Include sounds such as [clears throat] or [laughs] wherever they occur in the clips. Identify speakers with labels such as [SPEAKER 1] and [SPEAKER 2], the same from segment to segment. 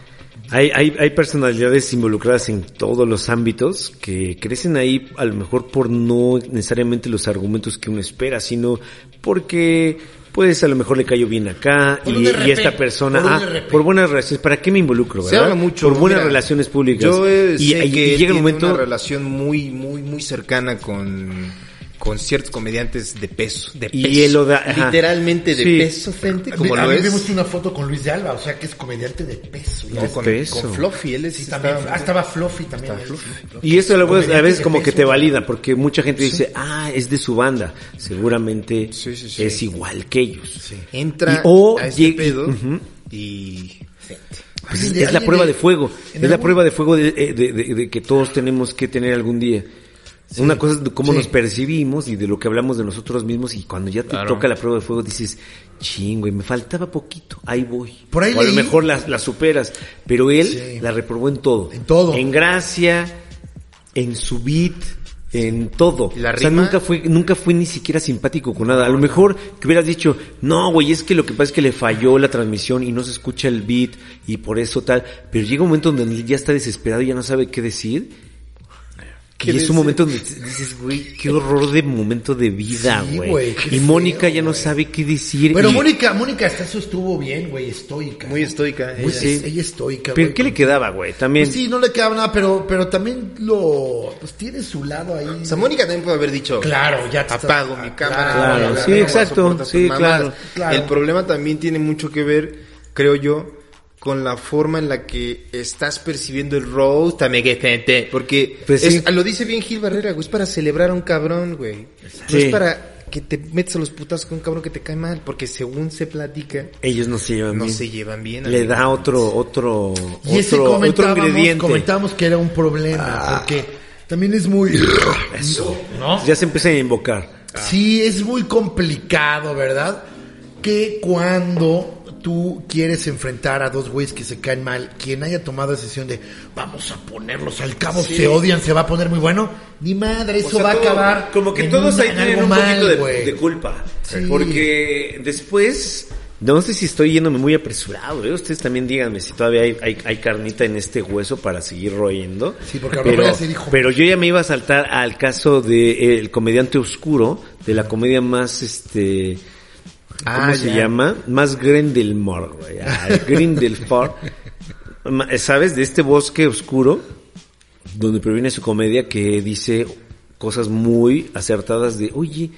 [SPEAKER 1] hay, hay, hay personalidades involucradas en todos los ámbitos que crecen ahí a lo mejor por no necesariamente los argumentos que uno espera, sino porque pues a lo mejor le cayó bien acá
[SPEAKER 2] Por
[SPEAKER 1] y,
[SPEAKER 2] un RP,
[SPEAKER 1] y esta persona
[SPEAKER 2] por un
[SPEAKER 1] ah,
[SPEAKER 2] RP.
[SPEAKER 1] por buenas relaciones, ¿para qué me involucro?
[SPEAKER 3] Se
[SPEAKER 1] verdad?
[SPEAKER 3] habla mucho.
[SPEAKER 1] por buenas
[SPEAKER 3] mira,
[SPEAKER 1] relaciones públicas.
[SPEAKER 3] Yo eh,
[SPEAKER 1] y,
[SPEAKER 3] sé
[SPEAKER 1] y- y
[SPEAKER 3] que
[SPEAKER 1] llega un
[SPEAKER 3] tiene una
[SPEAKER 1] momento
[SPEAKER 3] relación muy, muy, muy cercana con, con ciertos comediantes de peso. De
[SPEAKER 1] Y
[SPEAKER 3] peso.
[SPEAKER 1] él lo da- ajá.
[SPEAKER 3] Literalmente de
[SPEAKER 1] Sí.
[SPEAKER 3] peso, gente, como
[SPEAKER 2] a
[SPEAKER 3] lo
[SPEAKER 2] mí
[SPEAKER 3] es.
[SPEAKER 2] vimos una foto con Luis de Alba, o sea que es comediante de peso. ¿no?
[SPEAKER 3] No, con,
[SPEAKER 1] peso.
[SPEAKER 3] con Fluffy, él es
[SPEAKER 2] Sí, también. Ah,
[SPEAKER 3] estaba-
[SPEAKER 2] estaba Fluffy también.
[SPEAKER 3] Estaba
[SPEAKER 2] él,
[SPEAKER 3] Fluffy.
[SPEAKER 2] sí, Fluffy.
[SPEAKER 1] Y eso a la vez- a
[SPEAKER 2] Comediante
[SPEAKER 1] veces
[SPEAKER 2] de
[SPEAKER 1] como que
[SPEAKER 2] peso.
[SPEAKER 1] te valida, porque mucha gente dice, ah, es de su banda. Seguramente
[SPEAKER 3] Sí, sí, sí.
[SPEAKER 1] es igual que ellos.
[SPEAKER 3] entra
[SPEAKER 1] Y- o
[SPEAKER 3] a este
[SPEAKER 1] llega-
[SPEAKER 3] pedo
[SPEAKER 1] Ujú.
[SPEAKER 3] y
[SPEAKER 1] [laughs] Pues
[SPEAKER 2] Ay,
[SPEAKER 1] es,
[SPEAKER 2] de-
[SPEAKER 1] es la
[SPEAKER 2] ay,
[SPEAKER 1] prueba
[SPEAKER 2] de-
[SPEAKER 1] de fuego.
[SPEAKER 2] en
[SPEAKER 1] Es la
[SPEAKER 2] algún-
[SPEAKER 1] prueba de fuego de, eh, de- de- de que todos tenemos que tener algún día. Una cosa es de cómo
[SPEAKER 2] Sí.
[SPEAKER 1] nos percibimos y de lo que hablamos de nosotros mismos y cuando ya te
[SPEAKER 3] Claro.
[SPEAKER 1] toca la prueba de fuego dices, chingo, y me faltaba poquito, ahí voy.
[SPEAKER 2] Por ahí
[SPEAKER 1] o a lo
[SPEAKER 2] leí-
[SPEAKER 1] mejor la, la superas, pero él
[SPEAKER 2] Sí.
[SPEAKER 1] la reprobó en todo.
[SPEAKER 2] En todo.
[SPEAKER 1] En gracia, en su beat, en todo.
[SPEAKER 3] La
[SPEAKER 1] o sea,
[SPEAKER 3] rima-
[SPEAKER 1] nunca fue, nunca fue ni siquiera simpático con nada. A lo mejor que hubieras dicho, no, güey, es que lo que pasa es que le falló la transmisión y no se escucha el beat y por eso tal. Pero llega un momento donde ya está desesperado y ya no sabe qué decir. Que es
[SPEAKER 3] es-
[SPEAKER 1] un momento donde dices, güey, qué horror de momento de vida,
[SPEAKER 2] Sí,
[SPEAKER 1] güey.
[SPEAKER 2] güey, qué
[SPEAKER 1] y Mónica
[SPEAKER 2] feo,
[SPEAKER 1] ya no
[SPEAKER 2] güey.
[SPEAKER 1] sabe qué decir.
[SPEAKER 2] Pero
[SPEAKER 1] y-
[SPEAKER 2] Mónica, Mónica hasta eso estuvo bien, güey, estoica.
[SPEAKER 3] Muy estoica.
[SPEAKER 2] Muy-
[SPEAKER 3] ella.
[SPEAKER 1] sí.
[SPEAKER 2] es- Ella estoica,
[SPEAKER 1] ¿Pero
[SPEAKER 2] güey,
[SPEAKER 1] qué le
[SPEAKER 2] con-
[SPEAKER 1] quedaba, güey? También.
[SPEAKER 2] Pues sí, no le quedaba nada, pero, pero también lo... Pues tiene su lado ahí.
[SPEAKER 3] O sea, Mónica también puede haber dicho,
[SPEAKER 2] Claro, ya te estás-
[SPEAKER 3] apago mi
[SPEAKER 2] ah,
[SPEAKER 3] cámara.
[SPEAKER 2] claro,
[SPEAKER 3] no la
[SPEAKER 2] sí,
[SPEAKER 3] veo,
[SPEAKER 1] exacto,
[SPEAKER 3] soporto tus
[SPEAKER 1] sí,
[SPEAKER 3] mamadas".
[SPEAKER 1] claro.
[SPEAKER 2] Claro.
[SPEAKER 3] El problema también tiene mucho que ver, creo yo, con la forma en la que estás percibiendo el roast amiguetete. Porque
[SPEAKER 1] Pues
[SPEAKER 3] es-
[SPEAKER 1] sí.
[SPEAKER 3] lo dice bien Gil Barrera, güey, es para celebrar a un cabrón, güey. No
[SPEAKER 1] Sí.
[SPEAKER 3] es para que te metas a los putas con un cabrón que te cae mal, porque según se platica,
[SPEAKER 1] Ellos no se llevan
[SPEAKER 3] no
[SPEAKER 1] bien.
[SPEAKER 3] se llevan bien.
[SPEAKER 1] Le
[SPEAKER 3] amigo.
[SPEAKER 1] da otro, otro,
[SPEAKER 2] Y ese
[SPEAKER 1] otro, otro
[SPEAKER 2] comentábamos,
[SPEAKER 1] ingrediente. Ah.
[SPEAKER 2] comentábamos que era un problema, porque también
[SPEAKER 1] [coughs]
[SPEAKER 2] es muy... Eso. ¿No?
[SPEAKER 1] Ya se empieza a invocar.
[SPEAKER 2] Sí, es muy complicado, ¿verdad? Que cuando tú quieres enfrentar a dos güeyes que se caen mal, quien haya tomado la decisión de vamos a ponerlos al cabo, se odian, se va a poner muy bueno, ni madre, eso
[SPEAKER 1] O sea,
[SPEAKER 2] va a
[SPEAKER 1] todo-
[SPEAKER 2] acabar.
[SPEAKER 1] Como que
[SPEAKER 2] en
[SPEAKER 1] todos
[SPEAKER 2] una-
[SPEAKER 1] ahí
[SPEAKER 2] en
[SPEAKER 1] tienen
[SPEAKER 2] algo
[SPEAKER 1] un
[SPEAKER 2] mal,
[SPEAKER 1] poquito de,
[SPEAKER 2] güey.
[SPEAKER 1] de culpa.
[SPEAKER 2] Sí.
[SPEAKER 1] Porque después. No sé si estoy yéndome muy apresurado, ¿eh? Ustedes también díganme si todavía hay, hay- hay carnita en este hueso para seguir royendo.
[SPEAKER 2] Sí, porque a lo
[SPEAKER 1] pero,
[SPEAKER 2] mejor ya se dijo.
[SPEAKER 1] pero yo ya me iba a saltar al caso del comediante oscuro, de la comedia más, este, ¿Cómo
[SPEAKER 3] Ah,
[SPEAKER 1] se
[SPEAKER 3] ya.
[SPEAKER 1] llama? Más Grendelmore, güey.
[SPEAKER 3] [laughs]
[SPEAKER 1] Ay, Grindelford. Ma- ¿Sabes? De este bosque oscuro, donde proviene su comedia, que dice cosas muy acertadas de, oye,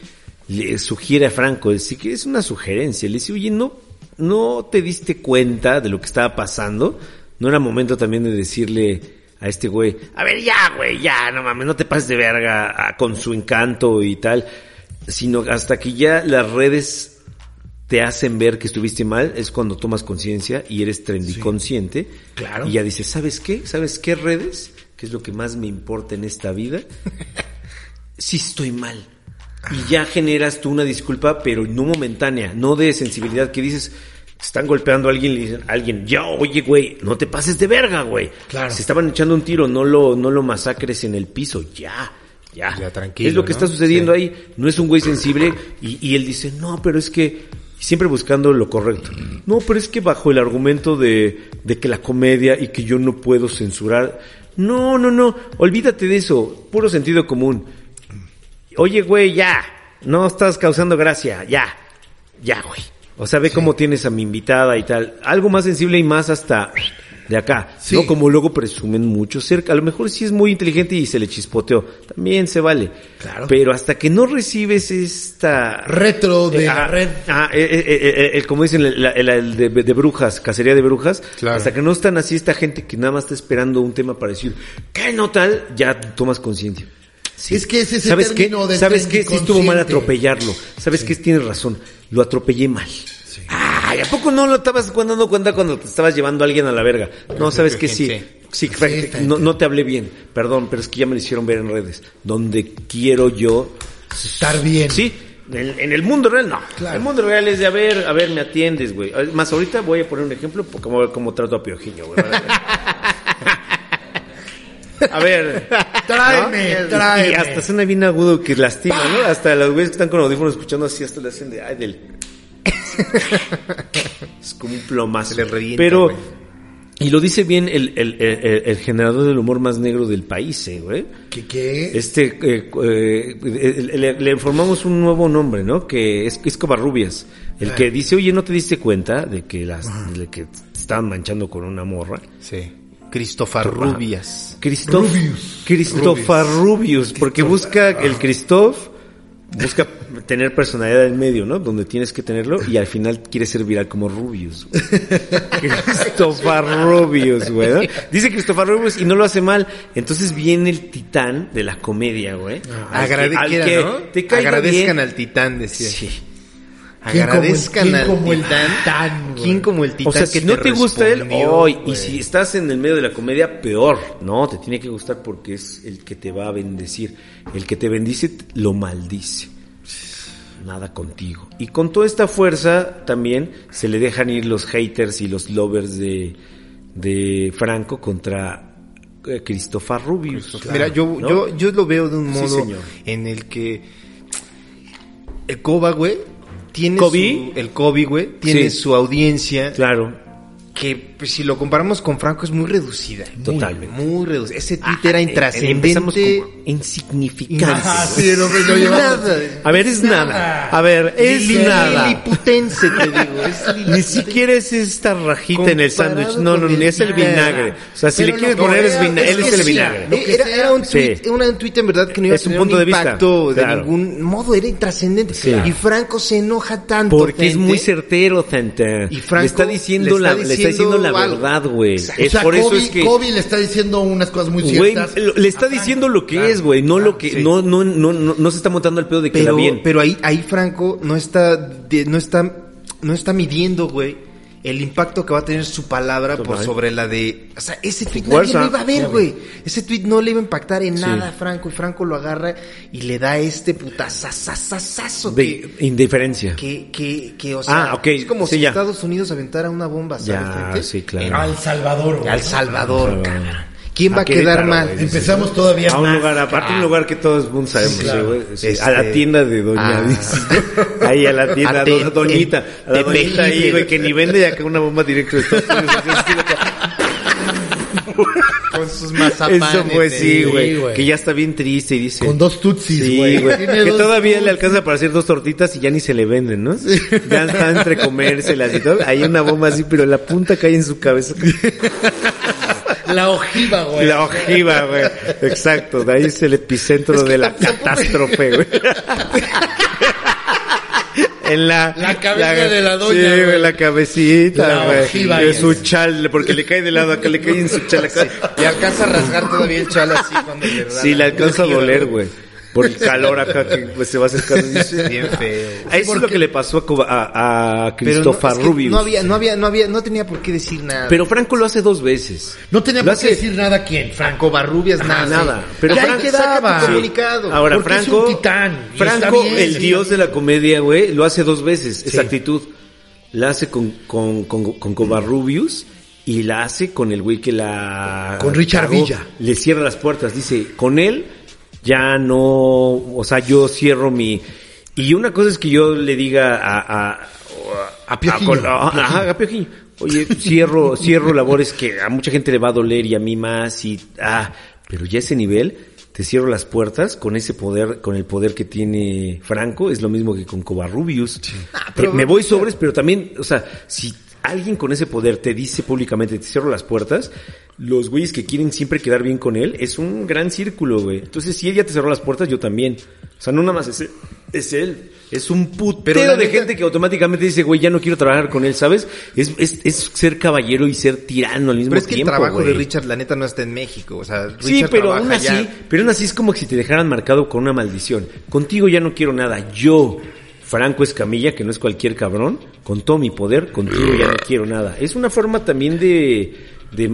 [SPEAKER 1] le sugiere a Franco, si quieres una sugerencia, le dice, oye, no, no te diste cuenta de lo que estaba pasando, no era momento también de decirle a este güey, a ver, ya, güey, ya, no mames, no te pases de verga ah, con su encanto y tal, sino hasta que ya las redes te hacen ver que estuviste mal es cuando tomas conciencia y eres trendy consciente.
[SPEAKER 2] Claro.
[SPEAKER 1] Y ya dices, ¿sabes qué? ¿Sabes qué redes? ¿Qué es lo que más me importa en esta
[SPEAKER 2] [laughs]
[SPEAKER 1] vida? sí estoy mal. Y ya generas tú una disculpa, pero no momentánea, no de sensibilidad, que dices, están golpeando a alguien, le dicen a alguien, ya, oye, güey, no te pases de verga, güey.
[SPEAKER 2] Claro.
[SPEAKER 1] Se estaban echando un tiro, no lo, no lo masacres en el piso, ya, ya.
[SPEAKER 3] Ya, tranquilo,
[SPEAKER 1] Es lo que
[SPEAKER 3] ¿no?
[SPEAKER 1] está sucediendo ahí, no es un güey sensible, y, y él dice, no, pero es que, siempre buscando lo correcto. No, pero es que bajo el argumento de, de que la comedia y que yo no puedo censurar, no, no, no, olvídate de eso, puro sentido común. Oye, güey, ya. No estás causando gracia. Ya. Ya, güey. O sea, ve cómo tienes a mi invitada y tal. Algo más sensible y más hasta de acá.
[SPEAKER 2] Sí.
[SPEAKER 1] No como luego presumen mucho cerca. A lo mejor sí es muy inteligente y se le chispoteó. También se vale.
[SPEAKER 2] Claro.
[SPEAKER 1] Pero hasta que no recibes esta...
[SPEAKER 2] Retro de
[SPEAKER 1] Eh,
[SPEAKER 2] la
[SPEAKER 1] ah,
[SPEAKER 2] red.
[SPEAKER 1] ah, eh, eh, eh, eh, el- como dicen, el, la- el- el de, de brujas, cacería de brujas.
[SPEAKER 3] Claro.
[SPEAKER 1] Hasta que no están así esta gente que nada más está esperando un tema para decir, ¿qué no tal? Ya tomas conciencia. Sí.
[SPEAKER 2] Es que ese es el
[SPEAKER 1] ¿Sabes qué?
[SPEAKER 2] término del
[SPEAKER 1] ¿Sabes qué?
[SPEAKER 2] tren
[SPEAKER 1] Sí estuvo mal
[SPEAKER 2] inconsciente.
[SPEAKER 1] atropellarlo. ¿Sabes qué? Tienes razón. Lo atropellé mal. Ay, ¿a poco no lo estabas cuando cuenta cuando te estabas llevando a alguien a la verga? No, ¿sabes qué? Sí. Sí,
[SPEAKER 2] gente.
[SPEAKER 1] no, no te hablé bien. Perdón, pero es que ya me lo hicieron ver en redes. Donde quiero yo
[SPEAKER 2] Estar bien.
[SPEAKER 1] Sí, en, en el mundo real no.
[SPEAKER 2] Claro.
[SPEAKER 1] El mundo real es de, a ver, a ver, me atiendes, güey. Más ahorita voy a poner un ejemplo por cómo, cómo trato a Piojiño, güey. A ver.
[SPEAKER 2] Tráeme,
[SPEAKER 1] ¿no?
[SPEAKER 2] tráeme.
[SPEAKER 1] Y hasta suena bien agudo que lastima, ¿no? Hasta los güeyes que están con audífonos escuchando así, hasta le hacen de, ay, del... [laughs] Es como un plomazo.
[SPEAKER 3] Se le revienta,
[SPEAKER 1] Pero...
[SPEAKER 3] güey.
[SPEAKER 1] Y lo dice bien el, el- el- el- el generador del humor más negro del país, eh, güey.
[SPEAKER 2] ¿Qué, qué?
[SPEAKER 1] Este, eh, eh, le, le informamos un nuevo nombre, ¿no? Que es, es Covarrubias. El que dice, oye, ¿no te diste cuenta de que las, de que te estaban manchando con una morra?
[SPEAKER 3] Sí. Christopher Rubias.
[SPEAKER 1] Christoph,
[SPEAKER 2] Rubius.
[SPEAKER 1] Christopher Rubius, Ah. porque busca el Christoph, busca tener personalidad en medio, ¿no? Donde tienes que tenerlo y al final quiere ser viral como Rubius. [laughs] güey. Christopher Rubius, güey. ¿no? Dice Christopher Rubius y no lo hace mal. Entonces viene el titán de la comedia, güey. Ah, Al que-
[SPEAKER 3] Agrade-
[SPEAKER 1] al
[SPEAKER 3] quiera,
[SPEAKER 1] que
[SPEAKER 3] ¿no?
[SPEAKER 1] te caiga
[SPEAKER 3] Agradezcan
[SPEAKER 1] bien.
[SPEAKER 3] al titán, decía.
[SPEAKER 1] Sí.
[SPEAKER 2] ¿Quién como el-
[SPEAKER 3] Agradezcan
[SPEAKER 2] quién
[SPEAKER 3] al
[SPEAKER 2] como el
[SPEAKER 3] titán.
[SPEAKER 2] titán, güey?
[SPEAKER 3] ¿Quién como el titán?
[SPEAKER 1] O sea, si
[SPEAKER 3] que
[SPEAKER 1] no te gusta él,
[SPEAKER 3] respondió,
[SPEAKER 1] hoy. Y
[SPEAKER 3] güey?
[SPEAKER 1] si estás en el medio de la comedia, peor. No, te tiene que gustar porque es el que te va a bendecir. El que te bendice t- lo maldice. Nada contigo. Y con toda esta fuerza también se le dejan ir los haters y los lovers de, de Franco contra eh, Christopher Rubius.
[SPEAKER 3] Mira, yo,
[SPEAKER 1] ¿no?
[SPEAKER 3] yo, yo lo veo de un
[SPEAKER 1] Sí,
[SPEAKER 3] modo
[SPEAKER 1] señor.
[SPEAKER 3] en el que el Coba, güey, tiene
[SPEAKER 1] ¿Kobe?
[SPEAKER 3] su- el Kobe, güey, tiene
[SPEAKER 1] Sí.
[SPEAKER 3] su audiencia
[SPEAKER 1] Claro.
[SPEAKER 3] que pues, si lo comparamos con Franco es muy reducida.
[SPEAKER 1] Totalmente. Ah, eh,
[SPEAKER 3] Muy reducida. Ese tuit era intrascendente.
[SPEAKER 1] Empezamos
[SPEAKER 3] pues,
[SPEAKER 1] con insignificante.
[SPEAKER 2] Ah, sí, lo que yo
[SPEAKER 1] [laughs]
[SPEAKER 3] Nada.
[SPEAKER 1] A ver, es nada. A ver, es
[SPEAKER 3] Lili-
[SPEAKER 1] nada.
[SPEAKER 3] Liliputense, te digo. Es
[SPEAKER 1] [laughs] Ni
[SPEAKER 3] liliputense.
[SPEAKER 1] siquiera es esta rajita en el
[SPEAKER 3] Comparado
[SPEAKER 1] sándwich. No, no,
[SPEAKER 3] con
[SPEAKER 1] ni es el vinagre. O sea, si
[SPEAKER 3] Pero
[SPEAKER 1] le
[SPEAKER 3] lo
[SPEAKER 1] quieres
[SPEAKER 3] que
[SPEAKER 1] poner, es
[SPEAKER 3] sea,
[SPEAKER 1] vina- él
[SPEAKER 3] que
[SPEAKER 1] es el
[SPEAKER 3] sí,
[SPEAKER 1] vinagre.
[SPEAKER 3] eh, Era, era un
[SPEAKER 1] Sí.
[SPEAKER 3] tweet, una- un tweet en verdad que no iba
[SPEAKER 1] Es
[SPEAKER 3] a
[SPEAKER 1] un
[SPEAKER 3] tener
[SPEAKER 1] punto de vista,
[SPEAKER 3] impacto de
[SPEAKER 1] claro.
[SPEAKER 3] ningún modo, era intrascendente.
[SPEAKER 1] Sí.
[SPEAKER 3] Y Franco se enoja tanto.
[SPEAKER 1] Porque es
[SPEAKER 3] gente.
[SPEAKER 1] muy certero, Santa.
[SPEAKER 3] Y Franco
[SPEAKER 1] le está diciendo
[SPEAKER 3] le está
[SPEAKER 1] la, le está
[SPEAKER 3] diciendo
[SPEAKER 1] diciendo la
[SPEAKER 3] algo.
[SPEAKER 1] verdad, güey. Es
[SPEAKER 2] o sea,
[SPEAKER 1] por
[SPEAKER 2] Kobe,
[SPEAKER 1] eso es que
[SPEAKER 2] Kobe le está diciendo unas cosas muy
[SPEAKER 1] güey,
[SPEAKER 2] ciertas.
[SPEAKER 1] lo- le está diciendo lo que es, güey, no lo que
[SPEAKER 3] sí.
[SPEAKER 1] no, no no no no se está montando el pedo de que
[SPEAKER 3] Pero,
[SPEAKER 1] da bien.
[SPEAKER 3] pero ahí, ahí Franco no está, de- no está, no está midiendo, güey, el impacto que va a tener su palabra por
[SPEAKER 1] Total.
[SPEAKER 3] sobre la de, o sea, ese tweet nadie
[SPEAKER 1] fuerza.
[SPEAKER 3] lo iba a ver, güey. Ese tweet no le iba a impactar en nada a Franco y Franco lo agarra y le da este putazazazazazo
[SPEAKER 1] de indiferencia.
[SPEAKER 3] que, que, que, que, o sea,
[SPEAKER 1] Ah, ok,
[SPEAKER 3] es como
[SPEAKER 1] sí,
[SPEAKER 3] si
[SPEAKER 1] ya.
[SPEAKER 3] Estados Unidos aventara una bomba, ¿sabes?
[SPEAKER 1] Ya,
[SPEAKER 3] frente?
[SPEAKER 1] sí, claro.
[SPEAKER 3] En-
[SPEAKER 2] Al Salvador. güey.
[SPEAKER 3] Al Salvador,
[SPEAKER 1] Salvador.
[SPEAKER 3] cabrón. ¿Quién
[SPEAKER 1] A
[SPEAKER 3] va a quedar
[SPEAKER 1] Querétaro,
[SPEAKER 3] mal?
[SPEAKER 1] güey.
[SPEAKER 2] Empezamos todavía
[SPEAKER 1] A un
[SPEAKER 2] más.
[SPEAKER 1] lugar, aparte un lugar que todo el mundo sabemos,
[SPEAKER 2] Sí, claro.
[SPEAKER 1] sí, güey, sí,
[SPEAKER 3] Este,
[SPEAKER 1] a la tienda de Doña
[SPEAKER 3] ah.
[SPEAKER 1] Dices, ¿no? [laughs] Ahí a la tienda,
[SPEAKER 3] A
[SPEAKER 1] a
[SPEAKER 3] te-
[SPEAKER 1] do- Doñita,
[SPEAKER 3] en-
[SPEAKER 1] a la
[SPEAKER 3] te
[SPEAKER 1] Doñita ahí,
[SPEAKER 3] Mejibe.
[SPEAKER 1] güey, que ni vende acá una bomba directa de Estados Unidos. así, así,
[SPEAKER 3] Con sus
[SPEAKER 1] Eso fue
[SPEAKER 3] te
[SPEAKER 1] sí,
[SPEAKER 3] digo.
[SPEAKER 2] güey.
[SPEAKER 1] güey. Que ya está bien triste y dice.
[SPEAKER 2] Con dos tutsis,
[SPEAKER 1] Sí,
[SPEAKER 2] güey.
[SPEAKER 1] güey.
[SPEAKER 2] Tiene
[SPEAKER 1] Que
[SPEAKER 2] dos
[SPEAKER 1] todavía le
[SPEAKER 2] tutsis.
[SPEAKER 1] alcanza para hacer dos tortitas y ya ni se le venden, ¿no? Ya está entre comérselas y todo. Hay una bomba así, pero la punta cae en su cabeza.
[SPEAKER 2] La ojiva, güey.
[SPEAKER 1] La ojiva, güey. Exacto. De ahí es el epicentro de la catástrofe, güey. En la,
[SPEAKER 2] La cabeza de la doña,
[SPEAKER 1] Sí,
[SPEAKER 2] güey.
[SPEAKER 1] güey, la cabecita,
[SPEAKER 2] La
[SPEAKER 1] güey.
[SPEAKER 2] ojiva,
[SPEAKER 1] De
[SPEAKER 2] güey.
[SPEAKER 1] su chal, porque le cae de lado acá, le cae en su chal acá.
[SPEAKER 3] Y alcanza a rasgar todavía el chal así cuando le da
[SPEAKER 1] Sí,
[SPEAKER 3] la-
[SPEAKER 1] le alcanza a doler, güey. Por el calor acá que pues, se va acercando. y dice-
[SPEAKER 3] Bien feo.
[SPEAKER 1] Eso es lo que le pasó a, Coba- a, a
[SPEAKER 3] Pero no,
[SPEAKER 1] Christopher
[SPEAKER 3] es que
[SPEAKER 1] Rubius.
[SPEAKER 3] No había, no había, no había, no tenía por qué decir nada.
[SPEAKER 1] Pero Franco lo hace dos veces.
[SPEAKER 2] No tenía
[SPEAKER 1] Lo
[SPEAKER 2] por qué
[SPEAKER 1] hace-
[SPEAKER 2] decir nada a quién, Franco.
[SPEAKER 3] Covarrubias nada.
[SPEAKER 1] Ah, nada.
[SPEAKER 3] sí.
[SPEAKER 1] Pero
[SPEAKER 3] ya
[SPEAKER 1] Franco-
[SPEAKER 3] hay que dar
[SPEAKER 2] Saba.
[SPEAKER 3] tu
[SPEAKER 2] Sí.
[SPEAKER 3] comunicado.
[SPEAKER 1] Ahora,
[SPEAKER 2] Porque es
[SPEAKER 1] Franco,
[SPEAKER 2] un titán, y está
[SPEAKER 1] Franco
[SPEAKER 2] bien,
[SPEAKER 1] el
[SPEAKER 2] sí.
[SPEAKER 1] dios de la comedia, güey, lo hace dos veces.
[SPEAKER 2] Sí.
[SPEAKER 1] Esa actitud la hace con, con, con, con Covarrubius y la hace con el güey que la...
[SPEAKER 2] Con Richard
[SPEAKER 1] cagó.
[SPEAKER 2] Villa.
[SPEAKER 1] Le cierra las puertas. Dice, con él ya no... O sea, yo cierro mi... Y una cosa es que yo le diga a... A,
[SPEAKER 2] A Piojillo,
[SPEAKER 1] col- a- ajá, a Piojillo. Oye, cierro, cierro labores que a mucha gente le va a doler y a mí más y... Ah, pero ya ese nivel, te cierro las puertas con ese poder, con el poder que tiene Franco, es lo mismo que con Covarrubius. Eh,
[SPEAKER 3] pero-
[SPEAKER 1] me voy sobres, pero también, o sea, si alguien con ese poder te dice públicamente, te cierro las puertas, los güeyes que quieren siempre quedar bien con él, es un gran círculo, güey. Entonces, si ella te cerró las puertas, yo también. O sea, no nada más es él, es él. Es un putero
[SPEAKER 3] Pero la
[SPEAKER 1] de
[SPEAKER 3] neta-
[SPEAKER 1] gente que automáticamente dice, güey, ya no quiero trabajar con él, ¿sabes? Es, es, es ser caballero y ser tirano al mismo
[SPEAKER 3] Pero es que
[SPEAKER 1] tiempo,
[SPEAKER 3] el trabajo
[SPEAKER 1] güey.
[SPEAKER 3] de Richard, la neta, no está en México. O sea, Richard
[SPEAKER 1] Sí, pero
[SPEAKER 3] trabaja
[SPEAKER 1] aún así,
[SPEAKER 3] allá.
[SPEAKER 1] pero aún así es como si te dejaran marcado con una maldición. Contigo ya no quiero nada. Yo, Franco Escamilla, que no es cualquier cabrón, con todo mi poder, contigo ya no
[SPEAKER 3] [clears throat]
[SPEAKER 1] quiero nada. Es una forma también de, de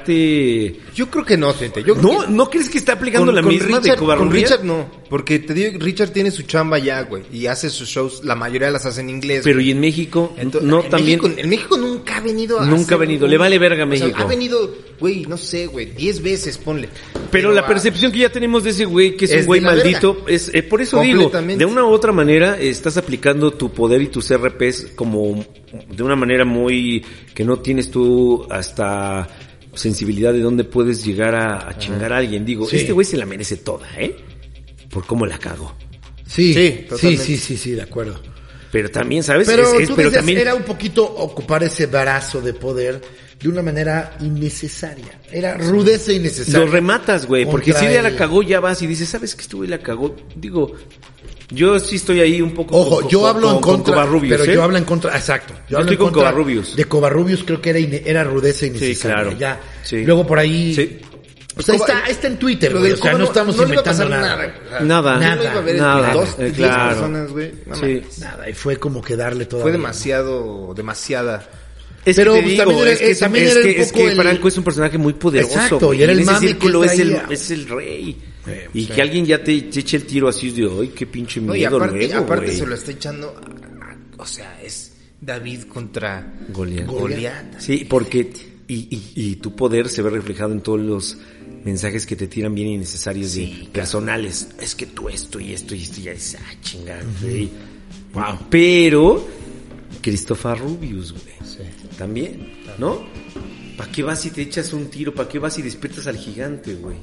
[SPEAKER 1] marcarte.
[SPEAKER 3] Yo creo que no, gente. Yo creo que-
[SPEAKER 1] ¿No, ¿No crees que está aplicando la misma
[SPEAKER 3] Richard,
[SPEAKER 1] de Covarrubias?
[SPEAKER 3] con Richard no, porque te digo, Richard tiene su chamba ya, güey, y hace sus shows, la mayoría las hace en inglés.
[SPEAKER 1] Pero
[SPEAKER 3] güey.
[SPEAKER 1] y en México,
[SPEAKER 3] Entonces,
[SPEAKER 1] no
[SPEAKER 3] en
[SPEAKER 1] también.
[SPEAKER 3] México, en México nunca ha venido a
[SPEAKER 1] Nunca ha
[SPEAKER 3] hacer
[SPEAKER 1] venido, le vale verga
[SPEAKER 3] o sea,
[SPEAKER 1] México.
[SPEAKER 3] ha venido, güey, no sé, güey, 10 veces, ponle.
[SPEAKER 1] Pero la
[SPEAKER 3] ah,
[SPEAKER 1] percepción que ya tenemos de ese güey, que es,
[SPEAKER 3] Es de
[SPEAKER 1] un güey
[SPEAKER 3] la
[SPEAKER 1] maldito,
[SPEAKER 3] verga.
[SPEAKER 1] es eh, por eso digo,
[SPEAKER 3] Completamente.
[SPEAKER 1] de una u otra manera estás aplicando tu poder y tus RPs como de una manera muy que no tienes tú hasta sensibilidad de dónde puedes llegar a, a chingar a alguien. Digo,
[SPEAKER 2] Sí.
[SPEAKER 1] este güey se la merece toda, ¿eh? Por cómo la cago.
[SPEAKER 3] Sí,
[SPEAKER 2] Sí, sí, sí,
[SPEAKER 3] totalmente.
[SPEAKER 2] sí, sí, de acuerdo.
[SPEAKER 1] Pero también, ¿sabes?
[SPEAKER 2] Pero
[SPEAKER 1] Pues, Es- es-
[SPEAKER 2] tú
[SPEAKER 1] pero
[SPEAKER 2] decías,
[SPEAKER 1] también
[SPEAKER 2] era un poquito ocupar ese brazo de poder de una manera innecesaria. Era rudeza innecesaria.
[SPEAKER 1] Lo rematas, güey, porque si
[SPEAKER 2] Contra
[SPEAKER 1] ella la
[SPEAKER 2] el-
[SPEAKER 1] cagó, ya vas y dices, ¿sabes que este güey la cagó? Digo, yo sí estoy ahí un poco...
[SPEAKER 2] Ojo,
[SPEAKER 1] con-
[SPEAKER 2] yo
[SPEAKER 1] con-
[SPEAKER 2] hablo en
[SPEAKER 1] con- con
[SPEAKER 2] contra,
[SPEAKER 1] Covarrubias,
[SPEAKER 2] pero
[SPEAKER 1] ¿eh?
[SPEAKER 2] yo hablo en contra, exacto.
[SPEAKER 1] Yo
[SPEAKER 2] hablo
[SPEAKER 1] estoy
[SPEAKER 2] en
[SPEAKER 1] con
[SPEAKER 2] contra
[SPEAKER 1] Covarrubias.
[SPEAKER 2] De Covarrubios creo que era, ine- era rudeza innecesaria.
[SPEAKER 1] claro.
[SPEAKER 2] Ya.
[SPEAKER 1] Sí.
[SPEAKER 2] Luego por ahí.
[SPEAKER 1] Sí.
[SPEAKER 2] O sea,
[SPEAKER 3] Coba-
[SPEAKER 2] está, está en Twitter,
[SPEAKER 3] Lo
[SPEAKER 2] güey,
[SPEAKER 3] del
[SPEAKER 2] o sea,
[SPEAKER 3] Cuba
[SPEAKER 2] no estamos
[SPEAKER 3] le iba a
[SPEAKER 2] inventando
[SPEAKER 3] pasar
[SPEAKER 2] nada.
[SPEAKER 3] güey, o sea,
[SPEAKER 1] Nada.
[SPEAKER 3] No lo iba a ver
[SPEAKER 1] Nada.
[SPEAKER 3] dos,
[SPEAKER 1] Eh,
[SPEAKER 3] diez
[SPEAKER 1] claro.
[SPEAKER 3] personas, güey. no
[SPEAKER 1] Sí.
[SPEAKER 3] mames.
[SPEAKER 2] Nada, y fue como que darle todo.
[SPEAKER 3] Fue demasiado, demasiada.
[SPEAKER 1] Es
[SPEAKER 2] Pero,
[SPEAKER 1] que te
[SPEAKER 2] pues,
[SPEAKER 1] digo,
[SPEAKER 2] también era-
[SPEAKER 1] es que,
[SPEAKER 2] eh, también
[SPEAKER 1] es
[SPEAKER 2] era
[SPEAKER 1] que-
[SPEAKER 2] un
[SPEAKER 1] es
[SPEAKER 2] poco
[SPEAKER 1] que
[SPEAKER 2] el-
[SPEAKER 1] Franco es un personaje muy poderoso.
[SPEAKER 2] Exacto,
[SPEAKER 1] güey,
[SPEAKER 2] y era el
[SPEAKER 1] en ese
[SPEAKER 2] mame que
[SPEAKER 1] círculo es el,
[SPEAKER 2] traía. Eh,
[SPEAKER 1] es el rey. y que alguien ya te, te eche el tiro así de, ay, qué pinche miedo
[SPEAKER 3] No, y aparte,
[SPEAKER 1] luego,
[SPEAKER 3] aparte
[SPEAKER 1] güey".
[SPEAKER 3] se lo está echando, a- a- o sea, es David contra
[SPEAKER 1] Goliat.
[SPEAKER 3] Goliat.
[SPEAKER 1] Sí, porque... Y, y- y tu poder se ve reflejado en todos los mensajes que te tiran bien innecesarios y personales. Es que tú esto y esto y esto y ya dices, ah, chingada, güey. Wow. Pero... Christopher Rubius, güey. También, ¿no? ¿Para qué vas y te echas un tiro? ¿Para qué vas y despiertas al gigante, güey?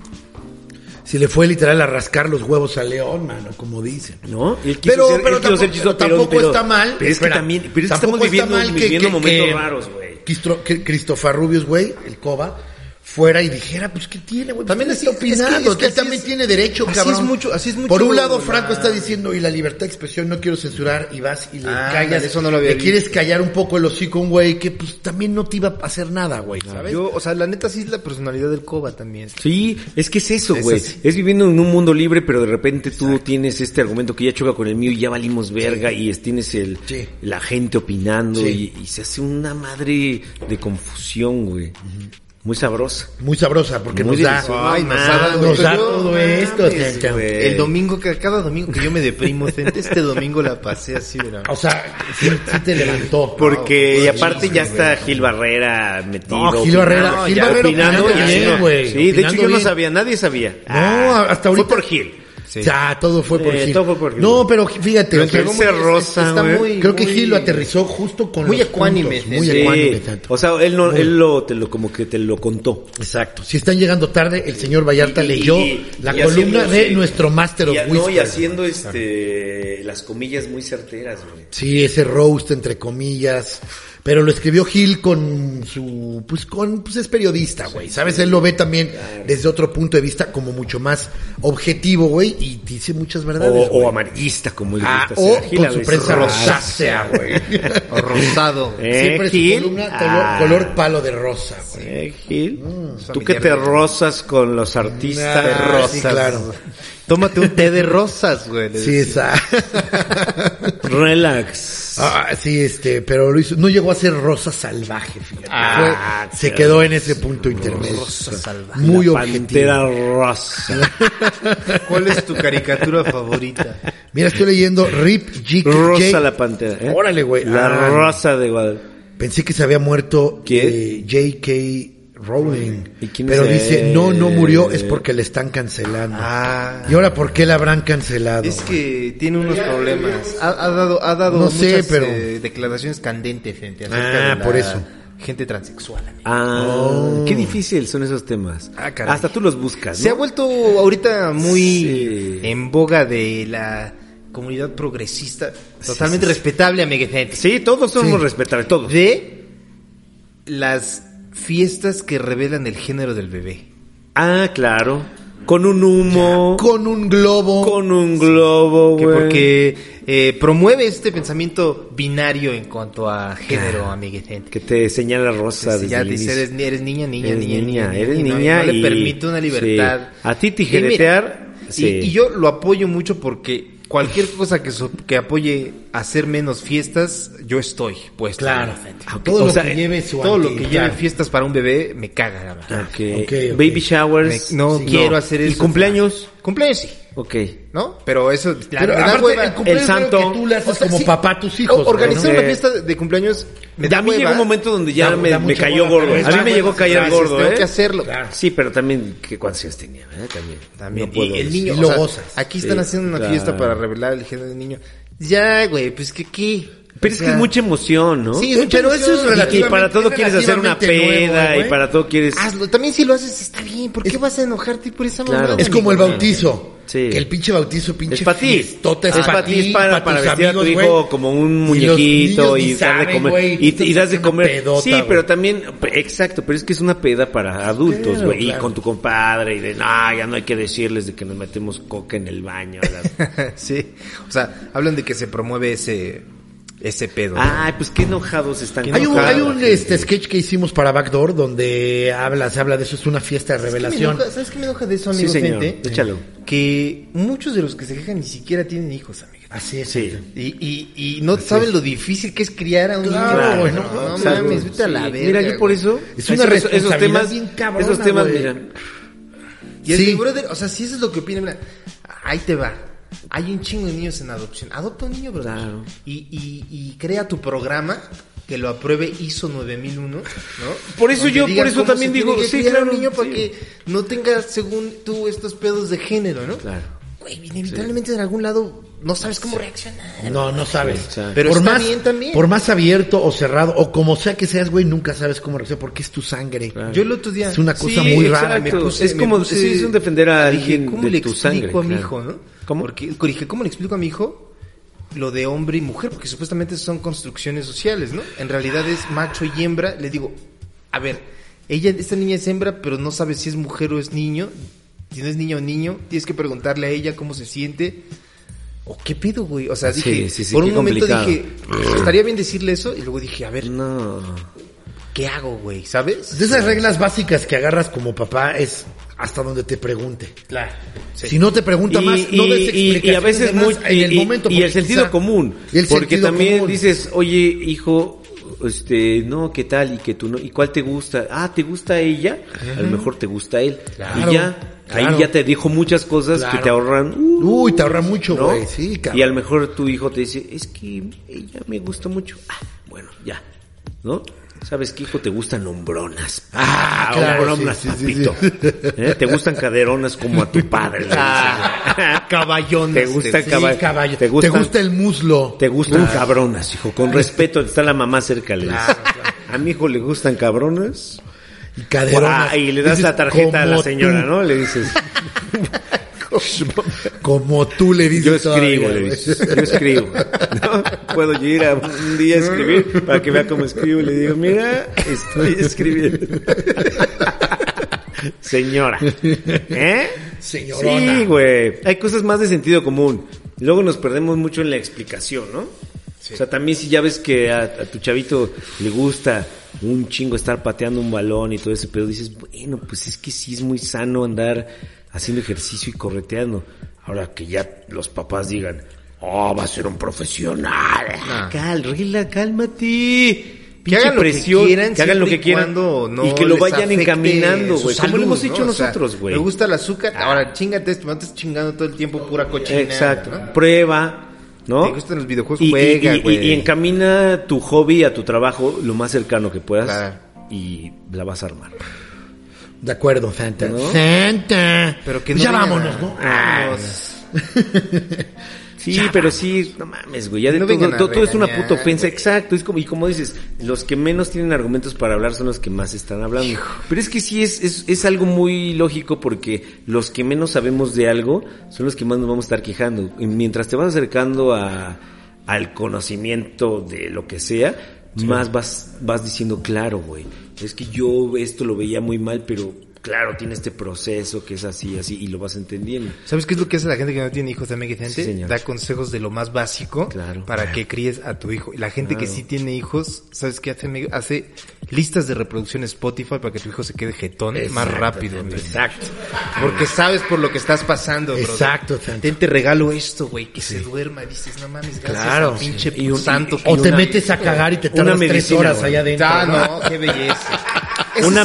[SPEAKER 2] Si le fue literal a rascar los huevos a León, mano, como dicen.
[SPEAKER 1] ¿No? Él quiso
[SPEAKER 2] Pero-
[SPEAKER 1] ser- él
[SPEAKER 2] pero
[SPEAKER 1] quiso ser
[SPEAKER 2] tampoco-
[SPEAKER 1] chistoso,
[SPEAKER 2] tampoco está mal.
[SPEAKER 1] Pero es que
[SPEAKER 2] Espera,
[SPEAKER 1] también, pero es que estamos
[SPEAKER 2] tampoco está
[SPEAKER 1] viviendo,
[SPEAKER 2] mal que-
[SPEAKER 1] viviendo
[SPEAKER 2] que-
[SPEAKER 1] momentos
[SPEAKER 2] que-
[SPEAKER 1] raros, güey.
[SPEAKER 2] Cristro- que Christopher Rubius, güey, el coba, fuera y dijera, pues, ¿qué tiene, güey?
[SPEAKER 3] También
[SPEAKER 2] Pues,
[SPEAKER 3] así-
[SPEAKER 2] está
[SPEAKER 3] es que-
[SPEAKER 2] opinando,
[SPEAKER 3] es que
[SPEAKER 2] él
[SPEAKER 3] así
[SPEAKER 2] también
[SPEAKER 3] es-
[SPEAKER 2] tiene derecho,
[SPEAKER 3] así
[SPEAKER 2] cabrón.
[SPEAKER 3] es mucho- así es mucho
[SPEAKER 2] Por un lado,
[SPEAKER 3] la-
[SPEAKER 2] Franco está diciendo, y la libertad de expresión no quiero censurar, y vas y le
[SPEAKER 3] Ah,
[SPEAKER 2] callas.
[SPEAKER 3] ándale, eso no lo había
[SPEAKER 2] le
[SPEAKER 3] visto.
[SPEAKER 2] quieres callar un poco el hocico a un güey que, pues, también no te iba a hacer nada, güey, ¿sabes?
[SPEAKER 3] Yo, o sea, la neta sí es la personalidad del Coba también.
[SPEAKER 1] Sí, es que es eso,
[SPEAKER 3] Es
[SPEAKER 1] güey.
[SPEAKER 3] así.
[SPEAKER 1] Es viviendo en un mundo libre, pero de repente tú tienes este argumento que ya choca con el mío y ya valimos verga y es- tienes el
[SPEAKER 2] Sí.
[SPEAKER 1] la gente opinando
[SPEAKER 2] Sí.
[SPEAKER 1] y, y se hace una madre de confusión, güey. Muy sabrosa.
[SPEAKER 2] Muy sabrosa, porque
[SPEAKER 1] Muy
[SPEAKER 2] nos da,
[SPEAKER 1] deliciosa. Ay,
[SPEAKER 3] nos ha dado
[SPEAKER 2] nos
[SPEAKER 3] esto.
[SPEAKER 2] da
[SPEAKER 3] Yo-
[SPEAKER 2] todo
[SPEAKER 3] no
[SPEAKER 2] esto.
[SPEAKER 3] mames,
[SPEAKER 2] gente.
[SPEAKER 1] güey. Eh.
[SPEAKER 3] El domingo, que cada domingo que yo me deprimo, [laughs] gente, este domingo la pasé así, mira.
[SPEAKER 2] O sea, sí, sí te levantó.
[SPEAKER 1] Porque
[SPEAKER 2] Wow,
[SPEAKER 1] y
[SPEAKER 2] sí,
[SPEAKER 1] aparte
[SPEAKER 2] sí,
[SPEAKER 1] ya
[SPEAKER 2] güey.
[SPEAKER 1] está Gil Barrera metido.
[SPEAKER 2] No, Gil
[SPEAKER 1] opinando,
[SPEAKER 2] Barrera- Gil
[SPEAKER 1] ya
[SPEAKER 2] Barrera
[SPEAKER 1] opinando,
[SPEAKER 2] opinando
[SPEAKER 1] y así
[SPEAKER 2] bien,
[SPEAKER 1] no.
[SPEAKER 2] güey,
[SPEAKER 1] Sí, de hecho
[SPEAKER 2] opinando
[SPEAKER 1] yo no
[SPEAKER 2] bien.
[SPEAKER 1] sabía, nadie sabía.
[SPEAKER 2] No,
[SPEAKER 1] Ah,
[SPEAKER 2] hasta ahorita.
[SPEAKER 1] Fue por Gil.
[SPEAKER 3] Sí.
[SPEAKER 2] Ya, todo fue por
[SPEAKER 1] Eh,
[SPEAKER 2] Gil.
[SPEAKER 1] todo fue por Gil.
[SPEAKER 2] No, pero fíjate,
[SPEAKER 1] Lo
[SPEAKER 2] o sea,
[SPEAKER 1] entregó
[SPEAKER 2] muy-
[SPEAKER 1] muy- rosa,
[SPEAKER 3] está
[SPEAKER 1] güey.
[SPEAKER 3] muy-
[SPEAKER 2] creo que
[SPEAKER 3] muy-
[SPEAKER 2] Gil lo aterrizó justo con
[SPEAKER 3] muy
[SPEAKER 2] los
[SPEAKER 3] ecuánime,
[SPEAKER 2] puntos, Muy
[SPEAKER 3] sí.
[SPEAKER 2] ecuánime,
[SPEAKER 1] Sí.
[SPEAKER 2] tanto.
[SPEAKER 1] O sea, él no, él lo, te lo como que te lo contó.
[SPEAKER 2] Exacto. Si están llegando tarde, el señor Vallarta
[SPEAKER 1] Y-
[SPEAKER 2] leyó
[SPEAKER 1] y-
[SPEAKER 2] la
[SPEAKER 1] y
[SPEAKER 2] columna
[SPEAKER 1] haciendo-
[SPEAKER 2] de
[SPEAKER 1] sí.
[SPEAKER 2] nuestro Master of
[SPEAKER 1] Y, no,
[SPEAKER 2] Whisky.
[SPEAKER 1] y haciendo este las comillas muy certeras, güey.
[SPEAKER 2] Sí, ese roast entre comillas. Pero lo escribió Gil con su, pues con, pues es periodista, güey. ¿Sabes? Él lo ve también desde otro punto de vista como mucho más objetivo, güey. Y dice muchas
[SPEAKER 1] O,
[SPEAKER 2] verdades.
[SPEAKER 1] o
[SPEAKER 2] güey.
[SPEAKER 1] amarillista, como él
[SPEAKER 2] Ah,
[SPEAKER 1] gusta
[SPEAKER 2] o
[SPEAKER 1] ser. Gil a
[SPEAKER 2] con su
[SPEAKER 1] veces.
[SPEAKER 2] prensa
[SPEAKER 1] Ah,
[SPEAKER 2] rosácea,
[SPEAKER 1] [laughs]
[SPEAKER 2] güey.
[SPEAKER 3] O rosado.
[SPEAKER 1] Eh,
[SPEAKER 2] Siempre
[SPEAKER 1] Gil.
[SPEAKER 2] su columna color,
[SPEAKER 1] Ah.
[SPEAKER 2] color palo de rosa, güey.
[SPEAKER 1] Eh, Gil, tú
[SPEAKER 3] familiar
[SPEAKER 1] que te
[SPEAKER 3] de-
[SPEAKER 1] rozas con los artistas
[SPEAKER 2] Ah,
[SPEAKER 1] rosas.
[SPEAKER 2] sí, claro.
[SPEAKER 3] Tómate [laughs] un té de rosas, güey. le
[SPEAKER 2] Sí,
[SPEAKER 3] decía.
[SPEAKER 1] [laughs]
[SPEAKER 2] esa.
[SPEAKER 1] Relax.
[SPEAKER 2] Ah, sí, este, pero lo hizo- no llegó a ser rosa salvaje, fíjate.
[SPEAKER 1] Ah,
[SPEAKER 2] Fue- se
[SPEAKER 1] qué
[SPEAKER 2] quedó en ese punto intermedio.
[SPEAKER 3] Rosa salvaje.
[SPEAKER 2] Muy
[SPEAKER 1] La
[SPEAKER 2] objetivo.
[SPEAKER 1] pantera
[SPEAKER 3] [laughs]
[SPEAKER 1] rosa.
[SPEAKER 3] ¿Cuál es tu caricatura favorita?
[SPEAKER 2] Mira, estoy leyendo Rip G.
[SPEAKER 1] Rosa la pantera. ¿eh?
[SPEAKER 2] Órale, güey.
[SPEAKER 1] La
[SPEAKER 2] Ah.
[SPEAKER 1] rosa de Guadalajara.
[SPEAKER 2] Pensé que se había muerto
[SPEAKER 1] ¿Quién?
[SPEAKER 2] eh, J.K. Rowling.
[SPEAKER 1] ¿Y quién
[SPEAKER 2] Pero
[SPEAKER 1] es,
[SPEAKER 2] dice,
[SPEAKER 1] eh?
[SPEAKER 2] no, no murió, es porque le están cancelando.
[SPEAKER 3] Ah.
[SPEAKER 2] ¿Y ahora por qué la habrán cancelado?
[SPEAKER 3] Es que tiene unos problemas. Ha, ha dado, ha dado
[SPEAKER 2] No sé,
[SPEAKER 3] muchas,
[SPEAKER 2] pero-
[SPEAKER 3] eh, declaraciones candentes frente a
[SPEAKER 2] Ah, por eso.
[SPEAKER 3] gente transexual. amigo.
[SPEAKER 1] Ah, qué difícil son esos temas.
[SPEAKER 3] Oh. Ah, caray.
[SPEAKER 1] Hasta tú los buscas.
[SPEAKER 3] Se ha
[SPEAKER 1] ¿no?
[SPEAKER 3] vuelto ahorita muy
[SPEAKER 1] Sí.
[SPEAKER 3] en boga de la comunidad progresista. Totalmente respetable, amiguetes.
[SPEAKER 1] Sí, todos somos
[SPEAKER 2] Sí.
[SPEAKER 1] respetables, todos.
[SPEAKER 3] De las fiestas que revelan el género del bebé.
[SPEAKER 1] Ah, claro. Con un humo.
[SPEAKER 2] Con un globo.
[SPEAKER 1] Con un globo,
[SPEAKER 3] Que
[SPEAKER 1] güey.
[SPEAKER 3] porque eh, promueve este pensamiento binario en cuanto a género, amiguetente.
[SPEAKER 1] Que te señala Rosa
[SPEAKER 3] Sí,
[SPEAKER 1] desde
[SPEAKER 3] ya
[SPEAKER 1] el
[SPEAKER 3] te dice,
[SPEAKER 1] inicio.
[SPEAKER 3] eres, ni- eres niña, niña,
[SPEAKER 1] Eres
[SPEAKER 3] niña,
[SPEAKER 1] niña, eres
[SPEAKER 3] y no-
[SPEAKER 1] niña
[SPEAKER 3] no,
[SPEAKER 1] y-
[SPEAKER 3] le permite una
[SPEAKER 1] sí.
[SPEAKER 3] libertad.
[SPEAKER 1] A ti
[SPEAKER 3] Y
[SPEAKER 1] tijeretear,
[SPEAKER 3] mira, Y,
[SPEAKER 1] sí.
[SPEAKER 3] y yo lo apoyo mucho porque cualquier cosa que, so- que apoye hacer menos fiestas, yo estoy puesto.
[SPEAKER 2] Claro.
[SPEAKER 3] Ah, ok.
[SPEAKER 2] Todo
[SPEAKER 3] O
[SPEAKER 2] lo
[SPEAKER 3] sea,
[SPEAKER 2] que lleve su
[SPEAKER 3] Todo lo
[SPEAKER 2] anti-
[SPEAKER 3] que lleve
[SPEAKER 2] claro.
[SPEAKER 3] fiestas para un bebé me caga. la verdad.
[SPEAKER 1] Ok.
[SPEAKER 2] ok, ok.
[SPEAKER 1] Baby showers.
[SPEAKER 3] Me- no
[SPEAKER 2] Sí,
[SPEAKER 3] quiero
[SPEAKER 1] no.
[SPEAKER 3] hacer
[SPEAKER 1] ¿Y
[SPEAKER 3] eso.
[SPEAKER 1] cumpleaños?
[SPEAKER 3] Cumpleaños sí.
[SPEAKER 1] Ok.
[SPEAKER 3] ¿No? Pero eso... la-
[SPEAKER 2] Pero
[SPEAKER 3] me da
[SPEAKER 2] aparte,
[SPEAKER 3] hueva.
[SPEAKER 2] el cumpleaños
[SPEAKER 1] el
[SPEAKER 2] creo
[SPEAKER 1] santo.
[SPEAKER 2] que tú le haces
[SPEAKER 3] O sea,
[SPEAKER 2] como
[SPEAKER 3] sí.
[SPEAKER 2] papá a tus hijos.
[SPEAKER 3] O- Organizar
[SPEAKER 2] güey,
[SPEAKER 3] una
[SPEAKER 1] Eh,
[SPEAKER 3] fiesta de- de cumpleaños me da
[SPEAKER 1] a mí
[SPEAKER 3] hueva.
[SPEAKER 1] llegó un momento donde ya
[SPEAKER 2] Da-
[SPEAKER 1] me,
[SPEAKER 2] da
[SPEAKER 1] me
[SPEAKER 2] mucha
[SPEAKER 1] cayó
[SPEAKER 2] hueva,
[SPEAKER 1] gordo.
[SPEAKER 2] pero es
[SPEAKER 1] A mí
[SPEAKER 2] más
[SPEAKER 1] me llegó a caer
[SPEAKER 3] Gracias,
[SPEAKER 1] gordo,
[SPEAKER 3] tengo
[SPEAKER 1] ¿eh?
[SPEAKER 3] que hacerlo.
[SPEAKER 2] Claro.
[SPEAKER 1] Sí, pero también, ¿qué cuántos años tenía? ¿verdad? También.
[SPEAKER 3] También.
[SPEAKER 1] No puedo
[SPEAKER 3] y el
[SPEAKER 1] decir.
[SPEAKER 3] niño,
[SPEAKER 2] Y lo
[SPEAKER 3] o sea,
[SPEAKER 2] gozas.
[SPEAKER 3] aquí están
[SPEAKER 1] Sí,
[SPEAKER 3] haciendo una
[SPEAKER 1] claro.
[SPEAKER 3] fiesta para revelar el género del niño. Ya, güey, pues que qué.
[SPEAKER 1] Pero
[SPEAKER 3] O
[SPEAKER 1] es que
[SPEAKER 3] sea,
[SPEAKER 1] es mucha emoción, ¿no?
[SPEAKER 3] Sí,
[SPEAKER 1] Y-
[SPEAKER 3] es mucha
[SPEAKER 2] pero eso
[SPEAKER 3] emoción.
[SPEAKER 2] es
[SPEAKER 1] y
[SPEAKER 2] relativamente-
[SPEAKER 1] para todo
[SPEAKER 2] es
[SPEAKER 1] quieres hacer una
[SPEAKER 2] relativamente nuevo, ¿eh?
[SPEAKER 1] peda y
[SPEAKER 2] güey.
[SPEAKER 1] para todo quieres...
[SPEAKER 3] Hazlo, también si lo haces está bien, ¿por qué vas a enojarte por esa
[SPEAKER 1] Claro.
[SPEAKER 3] mamada?
[SPEAKER 2] Es como el
[SPEAKER 3] amigo?
[SPEAKER 2] bautizo.
[SPEAKER 1] Sí.
[SPEAKER 2] Que el pinche bautizo, pinche
[SPEAKER 1] Es pa' ti.
[SPEAKER 2] fiestota, es
[SPEAKER 1] Es
[SPEAKER 2] pa'
[SPEAKER 1] pa' ti, es
[SPEAKER 2] ti,
[SPEAKER 1] para-
[SPEAKER 2] pa'
[SPEAKER 1] para
[SPEAKER 2] tus
[SPEAKER 1] vestir a tu
[SPEAKER 2] amigos,
[SPEAKER 1] hijo
[SPEAKER 2] güey.
[SPEAKER 1] como un
[SPEAKER 2] Y los
[SPEAKER 1] muñequito
[SPEAKER 2] niños
[SPEAKER 1] y,
[SPEAKER 2] ni
[SPEAKER 1] darle
[SPEAKER 2] saben,
[SPEAKER 1] comer.
[SPEAKER 2] güey.
[SPEAKER 1] y, te- y
[SPEAKER 2] Entonces,
[SPEAKER 1] das de
[SPEAKER 2] es una
[SPEAKER 1] comer.
[SPEAKER 2] pedota,
[SPEAKER 1] sí,
[SPEAKER 2] güey.
[SPEAKER 1] pero también, exacto, pero es que es una peda para adultos,
[SPEAKER 2] Claro,
[SPEAKER 1] güey. Y
[SPEAKER 2] claro.
[SPEAKER 1] con tu compadre y de, no, ya no hay que decirles de que nos metemos coca en el baño. las-
[SPEAKER 2] [laughs]
[SPEAKER 3] [laughs] sí. O sea, hablan de que se promueve ese ese pedo. ¿no?
[SPEAKER 1] Ay, pues qué enojados están.
[SPEAKER 2] Hay un,
[SPEAKER 3] enojada
[SPEAKER 2] hay
[SPEAKER 3] la
[SPEAKER 2] un este, sketch que hicimos para Backdoor donde habla, se habla de eso, es una fiesta de
[SPEAKER 3] ¿Sabes qué me
[SPEAKER 2] revelación.
[SPEAKER 3] enoja? ¿Sabes qué me enoja de eso,
[SPEAKER 1] Sí,
[SPEAKER 3] amigo?
[SPEAKER 1] señor.
[SPEAKER 3] gente?
[SPEAKER 1] Échalo.
[SPEAKER 3] Que muchos de los que se quejan ni siquiera tienen hijos, amigo.
[SPEAKER 2] Así es.
[SPEAKER 1] Sí.
[SPEAKER 3] Y, y, y no saben lo difícil que es criar a un
[SPEAKER 2] Claro,
[SPEAKER 3] niño.
[SPEAKER 2] güey, no,
[SPEAKER 3] no,
[SPEAKER 2] o sea,
[SPEAKER 3] mames, vete a la
[SPEAKER 1] Sí,
[SPEAKER 3] verga.
[SPEAKER 1] Mira, yo por
[SPEAKER 3] güey.
[SPEAKER 1] eso.
[SPEAKER 2] Es una
[SPEAKER 1] esos- esos
[SPEAKER 2] responsabilidad
[SPEAKER 1] temas,
[SPEAKER 2] bien cabrona,
[SPEAKER 1] esos temas,
[SPEAKER 2] güey.
[SPEAKER 1] mira.
[SPEAKER 3] Y es
[SPEAKER 2] Sí.
[SPEAKER 3] de, brother, o sea, si eso es lo que opina, mira, ahí te va. Hay un chingo de niños en adopción. Adopta un niño, brother.
[SPEAKER 1] Claro.
[SPEAKER 3] Y, y, y crea tu programa que lo apruebe ISO 9001, ¿no?
[SPEAKER 1] Por eso yo, por eso
[SPEAKER 3] cómo
[SPEAKER 1] también
[SPEAKER 3] se tiene
[SPEAKER 1] digo,
[SPEAKER 3] que
[SPEAKER 1] sí,
[SPEAKER 3] criar a un
[SPEAKER 1] claro,
[SPEAKER 3] niño para
[SPEAKER 1] sí.
[SPEAKER 3] que no tenga, según tú, estos pedos de género, ¿no?
[SPEAKER 1] Claro.
[SPEAKER 3] Güey, inevitablemente en algún lado no sabes cómo reaccionar.
[SPEAKER 2] No, no sabes.
[SPEAKER 3] Pero está
[SPEAKER 2] por Pues más,
[SPEAKER 3] bien también.
[SPEAKER 2] Por más abierto o cerrado o como sea que seas, güey, nunca sabes cómo reaccionar porque es tu sangre.
[SPEAKER 3] Yo el otro día.
[SPEAKER 2] Es una cosa
[SPEAKER 3] Sí,
[SPEAKER 2] muy
[SPEAKER 3] exacto.
[SPEAKER 2] rara.
[SPEAKER 3] Me puse-
[SPEAKER 1] Es
[SPEAKER 3] me
[SPEAKER 1] como-
[SPEAKER 3] puse-
[SPEAKER 1] sí, es un defender a
[SPEAKER 3] dije,
[SPEAKER 1] alguien
[SPEAKER 3] ¿cómo
[SPEAKER 1] de
[SPEAKER 3] le
[SPEAKER 1] tu
[SPEAKER 3] explico
[SPEAKER 1] sangre,
[SPEAKER 3] a mi
[SPEAKER 1] claro.
[SPEAKER 3] hijo, no?
[SPEAKER 1] ¿Cómo?
[SPEAKER 3] Porque, dije, ¿cómo le explico a mi hijo lo de hombre y mujer? Porque supuestamente son construcciones sociales, ¿no? En realidad es macho y hembra. Le digo, a ver, ella, esta niña es hembra, pero no sabe si es mujer o es niño. Si no es niño o niño, tienes que preguntarle a ella cómo se siente. ¿O qué pedo, güey? O sea,
[SPEAKER 1] Sí,
[SPEAKER 3] dije,
[SPEAKER 1] sí, sí,
[SPEAKER 3] por
[SPEAKER 1] qué
[SPEAKER 3] un momento
[SPEAKER 1] complicado.
[SPEAKER 3] dije, estaría bien decirle eso. Y luego dije, a ver,
[SPEAKER 1] No.
[SPEAKER 3] ¿qué hago, güey? ¿Sabes?
[SPEAKER 2] De esas reglas básicas que agarras como papá es hasta donde te pregunte.
[SPEAKER 3] Claro. sí.
[SPEAKER 2] Si no te pregunta más, no des explicaciones
[SPEAKER 1] y- y a veces
[SPEAKER 2] de más
[SPEAKER 1] muy,
[SPEAKER 2] en el
[SPEAKER 1] y- y-
[SPEAKER 2] momento.
[SPEAKER 1] y
[SPEAKER 2] porque
[SPEAKER 1] el sentido
[SPEAKER 2] quizá-
[SPEAKER 1] común
[SPEAKER 2] Y el
[SPEAKER 1] porque
[SPEAKER 2] sentido
[SPEAKER 1] también
[SPEAKER 2] común.
[SPEAKER 1] dices oye hijo este no qué tal y que tú no y cuál te gusta ah te gusta ella a lo mejor te gusta él
[SPEAKER 2] Claro,
[SPEAKER 1] y ya
[SPEAKER 2] claro.
[SPEAKER 1] ahí ya te dijo muchas cosas que
[SPEAKER 2] Claro.
[SPEAKER 1] te ahorran uh,
[SPEAKER 2] Uy, te ahorra mucho,
[SPEAKER 1] ¿no?
[SPEAKER 2] güey. Sí, cabrón.
[SPEAKER 1] y a lo mejor tu hijo te dice es que ella me gusta mucho ah, bueno ya no sabes que hijo te gustan hombronas ah
[SPEAKER 2] claro,
[SPEAKER 1] hombronas
[SPEAKER 2] sí, sí, sí,
[SPEAKER 1] papito ¿Eh? te gustan caderonas como a tu padre le dices.
[SPEAKER 2] [laughs]
[SPEAKER 1] [laughs]
[SPEAKER 3] Caballones.
[SPEAKER 1] Te gusta
[SPEAKER 2] Sí,
[SPEAKER 1] caballo.
[SPEAKER 2] caballo.
[SPEAKER 1] Te
[SPEAKER 2] ¿Te
[SPEAKER 1] gusta,
[SPEAKER 2] gusta, el muslo.
[SPEAKER 1] te gustan cabronas, hijo. Con respeto, está la mamá cerca. le dices. A mi hijo le gustan cabronas.
[SPEAKER 2] y caderonas.
[SPEAKER 1] Ah, y le das
[SPEAKER 2] Dices,
[SPEAKER 1] la tarjeta a la
[SPEAKER 2] como
[SPEAKER 1] señora,
[SPEAKER 2] tú,
[SPEAKER 1] ¿no? Le dices,
[SPEAKER 2] Como tú le [laughs] dices.
[SPEAKER 1] yo escribo,
[SPEAKER 2] todavía,
[SPEAKER 1] le
[SPEAKER 2] güey.
[SPEAKER 1] dices, yo escribo. ¿no? Puedo yo ir a un día a escribir para que vea cómo escribo. Le digo, mira, estoy escribiendo. Señora. ¿Eh?
[SPEAKER 2] Señorona.
[SPEAKER 1] Sí, güey. Hay cosas más de sentido común. Luego nos perdemos mucho en la explicación, ¿no? O sea, también si ya ves que a, a tu chavito le gusta un chingo estar pateando un balón y todo ese pero dices, bueno, pues es que sí es muy sano andar haciendo ejercicio y correteando. Ahora que ya los papás digan, oh, va a ser un profesional. Cal, regla, cálmate. Pinche
[SPEAKER 3] hagan lo que quieran,
[SPEAKER 1] que hagan lo
[SPEAKER 3] siempre
[SPEAKER 1] que
[SPEAKER 3] y
[SPEAKER 1] quieran
[SPEAKER 3] cuando no
[SPEAKER 1] y que lo
[SPEAKER 3] les
[SPEAKER 1] vayan
[SPEAKER 3] afecte
[SPEAKER 1] encaminando,
[SPEAKER 3] su
[SPEAKER 1] güey. Como
[SPEAKER 3] salud,
[SPEAKER 1] lo hemos
[SPEAKER 3] ¿no?
[SPEAKER 1] hecho
[SPEAKER 3] O sea,
[SPEAKER 1] nosotros, güey. Ah.
[SPEAKER 3] Me gusta el azúcar. Ahora, chingate esto. No estés chingando todo el tiempo pura cochina.
[SPEAKER 1] Exacto.
[SPEAKER 3] ¿no?
[SPEAKER 1] Prueba, ¿no?
[SPEAKER 3] Te gustan los videojuegos,
[SPEAKER 1] Y- y-
[SPEAKER 3] juega,
[SPEAKER 1] y, y-
[SPEAKER 3] güey.
[SPEAKER 1] y encamina tu hobby a tu trabajo lo más cercano que puedas.
[SPEAKER 3] Claro.
[SPEAKER 1] Y la vas a armar.
[SPEAKER 2] De acuerdo, Santa.
[SPEAKER 1] ¿No?
[SPEAKER 2] Santa. Pues
[SPEAKER 3] Pero
[SPEAKER 1] Pues
[SPEAKER 3] que no
[SPEAKER 2] ya
[SPEAKER 3] vengan
[SPEAKER 2] vámonos,
[SPEAKER 3] a-
[SPEAKER 2] ¿no?
[SPEAKER 1] Ah,
[SPEAKER 3] Vámonos.
[SPEAKER 1] Sí, pero sí, no mames, güey. Ya de
[SPEAKER 3] No
[SPEAKER 1] todo,
[SPEAKER 3] vengan a
[SPEAKER 1] todo- todo es una
[SPEAKER 3] regañar,
[SPEAKER 1] puta ofensa.
[SPEAKER 3] güey.
[SPEAKER 1] Exacto. Es como, y como dices, los que menos tienen argumentos para hablar son los que más están hablando. Pero es que sí es, es, es algo muy lógico porque los que menos sabemos de algo son los que más nos vamos a estar quejando. Y mientras te vas acercando a, al conocimiento de lo que sea, más vas, vas diciendo, claro, güey. Es que yo esto lo veía muy mal, pero claro, tiene este proceso que es así, así, y lo vas entendiendo.
[SPEAKER 3] ¿Sabes qué es lo que hace la gente que no tiene hijos también, que gente?
[SPEAKER 1] Sí, señor.
[SPEAKER 3] da consejos de lo más básico
[SPEAKER 1] Claro.
[SPEAKER 3] para que críes a tu hijo. Y La gente que sí tiene hijos, ¿sabes qué hace? amigo? Hace listas de reproducción en Spotify para que tu hijo se quede jetón más rápido. amigo.
[SPEAKER 2] Exacto.
[SPEAKER 3] Porque sabes por lo que estás pasando, brother.
[SPEAKER 2] Exacto, Santo.
[SPEAKER 3] Ten, te regalo esto, güey, que se duerma. Dices, no mames, gracias
[SPEAKER 2] Claro,
[SPEAKER 3] al pinche
[SPEAKER 1] sí. Y un-
[SPEAKER 3] santo.
[SPEAKER 2] O
[SPEAKER 3] que-
[SPEAKER 2] te metes a cagar y te
[SPEAKER 1] una
[SPEAKER 2] tardas tres
[SPEAKER 1] medicina,
[SPEAKER 2] horas
[SPEAKER 1] güey.
[SPEAKER 2] allá adentro.
[SPEAKER 3] Ah,
[SPEAKER 2] ¿no?
[SPEAKER 3] no, qué belleza.
[SPEAKER 1] Una
[SPEAKER 3] Esa es- esa es la-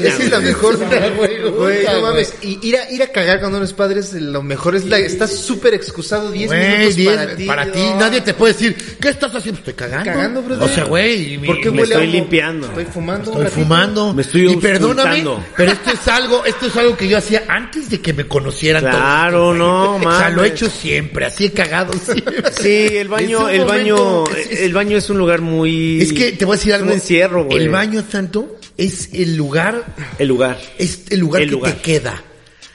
[SPEAKER 1] medicina,
[SPEAKER 3] Esa es la
[SPEAKER 1] güey.
[SPEAKER 3] mejor.
[SPEAKER 2] Güey,
[SPEAKER 3] [laughs] Güey, no
[SPEAKER 2] güey.
[SPEAKER 3] mames. Y ir a, ir a cagar cuando uno es padre es lo mejor. Es la, estás súper excusado 10
[SPEAKER 2] Güey,
[SPEAKER 3] minutos
[SPEAKER 2] diez-
[SPEAKER 3] para ti.
[SPEAKER 2] para ti.
[SPEAKER 3] no.
[SPEAKER 2] Nadie te puede decir, ¿qué estás haciendo? Estoy cagando.
[SPEAKER 3] Cagando, brother.
[SPEAKER 2] O sea, güey. y-
[SPEAKER 3] ¿Por qué
[SPEAKER 1] me
[SPEAKER 3] huele a
[SPEAKER 1] estoy
[SPEAKER 3] humo?
[SPEAKER 1] limpiando.
[SPEAKER 3] Estoy fumando. un
[SPEAKER 2] Estoy
[SPEAKER 3] ratito.
[SPEAKER 2] fumando.
[SPEAKER 1] Me estoy
[SPEAKER 2] y perdóname,
[SPEAKER 1] auscultando.
[SPEAKER 2] pero esto es algo, esto es algo que yo hacía antes de que me conocieran
[SPEAKER 1] Claro, no,
[SPEAKER 2] todos. O sea, lo he
[SPEAKER 1] mames.
[SPEAKER 2] hecho siempre, así he cagado siempre.
[SPEAKER 1] Sí, el
[SPEAKER 2] Es
[SPEAKER 1] baño,
[SPEAKER 2] un
[SPEAKER 1] el baño, eh,
[SPEAKER 2] momento- es- es-
[SPEAKER 1] el baño es un lugar muy.
[SPEAKER 2] Es que te voy a decir
[SPEAKER 1] es
[SPEAKER 2] algo.
[SPEAKER 1] Un encierro, güey.
[SPEAKER 2] El baño tanto es el lugar,
[SPEAKER 1] El lugar.
[SPEAKER 2] es el lugar
[SPEAKER 1] El
[SPEAKER 2] que
[SPEAKER 1] lugar.
[SPEAKER 2] te queda.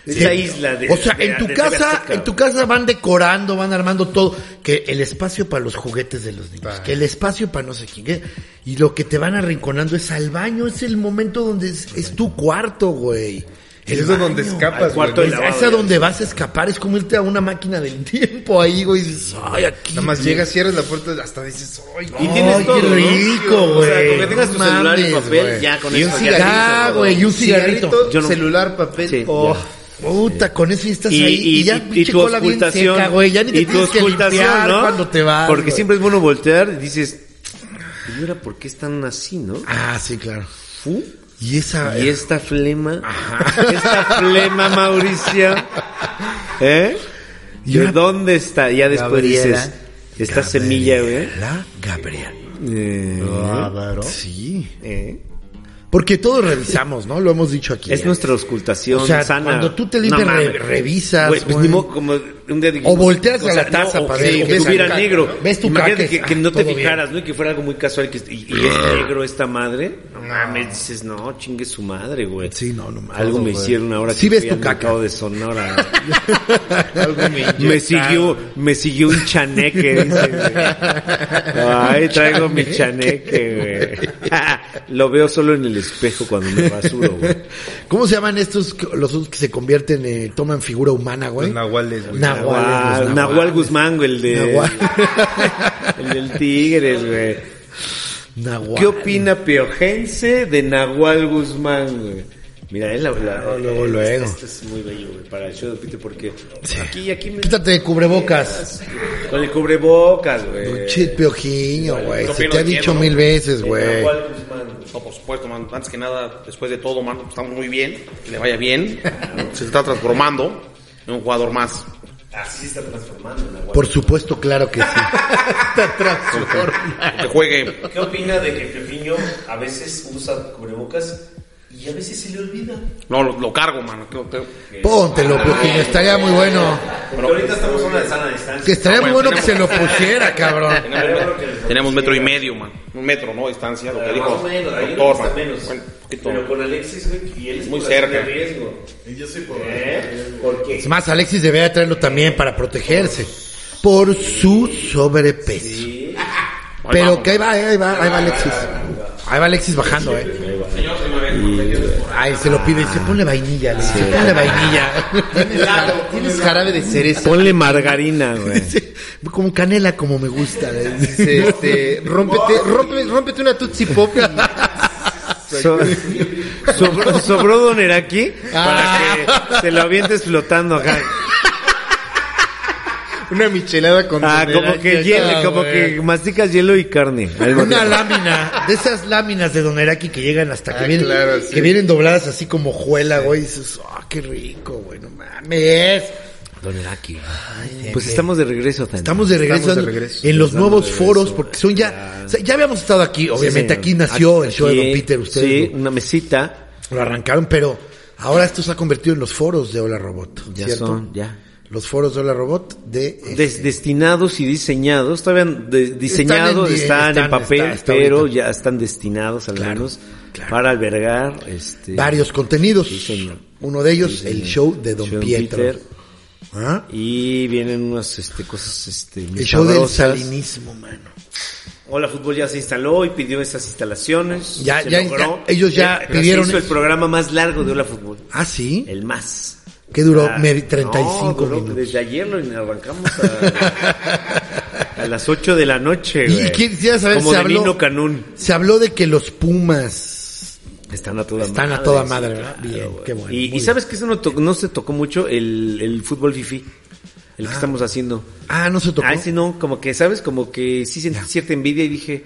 [SPEAKER 1] Esa isla de-
[SPEAKER 2] O sea,
[SPEAKER 1] de-
[SPEAKER 2] en tu
[SPEAKER 1] de- de verse,
[SPEAKER 2] casa,
[SPEAKER 1] cabrón.
[SPEAKER 2] en tu casa van decorando, van armando todo, que el espacio para los juguetes de los niños, que el espacio para no sé quién, que- y lo que te van arrinconando es al baño, es el momento donde es, es tu cuarto, güey. El
[SPEAKER 3] Es donde escapas,
[SPEAKER 1] Al cuarto
[SPEAKER 2] güey.
[SPEAKER 1] de lavado,
[SPEAKER 2] Es a
[SPEAKER 1] ya.
[SPEAKER 2] donde vas a escapar, es como irte a una máquina del [laughs] tiempo ahí, güey, y dices, ay, aquí.
[SPEAKER 3] Nada más llegas, cierras la puerta, hasta dices, ¡ay,
[SPEAKER 1] Y
[SPEAKER 3] no".
[SPEAKER 1] tienes
[SPEAKER 2] Ay,
[SPEAKER 1] todo,
[SPEAKER 2] qué
[SPEAKER 1] ¿no?
[SPEAKER 2] rico,
[SPEAKER 1] O sea, con que
[SPEAKER 2] güey.
[SPEAKER 1] tengas tu
[SPEAKER 2] No
[SPEAKER 1] celular y
[SPEAKER 2] mames,
[SPEAKER 1] papel,
[SPEAKER 2] güey.
[SPEAKER 1] ya con
[SPEAKER 3] Y un
[SPEAKER 1] eso.
[SPEAKER 3] cigarrito, Ah,
[SPEAKER 2] Ya, güey, y un cigarrito.
[SPEAKER 1] Yo no-
[SPEAKER 3] celular, papel.
[SPEAKER 1] Sí,
[SPEAKER 3] oh.
[SPEAKER 1] ya.
[SPEAKER 2] Puta, con eso ya estás
[SPEAKER 1] Y,
[SPEAKER 2] ahí y,
[SPEAKER 1] y-
[SPEAKER 2] ya
[SPEAKER 1] y
[SPEAKER 2] pinche
[SPEAKER 1] tu
[SPEAKER 2] cola bien
[SPEAKER 1] ocultación.
[SPEAKER 2] seca, güey, ya ni te
[SPEAKER 1] y tu
[SPEAKER 2] tienes que
[SPEAKER 1] ocultación,
[SPEAKER 2] limpiar
[SPEAKER 1] ¿no?
[SPEAKER 2] cuando te vas.
[SPEAKER 1] Porque
[SPEAKER 2] güey.
[SPEAKER 1] siempre es bueno voltear y dices, señora, ¿por qué están así, no?
[SPEAKER 2] Ah, sí, claro.
[SPEAKER 1] Fu.
[SPEAKER 2] Y esa
[SPEAKER 1] Y esta flema, [laughs] esta flema, Mauricio, ¿eh?
[SPEAKER 2] Y
[SPEAKER 1] ¿De
[SPEAKER 2] una-
[SPEAKER 1] dónde está? Ya después
[SPEAKER 3] Gabriela.
[SPEAKER 1] dices, esta semilla, güey.
[SPEAKER 2] La Gabriel.
[SPEAKER 1] Eh,
[SPEAKER 2] Sí.
[SPEAKER 1] eh.
[SPEAKER 2] Porque todos revisamos, ¿no? Lo hemos dicho aquí.
[SPEAKER 1] Es nuestra auscultación
[SPEAKER 2] O sea,
[SPEAKER 1] sana.
[SPEAKER 2] cuando tú te limpias,
[SPEAKER 1] mames.
[SPEAKER 2] re- revisas,
[SPEAKER 1] Güey, pues
[SPEAKER 2] güey.
[SPEAKER 1] ni modo, como un dedo y-
[SPEAKER 2] O volteas a la
[SPEAKER 1] no,
[SPEAKER 2] taza
[SPEAKER 1] o
[SPEAKER 2] para
[SPEAKER 1] que-
[SPEAKER 2] ver,
[SPEAKER 1] o
[SPEAKER 2] o
[SPEAKER 1] que
[SPEAKER 2] ves
[SPEAKER 1] estuviera
[SPEAKER 2] tu caca,
[SPEAKER 1] negro.
[SPEAKER 2] ¿no? Ves tu
[SPEAKER 1] Imagínate
[SPEAKER 2] caca,
[SPEAKER 1] que, que no te
[SPEAKER 2] todo bien.
[SPEAKER 1] fijaras, ¿no? Y que fuera algo muy casual que est- y, y es negro esta madre. Ah, me dices, no, chingue su madre, güey.
[SPEAKER 2] Sí, no, no me
[SPEAKER 1] Algo me hicieron ahora
[SPEAKER 2] Sí
[SPEAKER 1] que
[SPEAKER 2] ves
[SPEAKER 1] fui
[SPEAKER 2] tu
[SPEAKER 1] al
[SPEAKER 2] caca.
[SPEAKER 1] mercado de
[SPEAKER 2] [laughs]
[SPEAKER 1] Sonora.
[SPEAKER 3] Algo
[SPEAKER 1] [laughs]
[SPEAKER 3] me
[SPEAKER 1] me
[SPEAKER 3] inyectaron.
[SPEAKER 1] siguió, me siguió un chaneque, dice, güey. Ay, traigo mi chaneque,
[SPEAKER 2] [laughs]
[SPEAKER 1] güey. [laughs] Lo veo solo en el espejo cuando me rasuro, güey.
[SPEAKER 2] ¿Cómo se llaman estos que- los otros que se convierten, eh, toman figura humana, güey?
[SPEAKER 3] Los nahuales, güey.
[SPEAKER 2] Nahuales, los
[SPEAKER 1] Nahual,
[SPEAKER 2] nahuales.
[SPEAKER 1] Nahual Guzmán, güey, el de
[SPEAKER 2] Nahual.
[SPEAKER 1] [laughs] el del Tigres, güey.
[SPEAKER 2] Nahual.
[SPEAKER 1] ¿Qué opina Piojense de Nahual Guzmán, güey? Mira, él la, la-
[SPEAKER 2] luego,
[SPEAKER 1] eh,
[SPEAKER 2] luego.
[SPEAKER 1] Este, este es muy bello, güey, para el show de Peter, porque aquí, aquí me...
[SPEAKER 2] Quítate de cubrebocas.
[SPEAKER 1] Con el cubrebocas, güey.
[SPEAKER 2] Chit piojiño, güey. Se
[SPEAKER 4] yo opino
[SPEAKER 2] te ha
[SPEAKER 4] de
[SPEAKER 2] dicho
[SPEAKER 4] miedo,
[SPEAKER 2] mil
[SPEAKER 4] ¿no?
[SPEAKER 2] veces, güey.
[SPEAKER 1] Nahual Guzmán.
[SPEAKER 4] No, por supuesto, man. Antes que nada, después de todo, man, estamos muy bien. Que le vaya bien. Se está transformando en un jugador más.
[SPEAKER 1] Así se está transformando Nahual.
[SPEAKER 2] Por supuesto, claro que sí.
[SPEAKER 4] Que juegue.
[SPEAKER 5] ¿Qué opina de que Piojiño a veces usa cubrebocas y a veces se le olvida?
[SPEAKER 4] No, lo, lo cargo, man. Creo- creo-
[SPEAKER 2] Póntelo, piojiño. Estaría muy bueno.
[SPEAKER 1] Ah, Porque ahorita estamos en una sana distancia.
[SPEAKER 2] Que estaría muy
[SPEAKER 4] Bueno,
[SPEAKER 2] bueno que se
[SPEAKER 1] [laughs]
[SPEAKER 2] lo
[SPEAKER 4] tenemos-
[SPEAKER 2] pusiera, cabrón.
[SPEAKER 4] Tenemos, tenemos metro y medio, man. Un metro, ¿no? Distancia, lo que
[SPEAKER 1] Más
[SPEAKER 4] dijo
[SPEAKER 1] o menos, ahí
[SPEAKER 4] el
[SPEAKER 1] está
[SPEAKER 4] doctor, man.
[SPEAKER 1] menos.
[SPEAKER 4] Bueno, un poquito.
[SPEAKER 1] Pero con Alexis, güey, y él es
[SPEAKER 4] Muy
[SPEAKER 1] población
[SPEAKER 4] cerca.
[SPEAKER 1] de riesgo. Y yo soy por ¿Eh? ¿Por qué?
[SPEAKER 2] Es más, Alexis debería traerlo también para protegerse. Por su sobrepeso.
[SPEAKER 4] Ahí
[SPEAKER 2] Pero
[SPEAKER 4] vamos.
[SPEAKER 2] que ahí va, ahí va, ahí va Alexis. Ahí va Alexis bajando, eh. Ay, se lo pide. Dice, ponle vainilla, Alexis.
[SPEAKER 1] [laughs]
[SPEAKER 2] Ponle vainilla. Tienes jarabe- Tienes jarabe de cereza.
[SPEAKER 1] Ponle margarina, güey.
[SPEAKER 2] Dice, [laughs] Como canela, como me gusta. le dice.
[SPEAKER 3] Dice, este, rómpete, rómpete, rómpete una Tootsie Pop.
[SPEAKER 1] So- sobró, sobró Don Eraki
[SPEAKER 2] Ah.
[SPEAKER 1] para que se lo avientes flotando acá.
[SPEAKER 3] Una michelada con...
[SPEAKER 1] Ah, como
[SPEAKER 2] Eraki
[SPEAKER 1] que
[SPEAKER 2] acá,
[SPEAKER 1] hielo, como que
[SPEAKER 2] güey.
[SPEAKER 1] masticas hielo y carne. Al mismo
[SPEAKER 2] Una
[SPEAKER 1] tiempo.
[SPEAKER 2] lámina, de esas láminas de Don Eraki que llegan hasta que
[SPEAKER 3] Ah,
[SPEAKER 2] vienen,
[SPEAKER 3] claro, sí.
[SPEAKER 2] que vienen dobladas así como juela, güey. Y dices, ah, qué rico, güey, no mames.
[SPEAKER 1] Don Eraki.
[SPEAKER 2] Ay,
[SPEAKER 1] Pues
[SPEAKER 2] nene.
[SPEAKER 1] estamos de regreso, Tania.
[SPEAKER 2] Estamos de regreso,
[SPEAKER 3] Estamos de
[SPEAKER 2] en-
[SPEAKER 3] regreso.
[SPEAKER 2] en los nuevos foros, porque son ya, o sea, ya habíamos estado aquí, obviamente
[SPEAKER 1] Sí,
[SPEAKER 2] aquí
[SPEAKER 1] señor.
[SPEAKER 2] nació el show de Don
[SPEAKER 1] Aquí,
[SPEAKER 2] Peter, ustedes
[SPEAKER 1] Sí,
[SPEAKER 2] lo-
[SPEAKER 1] una mesita.
[SPEAKER 2] lo, arrancaron, pero ahora esto se ha convertido en los foros de Hola Robot,
[SPEAKER 1] Ya
[SPEAKER 2] ¿cierto?
[SPEAKER 1] son, ya.
[SPEAKER 2] Los foros de Hola Robot de... eh,
[SPEAKER 1] Des- destinados y diseñados. Todavía de- diseñados
[SPEAKER 2] en-
[SPEAKER 1] están,
[SPEAKER 2] están-
[SPEAKER 1] en papel,
[SPEAKER 2] está- está
[SPEAKER 1] pero
[SPEAKER 2] ahorita.
[SPEAKER 1] ya están destinados al
[SPEAKER 2] Claro,
[SPEAKER 1] menos
[SPEAKER 2] claro.
[SPEAKER 1] para albergar este,
[SPEAKER 2] varios contenidos.
[SPEAKER 1] Sí, señor.
[SPEAKER 2] Uno de ellos,
[SPEAKER 1] Sí,
[SPEAKER 2] el
[SPEAKER 1] señor.
[SPEAKER 2] show de Don
[SPEAKER 1] Show de
[SPEAKER 2] Pietro.
[SPEAKER 1] Peter.
[SPEAKER 2] ¿Ah?
[SPEAKER 1] Y vienen unas este, cosas este, muy
[SPEAKER 2] El show del
[SPEAKER 1] sabrosas.
[SPEAKER 2] salinismo, mano.
[SPEAKER 1] Hola Fútbol ya se instaló y pidió esas instalaciones.
[SPEAKER 2] Ya-
[SPEAKER 1] se
[SPEAKER 2] ya- ya- ellos ya
[SPEAKER 1] se
[SPEAKER 2] pidieron-
[SPEAKER 1] hizo el programa más largo de Hola Fútbol. [laughs]
[SPEAKER 2] Ah, sí.
[SPEAKER 1] El más.
[SPEAKER 2] Que duró
[SPEAKER 1] Ah,
[SPEAKER 2] medi-
[SPEAKER 1] no,
[SPEAKER 2] 35
[SPEAKER 1] duró-
[SPEAKER 2] minutos.
[SPEAKER 1] Desde ayer lo arrancamos a, [laughs] a las 8 de la noche.
[SPEAKER 2] Y-
[SPEAKER 1] güey.
[SPEAKER 2] y quisiera saber
[SPEAKER 1] Como
[SPEAKER 2] si
[SPEAKER 1] de
[SPEAKER 2] habló-
[SPEAKER 1] Nino Canún.
[SPEAKER 2] Se habló de que los Pumas
[SPEAKER 1] Están a toda
[SPEAKER 2] están
[SPEAKER 1] madre.
[SPEAKER 2] a toda
[SPEAKER 1] sí,
[SPEAKER 2] madre,
[SPEAKER 1] claro,
[SPEAKER 2] ¿verdad? Bien,
[SPEAKER 1] güey.
[SPEAKER 2] qué bueno.
[SPEAKER 1] Y-
[SPEAKER 2] muy
[SPEAKER 1] Y,
[SPEAKER 2] bien.
[SPEAKER 1] sabes que eso no, to- no se tocó mucho el, el fútbol fifi. El que estamos haciendo.
[SPEAKER 2] Ah, no se tocó.
[SPEAKER 1] Ah, sí, no, como que, ¿sabes? Como que sí sentí cierta envidia y dije,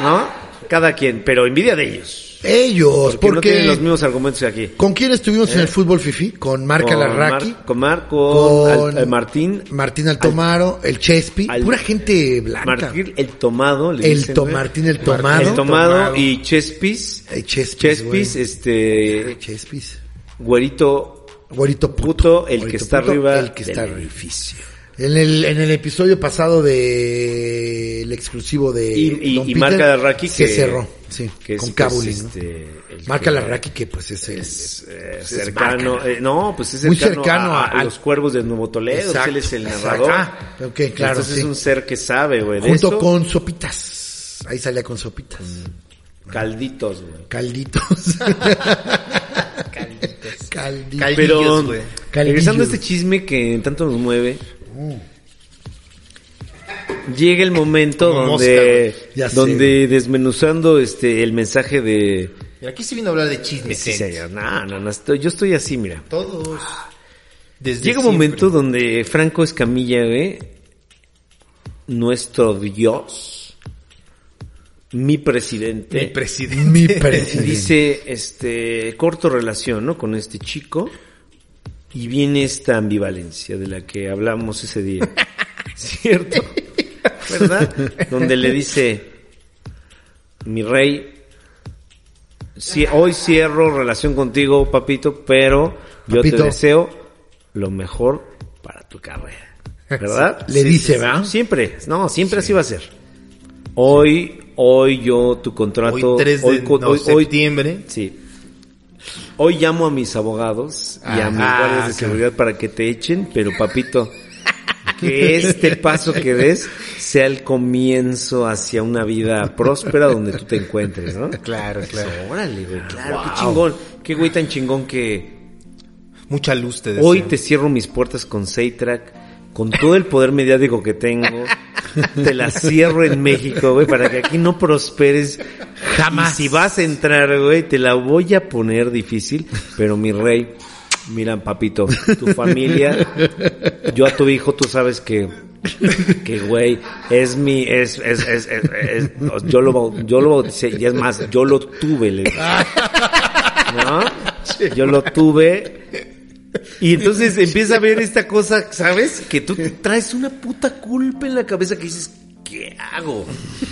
[SPEAKER 1] ¿no? Cada quien, pero envidia de ellos.
[SPEAKER 2] Ellos,
[SPEAKER 1] Porque, no tienen los mismos argumentos que aquí.
[SPEAKER 2] ¿Con quién estuvimos en el fútbol Fifi? Con Marca Larraqui,
[SPEAKER 1] Mar- con Marco,
[SPEAKER 2] con-
[SPEAKER 1] Martín,
[SPEAKER 2] Martín Altomaro, el Chespi,
[SPEAKER 1] al-
[SPEAKER 2] pura gente blanca.
[SPEAKER 1] Martín el Tomado. le
[SPEAKER 2] El
[SPEAKER 1] dicen,
[SPEAKER 2] to-
[SPEAKER 1] güey.
[SPEAKER 2] Martín el Tomado.
[SPEAKER 1] El Tomado y Chespis.
[SPEAKER 2] Ay, Chespis,
[SPEAKER 1] Chespis,
[SPEAKER 2] güey.
[SPEAKER 1] este,
[SPEAKER 2] Chespis.
[SPEAKER 1] güerito
[SPEAKER 2] Güerito puto.
[SPEAKER 1] puto, el que
[SPEAKER 2] Güerito
[SPEAKER 1] está
[SPEAKER 2] puto,
[SPEAKER 1] arriba
[SPEAKER 2] El que está
[SPEAKER 1] del
[SPEAKER 2] arriba.
[SPEAKER 1] edificio.
[SPEAKER 2] En el, en el episodio pasado de el exclusivo de
[SPEAKER 1] Y- y-
[SPEAKER 2] Eh, Don
[SPEAKER 1] y
[SPEAKER 2] Peter,
[SPEAKER 1] Marca Larraqui
[SPEAKER 2] se
[SPEAKER 1] que-
[SPEAKER 2] cerró, sí,
[SPEAKER 1] que es,
[SPEAKER 2] con
[SPEAKER 1] pues,
[SPEAKER 2] Cabulín, ¿no?
[SPEAKER 1] este, el
[SPEAKER 2] Marca
[SPEAKER 1] que-
[SPEAKER 2] Larraqui que pues es el
[SPEAKER 1] es, eh,
[SPEAKER 2] pues,
[SPEAKER 1] cercano, eh, no, pues es
[SPEAKER 2] Muy
[SPEAKER 1] cercano,
[SPEAKER 2] cercano
[SPEAKER 1] a,
[SPEAKER 2] a-
[SPEAKER 1] a los cuervos de Nuevo Toledo,
[SPEAKER 2] Exacto,
[SPEAKER 1] él es el
[SPEAKER 2] exacto.
[SPEAKER 1] narrador.
[SPEAKER 2] Ah, ok, claro,
[SPEAKER 1] Entonces es
[SPEAKER 2] sí.
[SPEAKER 1] un ser que sabe, güey, de
[SPEAKER 2] junto
[SPEAKER 1] eso. Mm.
[SPEAKER 2] con Sopitas. Ahí salía con Sopitas.
[SPEAKER 1] calditos, güey. [laughs]
[SPEAKER 2] Calditos. Calditos. Calditos.
[SPEAKER 1] Pero
[SPEAKER 3] güey.
[SPEAKER 1] regresando a
[SPEAKER 2] Caldillos.
[SPEAKER 1] este chisme que tanto nos mueve,
[SPEAKER 2] Uh.
[SPEAKER 1] llega el momento
[SPEAKER 3] Como mosca,
[SPEAKER 1] donde
[SPEAKER 2] güey. Ya sé,
[SPEAKER 1] donde
[SPEAKER 2] güey.
[SPEAKER 1] desmenuzando este el mensaje de
[SPEAKER 3] Mira, Aquí se vino a hablar de chismes.
[SPEAKER 1] Sí,
[SPEAKER 3] ¿eh?
[SPEAKER 1] señor, no, no, no, estoy- yo estoy así, mira.
[SPEAKER 3] Todos. Desde
[SPEAKER 1] Llega un
[SPEAKER 3] siempre.
[SPEAKER 1] momento donde Franco Escamilla, güey, nuestro Dios, mi presidente,
[SPEAKER 3] Mi presidente.
[SPEAKER 1] [laughs]
[SPEAKER 2] Mi presidente.
[SPEAKER 1] dice, este, corto relación, ¿no? Con este chico, y viene esta ambivalencia de la que hablamos ese día, ¿cierto? ¿Verdad? Donde le dice, mi rey, si, hoy cierro relación contigo, papito, pero yo te
[SPEAKER 2] Papito.
[SPEAKER 1] deseo lo mejor para tu carrera. ¿Verdad?
[SPEAKER 2] Le
[SPEAKER 1] Sí,
[SPEAKER 2] dice,
[SPEAKER 1] sí, sí.
[SPEAKER 3] ¿Ah?
[SPEAKER 2] ¿verdad?
[SPEAKER 1] Siempre, no, siempre así va a ser. Hoy, hoy yo tu
[SPEAKER 3] Hoy
[SPEAKER 1] contrato.
[SPEAKER 3] 3 de
[SPEAKER 1] co-
[SPEAKER 3] no, septiembre.
[SPEAKER 1] Sí. Hoy llamo a mis abogados y a mis
[SPEAKER 3] Ajá,
[SPEAKER 1] guardias de
[SPEAKER 3] claro.
[SPEAKER 1] seguridad para que te echen, pero
[SPEAKER 3] [laughs]
[SPEAKER 1] papito, que este paso que des sea el comienzo hacia una vida próspera donde tú te encuentres, ¿no?
[SPEAKER 3] Claro, claro.
[SPEAKER 1] Órale, güey, claro, qué chingón. Qué güey tan chingón que
[SPEAKER 3] Mucha luz te deseo.
[SPEAKER 1] Hoy te cierro mis puertas con Seitrack, con todo el poder mediático que tengo. Te las cierro en México, güey, para que aquí no prosperes jamás. si vas a entrar, güey, te la voy a poner difícil, pero mi rey, mira, papito, tu familia, yo a tu hijo, tú sabes que que güey, es mi es es, es, es- es- yo lo bau- yo lo bauticé y es más, yo lo tuve, le digo. ¿no? Yo lo tuve y entonces empieza a ver esta cosa, ¿sabes? Que tú te traes una puta culpa en la cabeza que dices, ¿qué hago?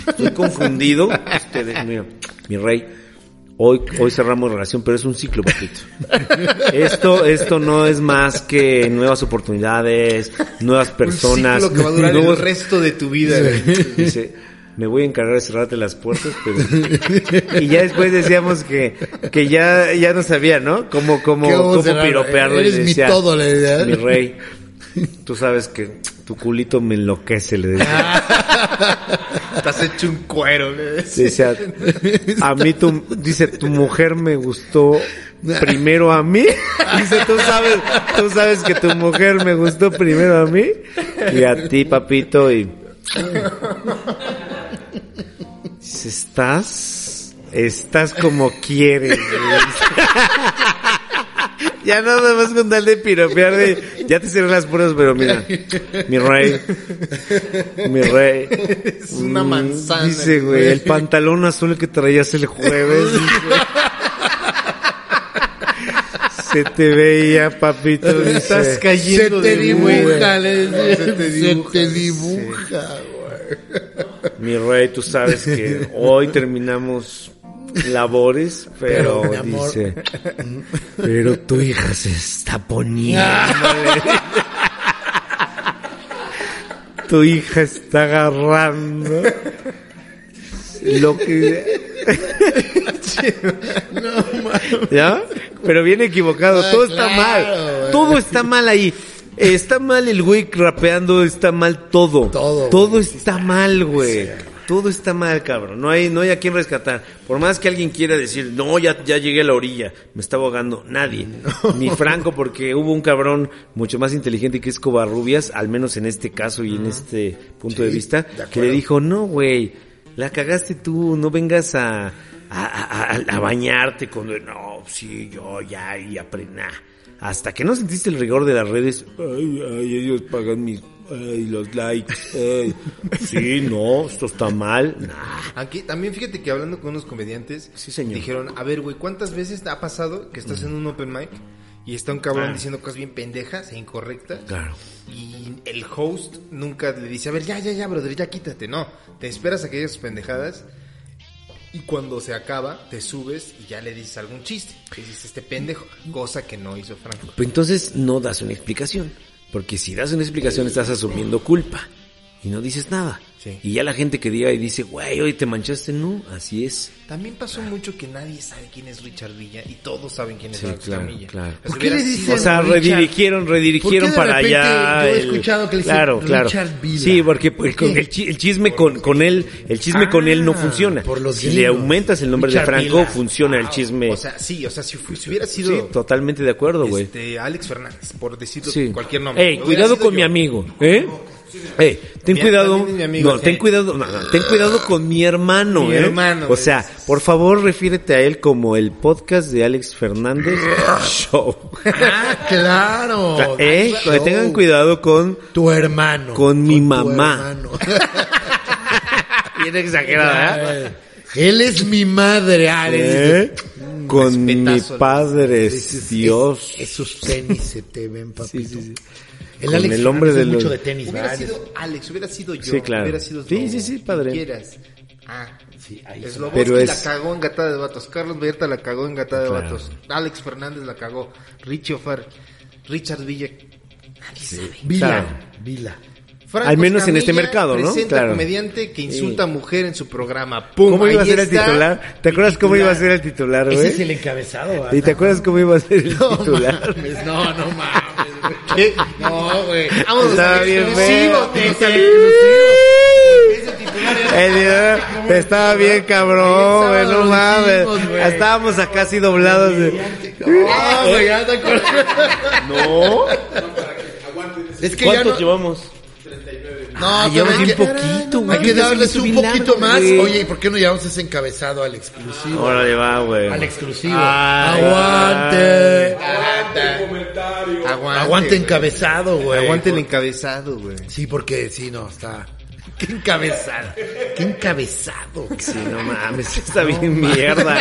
[SPEAKER 1] Estoy confundido. Ustedes, mira, mi rey, hoy, hoy cerramos relación, pero es un ciclo, papito. Esto, esto no es más que nuevas oportunidades, nuevas personas,
[SPEAKER 3] Un ciclo que va a durar el
[SPEAKER 1] nuevos
[SPEAKER 3] resto de tu vida. güey.
[SPEAKER 1] Dice, me voy a encargar de cerrarte las puertas, pero... [laughs] Y ya después decíamos que, que ya, ya no sabía, ¿no? Cómo, cómo,
[SPEAKER 2] ¿Qué vamos a
[SPEAKER 1] cómo
[SPEAKER 2] cerrar?
[SPEAKER 1] piropearlo. y
[SPEAKER 2] Eres mi
[SPEAKER 1] decía,
[SPEAKER 2] todo, le decía.
[SPEAKER 1] Mi rey, tú sabes que tu culito me enloquece, le decía.
[SPEAKER 3] Estás hecho un cuero. güey. [laughs]
[SPEAKER 1] Le decía, a mí tu, dice, tu mujer me gustó primero a mí. Dice, tú sabes, tú sabes que tu mujer me gustó primero a mí y a ti, papito, y... Dice, estás, estás como quieres. [laughs] güey". ya nada más con tal de piropear de, ya te cierro las puertas, pero mira, mi rey, mi rey.
[SPEAKER 3] Es una
[SPEAKER 1] Mm,
[SPEAKER 3] manzana.
[SPEAKER 1] Dice, güey, el pantalón azul que traías el jueves.
[SPEAKER 3] [laughs]
[SPEAKER 1] dice. Se te veía, papito.
[SPEAKER 3] Te Estás
[SPEAKER 1] Dice,
[SPEAKER 2] Se
[SPEAKER 3] cayendo
[SPEAKER 2] te
[SPEAKER 3] de güey.
[SPEAKER 2] dibuja, le decía. Se te dibuja,
[SPEAKER 1] mi rey, tú sabes que hoy terminamos labores, pero
[SPEAKER 2] Pero, mi amor.
[SPEAKER 1] dice, pero tu hija se está poniendo. tu hija está agarrando. Lo
[SPEAKER 2] [laughs]
[SPEAKER 1] que ¿Ya? Pero bien equivocado.
[SPEAKER 2] Ah,
[SPEAKER 1] Todo está
[SPEAKER 2] claro,
[SPEAKER 1] mal.
[SPEAKER 2] güey.
[SPEAKER 1] Todo está mal ahí. Está mal el güey rapeando, está mal todo.
[SPEAKER 2] Todo,
[SPEAKER 1] Todo está mal, güey. Todo está mal, cabrón. No hay, no hay a quien rescatar. Por más que alguien quiera decir, no, ya, ya llegué a la orilla, me está ahogando. Nadie. Ni Franco, porque hubo un cabrón mucho más inteligente que es Covarrubias, al menos en este caso y en este punto de vista, que le dijo, no, güey, la cagaste tú, no vengas a, a, a- a- a bañarte con... No, sí, yo ya, y aprendí. Hasta que no sentiste el rigor de las redes, ay, ay, ellos pagan mis... Ay, los likes, ay. Sí, no, esto está mal. Nah.
[SPEAKER 3] Aquí también fíjate que hablando con unos comediantes,
[SPEAKER 1] Sí, señor.
[SPEAKER 3] dijeron, a ver, güey, ¿cuántas veces ha pasado que estás en un open mic y está un cabrón diciendo cosas bien pendejas e incorrectas?
[SPEAKER 1] Ah. Claro.
[SPEAKER 3] Y el host nunca le dice, a ver, ya, ya, ya, brother, ya quítate. No, te esperas a que digas sus pendejadas y cuando se acaba, te subes y ya le dices algún chiste. Le dices, este pendejo, cosa que no hizo Franco.
[SPEAKER 1] Pero Pues entonces no das una explicación. Porque si das una explicación estás asumiendo culpa. Y no dices nada.
[SPEAKER 3] Sí.
[SPEAKER 1] Y ya la gente que diga y dice, güey, hoy te manchaste, no, así es.
[SPEAKER 3] También pasó mucho que nadie sabe quién es Richard Villa y todos saben quién es
[SPEAKER 1] Sí,
[SPEAKER 3] Franco
[SPEAKER 1] claro,
[SPEAKER 3] Escamilla.
[SPEAKER 1] claro.
[SPEAKER 3] Pues
[SPEAKER 2] ¿Por qué
[SPEAKER 3] hubiera
[SPEAKER 2] le
[SPEAKER 3] sido-
[SPEAKER 2] dicen
[SPEAKER 1] O sea,
[SPEAKER 2] Richard?
[SPEAKER 1] redirigieron, redirigieron
[SPEAKER 2] ¿Por qué de
[SPEAKER 1] para
[SPEAKER 2] repente
[SPEAKER 1] allá.
[SPEAKER 2] yo he
[SPEAKER 1] el-
[SPEAKER 2] escuchado que le dicen
[SPEAKER 1] claro, claro.
[SPEAKER 2] Richard Villa?
[SPEAKER 1] Sí, porque pues,
[SPEAKER 2] ¿Por
[SPEAKER 1] con
[SPEAKER 2] qué? Ah,
[SPEAKER 1] el, chi- el chisme con, con él, el chisme con él no funciona.
[SPEAKER 2] por los
[SPEAKER 1] si le
[SPEAKER 2] guiños.
[SPEAKER 1] aumentas el nombre
[SPEAKER 2] Richard
[SPEAKER 1] de Franco,
[SPEAKER 2] Villa.
[SPEAKER 1] funciona el chisme.
[SPEAKER 3] O sea, sí, o sea, si, fu- si hubiera
[SPEAKER 1] eh, Sí,
[SPEAKER 3] sido
[SPEAKER 1] totalmente de acuerdo, güey.
[SPEAKER 3] este, Alex Fernández, por decir
[SPEAKER 1] Sí.
[SPEAKER 3] cualquier nombre.
[SPEAKER 1] Ey,
[SPEAKER 3] Hubiera
[SPEAKER 1] cuidado
[SPEAKER 3] sido
[SPEAKER 1] con
[SPEAKER 3] yo.
[SPEAKER 1] mi amigo, ¿eh? Ey, ten
[SPEAKER 3] Mi-
[SPEAKER 1] cuidado.
[SPEAKER 3] también es mi amigo,
[SPEAKER 1] no,
[SPEAKER 3] sí.
[SPEAKER 1] ten cuidado, no, no, ten cuidado con mi hermano,
[SPEAKER 3] Mi
[SPEAKER 1] ¿eh?
[SPEAKER 3] hermano,
[SPEAKER 1] O
[SPEAKER 3] güey.
[SPEAKER 1] sea, por favor, refiérete a él como el podcast de Alex
[SPEAKER 2] [laughs]
[SPEAKER 1] Fernández Show.
[SPEAKER 2] Ah, claro.
[SPEAKER 1] [laughs] ¿Eh?
[SPEAKER 2] Claro.
[SPEAKER 1] Tengan cuidado con
[SPEAKER 2] Tu hermano.
[SPEAKER 1] Con mi
[SPEAKER 2] tu
[SPEAKER 1] mamá.
[SPEAKER 2] hermano.
[SPEAKER 1] Bien exagerada,
[SPEAKER 2] Eh, Él es mi madre, Ah,
[SPEAKER 1] ¿Eh?
[SPEAKER 2] Ares.
[SPEAKER 1] Con mi
[SPEAKER 3] Respetazo,
[SPEAKER 1] padre, Dios.
[SPEAKER 2] Esos tenis se te ven, papito.
[SPEAKER 1] Con el hombre
[SPEAKER 2] Fernández
[SPEAKER 1] de
[SPEAKER 2] es
[SPEAKER 1] los-
[SPEAKER 2] mucho de tenis,
[SPEAKER 3] Hubiera
[SPEAKER 2] ¿verdad?
[SPEAKER 3] sido Alex, hubiera sido yo.
[SPEAKER 1] Sí, claro.
[SPEAKER 3] Hubiera sido
[SPEAKER 1] Sí,
[SPEAKER 3] tú,
[SPEAKER 1] sí, sí,
[SPEAKER 3] quien
[SPEAKER 1] padre.
[SPEAKER 3] quieras. Ah,
[SPEAKER 2] Sí, ahí está.
[SPEAKER 3] Slobodsky
[SPEAKER 1] Pero
[SPEAKER 3] la
[SPEAKER 1] es-
[SPEAKER 3] cagó en gatada de vatos. Carlos Vallarta la cagó en gatada de
[SPEAKER 1] Claro.
[SPEAKER 3] vatos. Alex Fernández la cagó. Richie Ofar. Richard Villa
[SPEAKER 2] Vila,
[SPEAKER 1] Claro.
[SPEAKER 2] Vila.
[SPEAKER 3] Franco
[SPEAKER 1] Al menos en
[SPEAKER 3] Escamilla
[SPEAKER 1] este mercado, ¿no?
[SPEAKER 3] Presenta
[SPEAKER 1] Claro.
[SPEAKER 3] comediante que insulta a mujer en su programa. ¡Pum!
[SPEAKER 1] ¿Cómo iba a
[SPEAKER 3] Ahí
[SPEAKER 1] ser el
[SPEAKER 3] está.
[SPEAKER 1] titular? ¿Te acuerdas cómo iba a ser el titular,
[SPEAKER 2] Ese es
[SPEAKER 1] güey?
[SPEAKER 2] el encabezado. ¿verdad? [laughs]
[SPEAKER 1] ¿Y te acuerdas cómo iba a ser [laughs] el
[SPEAKER 2] No
[SPEAKER 1] titular?
[SPEAKER 2] mames, no, no mames, güey. ¿Qué? No, güey.
[SPEAKER 3] Vámonos
[SPEAKER 1] Está
[SPEAKER 3] al
[SPEAKER 1] bien
[SPEAKER 3] exclusivo,
[SPEAKER 1] feo.
[SPEAKER 3] vámonos al
[SPEAKER 2] Sí.
[SPEAKER 3] exclusivo.
[SPEAKER 2] Ese titular era-
[SPEAKER 1] El video estaba bien cabrón, güey, no mames. Estábamos acá así doblados. de-
[SPEAKER 2] Ah, güey, ya te acuerdas.
[SPEAKER 1] No.
[SPEAKER 2] Es que ya
[SPEAKER 4] ¿Cuántos
[SPEAKER 2] no.
[SPEAKER 4] llevamos?
[SPEAKER 1] llevamos
[SPEAKER 2] No, pero hay
[SPEAKER 1] bien
[SPEAKER 2] que-
[SPEAKER 1] poquito, güey.
[SPEAKER 2] Hay que
[SPEAKER 1] Yo pensé
[SPEAKER 2] darles
[SPEAKER 1] que
[SPEAKER 2] un
[SPEAKER 1] hizo bien
[SPEAKER 2] poquito
[SPEAKER 1] largo,
[SPEAKER 2] más.
[SPEAKER 1] güey.
[SPEAKER 2] Oye, ¿y por qué no llevamos ese encabezado al exclusivo?
[SPEAKER 1] Ahora le va, güey.
[SPEAKER 2] Al exclusivo.
[SPEAKER 1] Ay,
[SPEAKER 2] aguante. Aguante.
[SPEAKER 3] Aguante,
[SPEAKER 2] Aguante
[SPEAKER 3] güey.
[SPEAKER 2] encabezado, güey.
[SPEAKER 3] Aguante el encabezado, güey.
[SPEAKER 2] Sí, porque sí, no, está. [laughs] Qué encabezado. Qué encabezado. güey.
[SPEAKER 1] Sí, no mames, está bien mierda.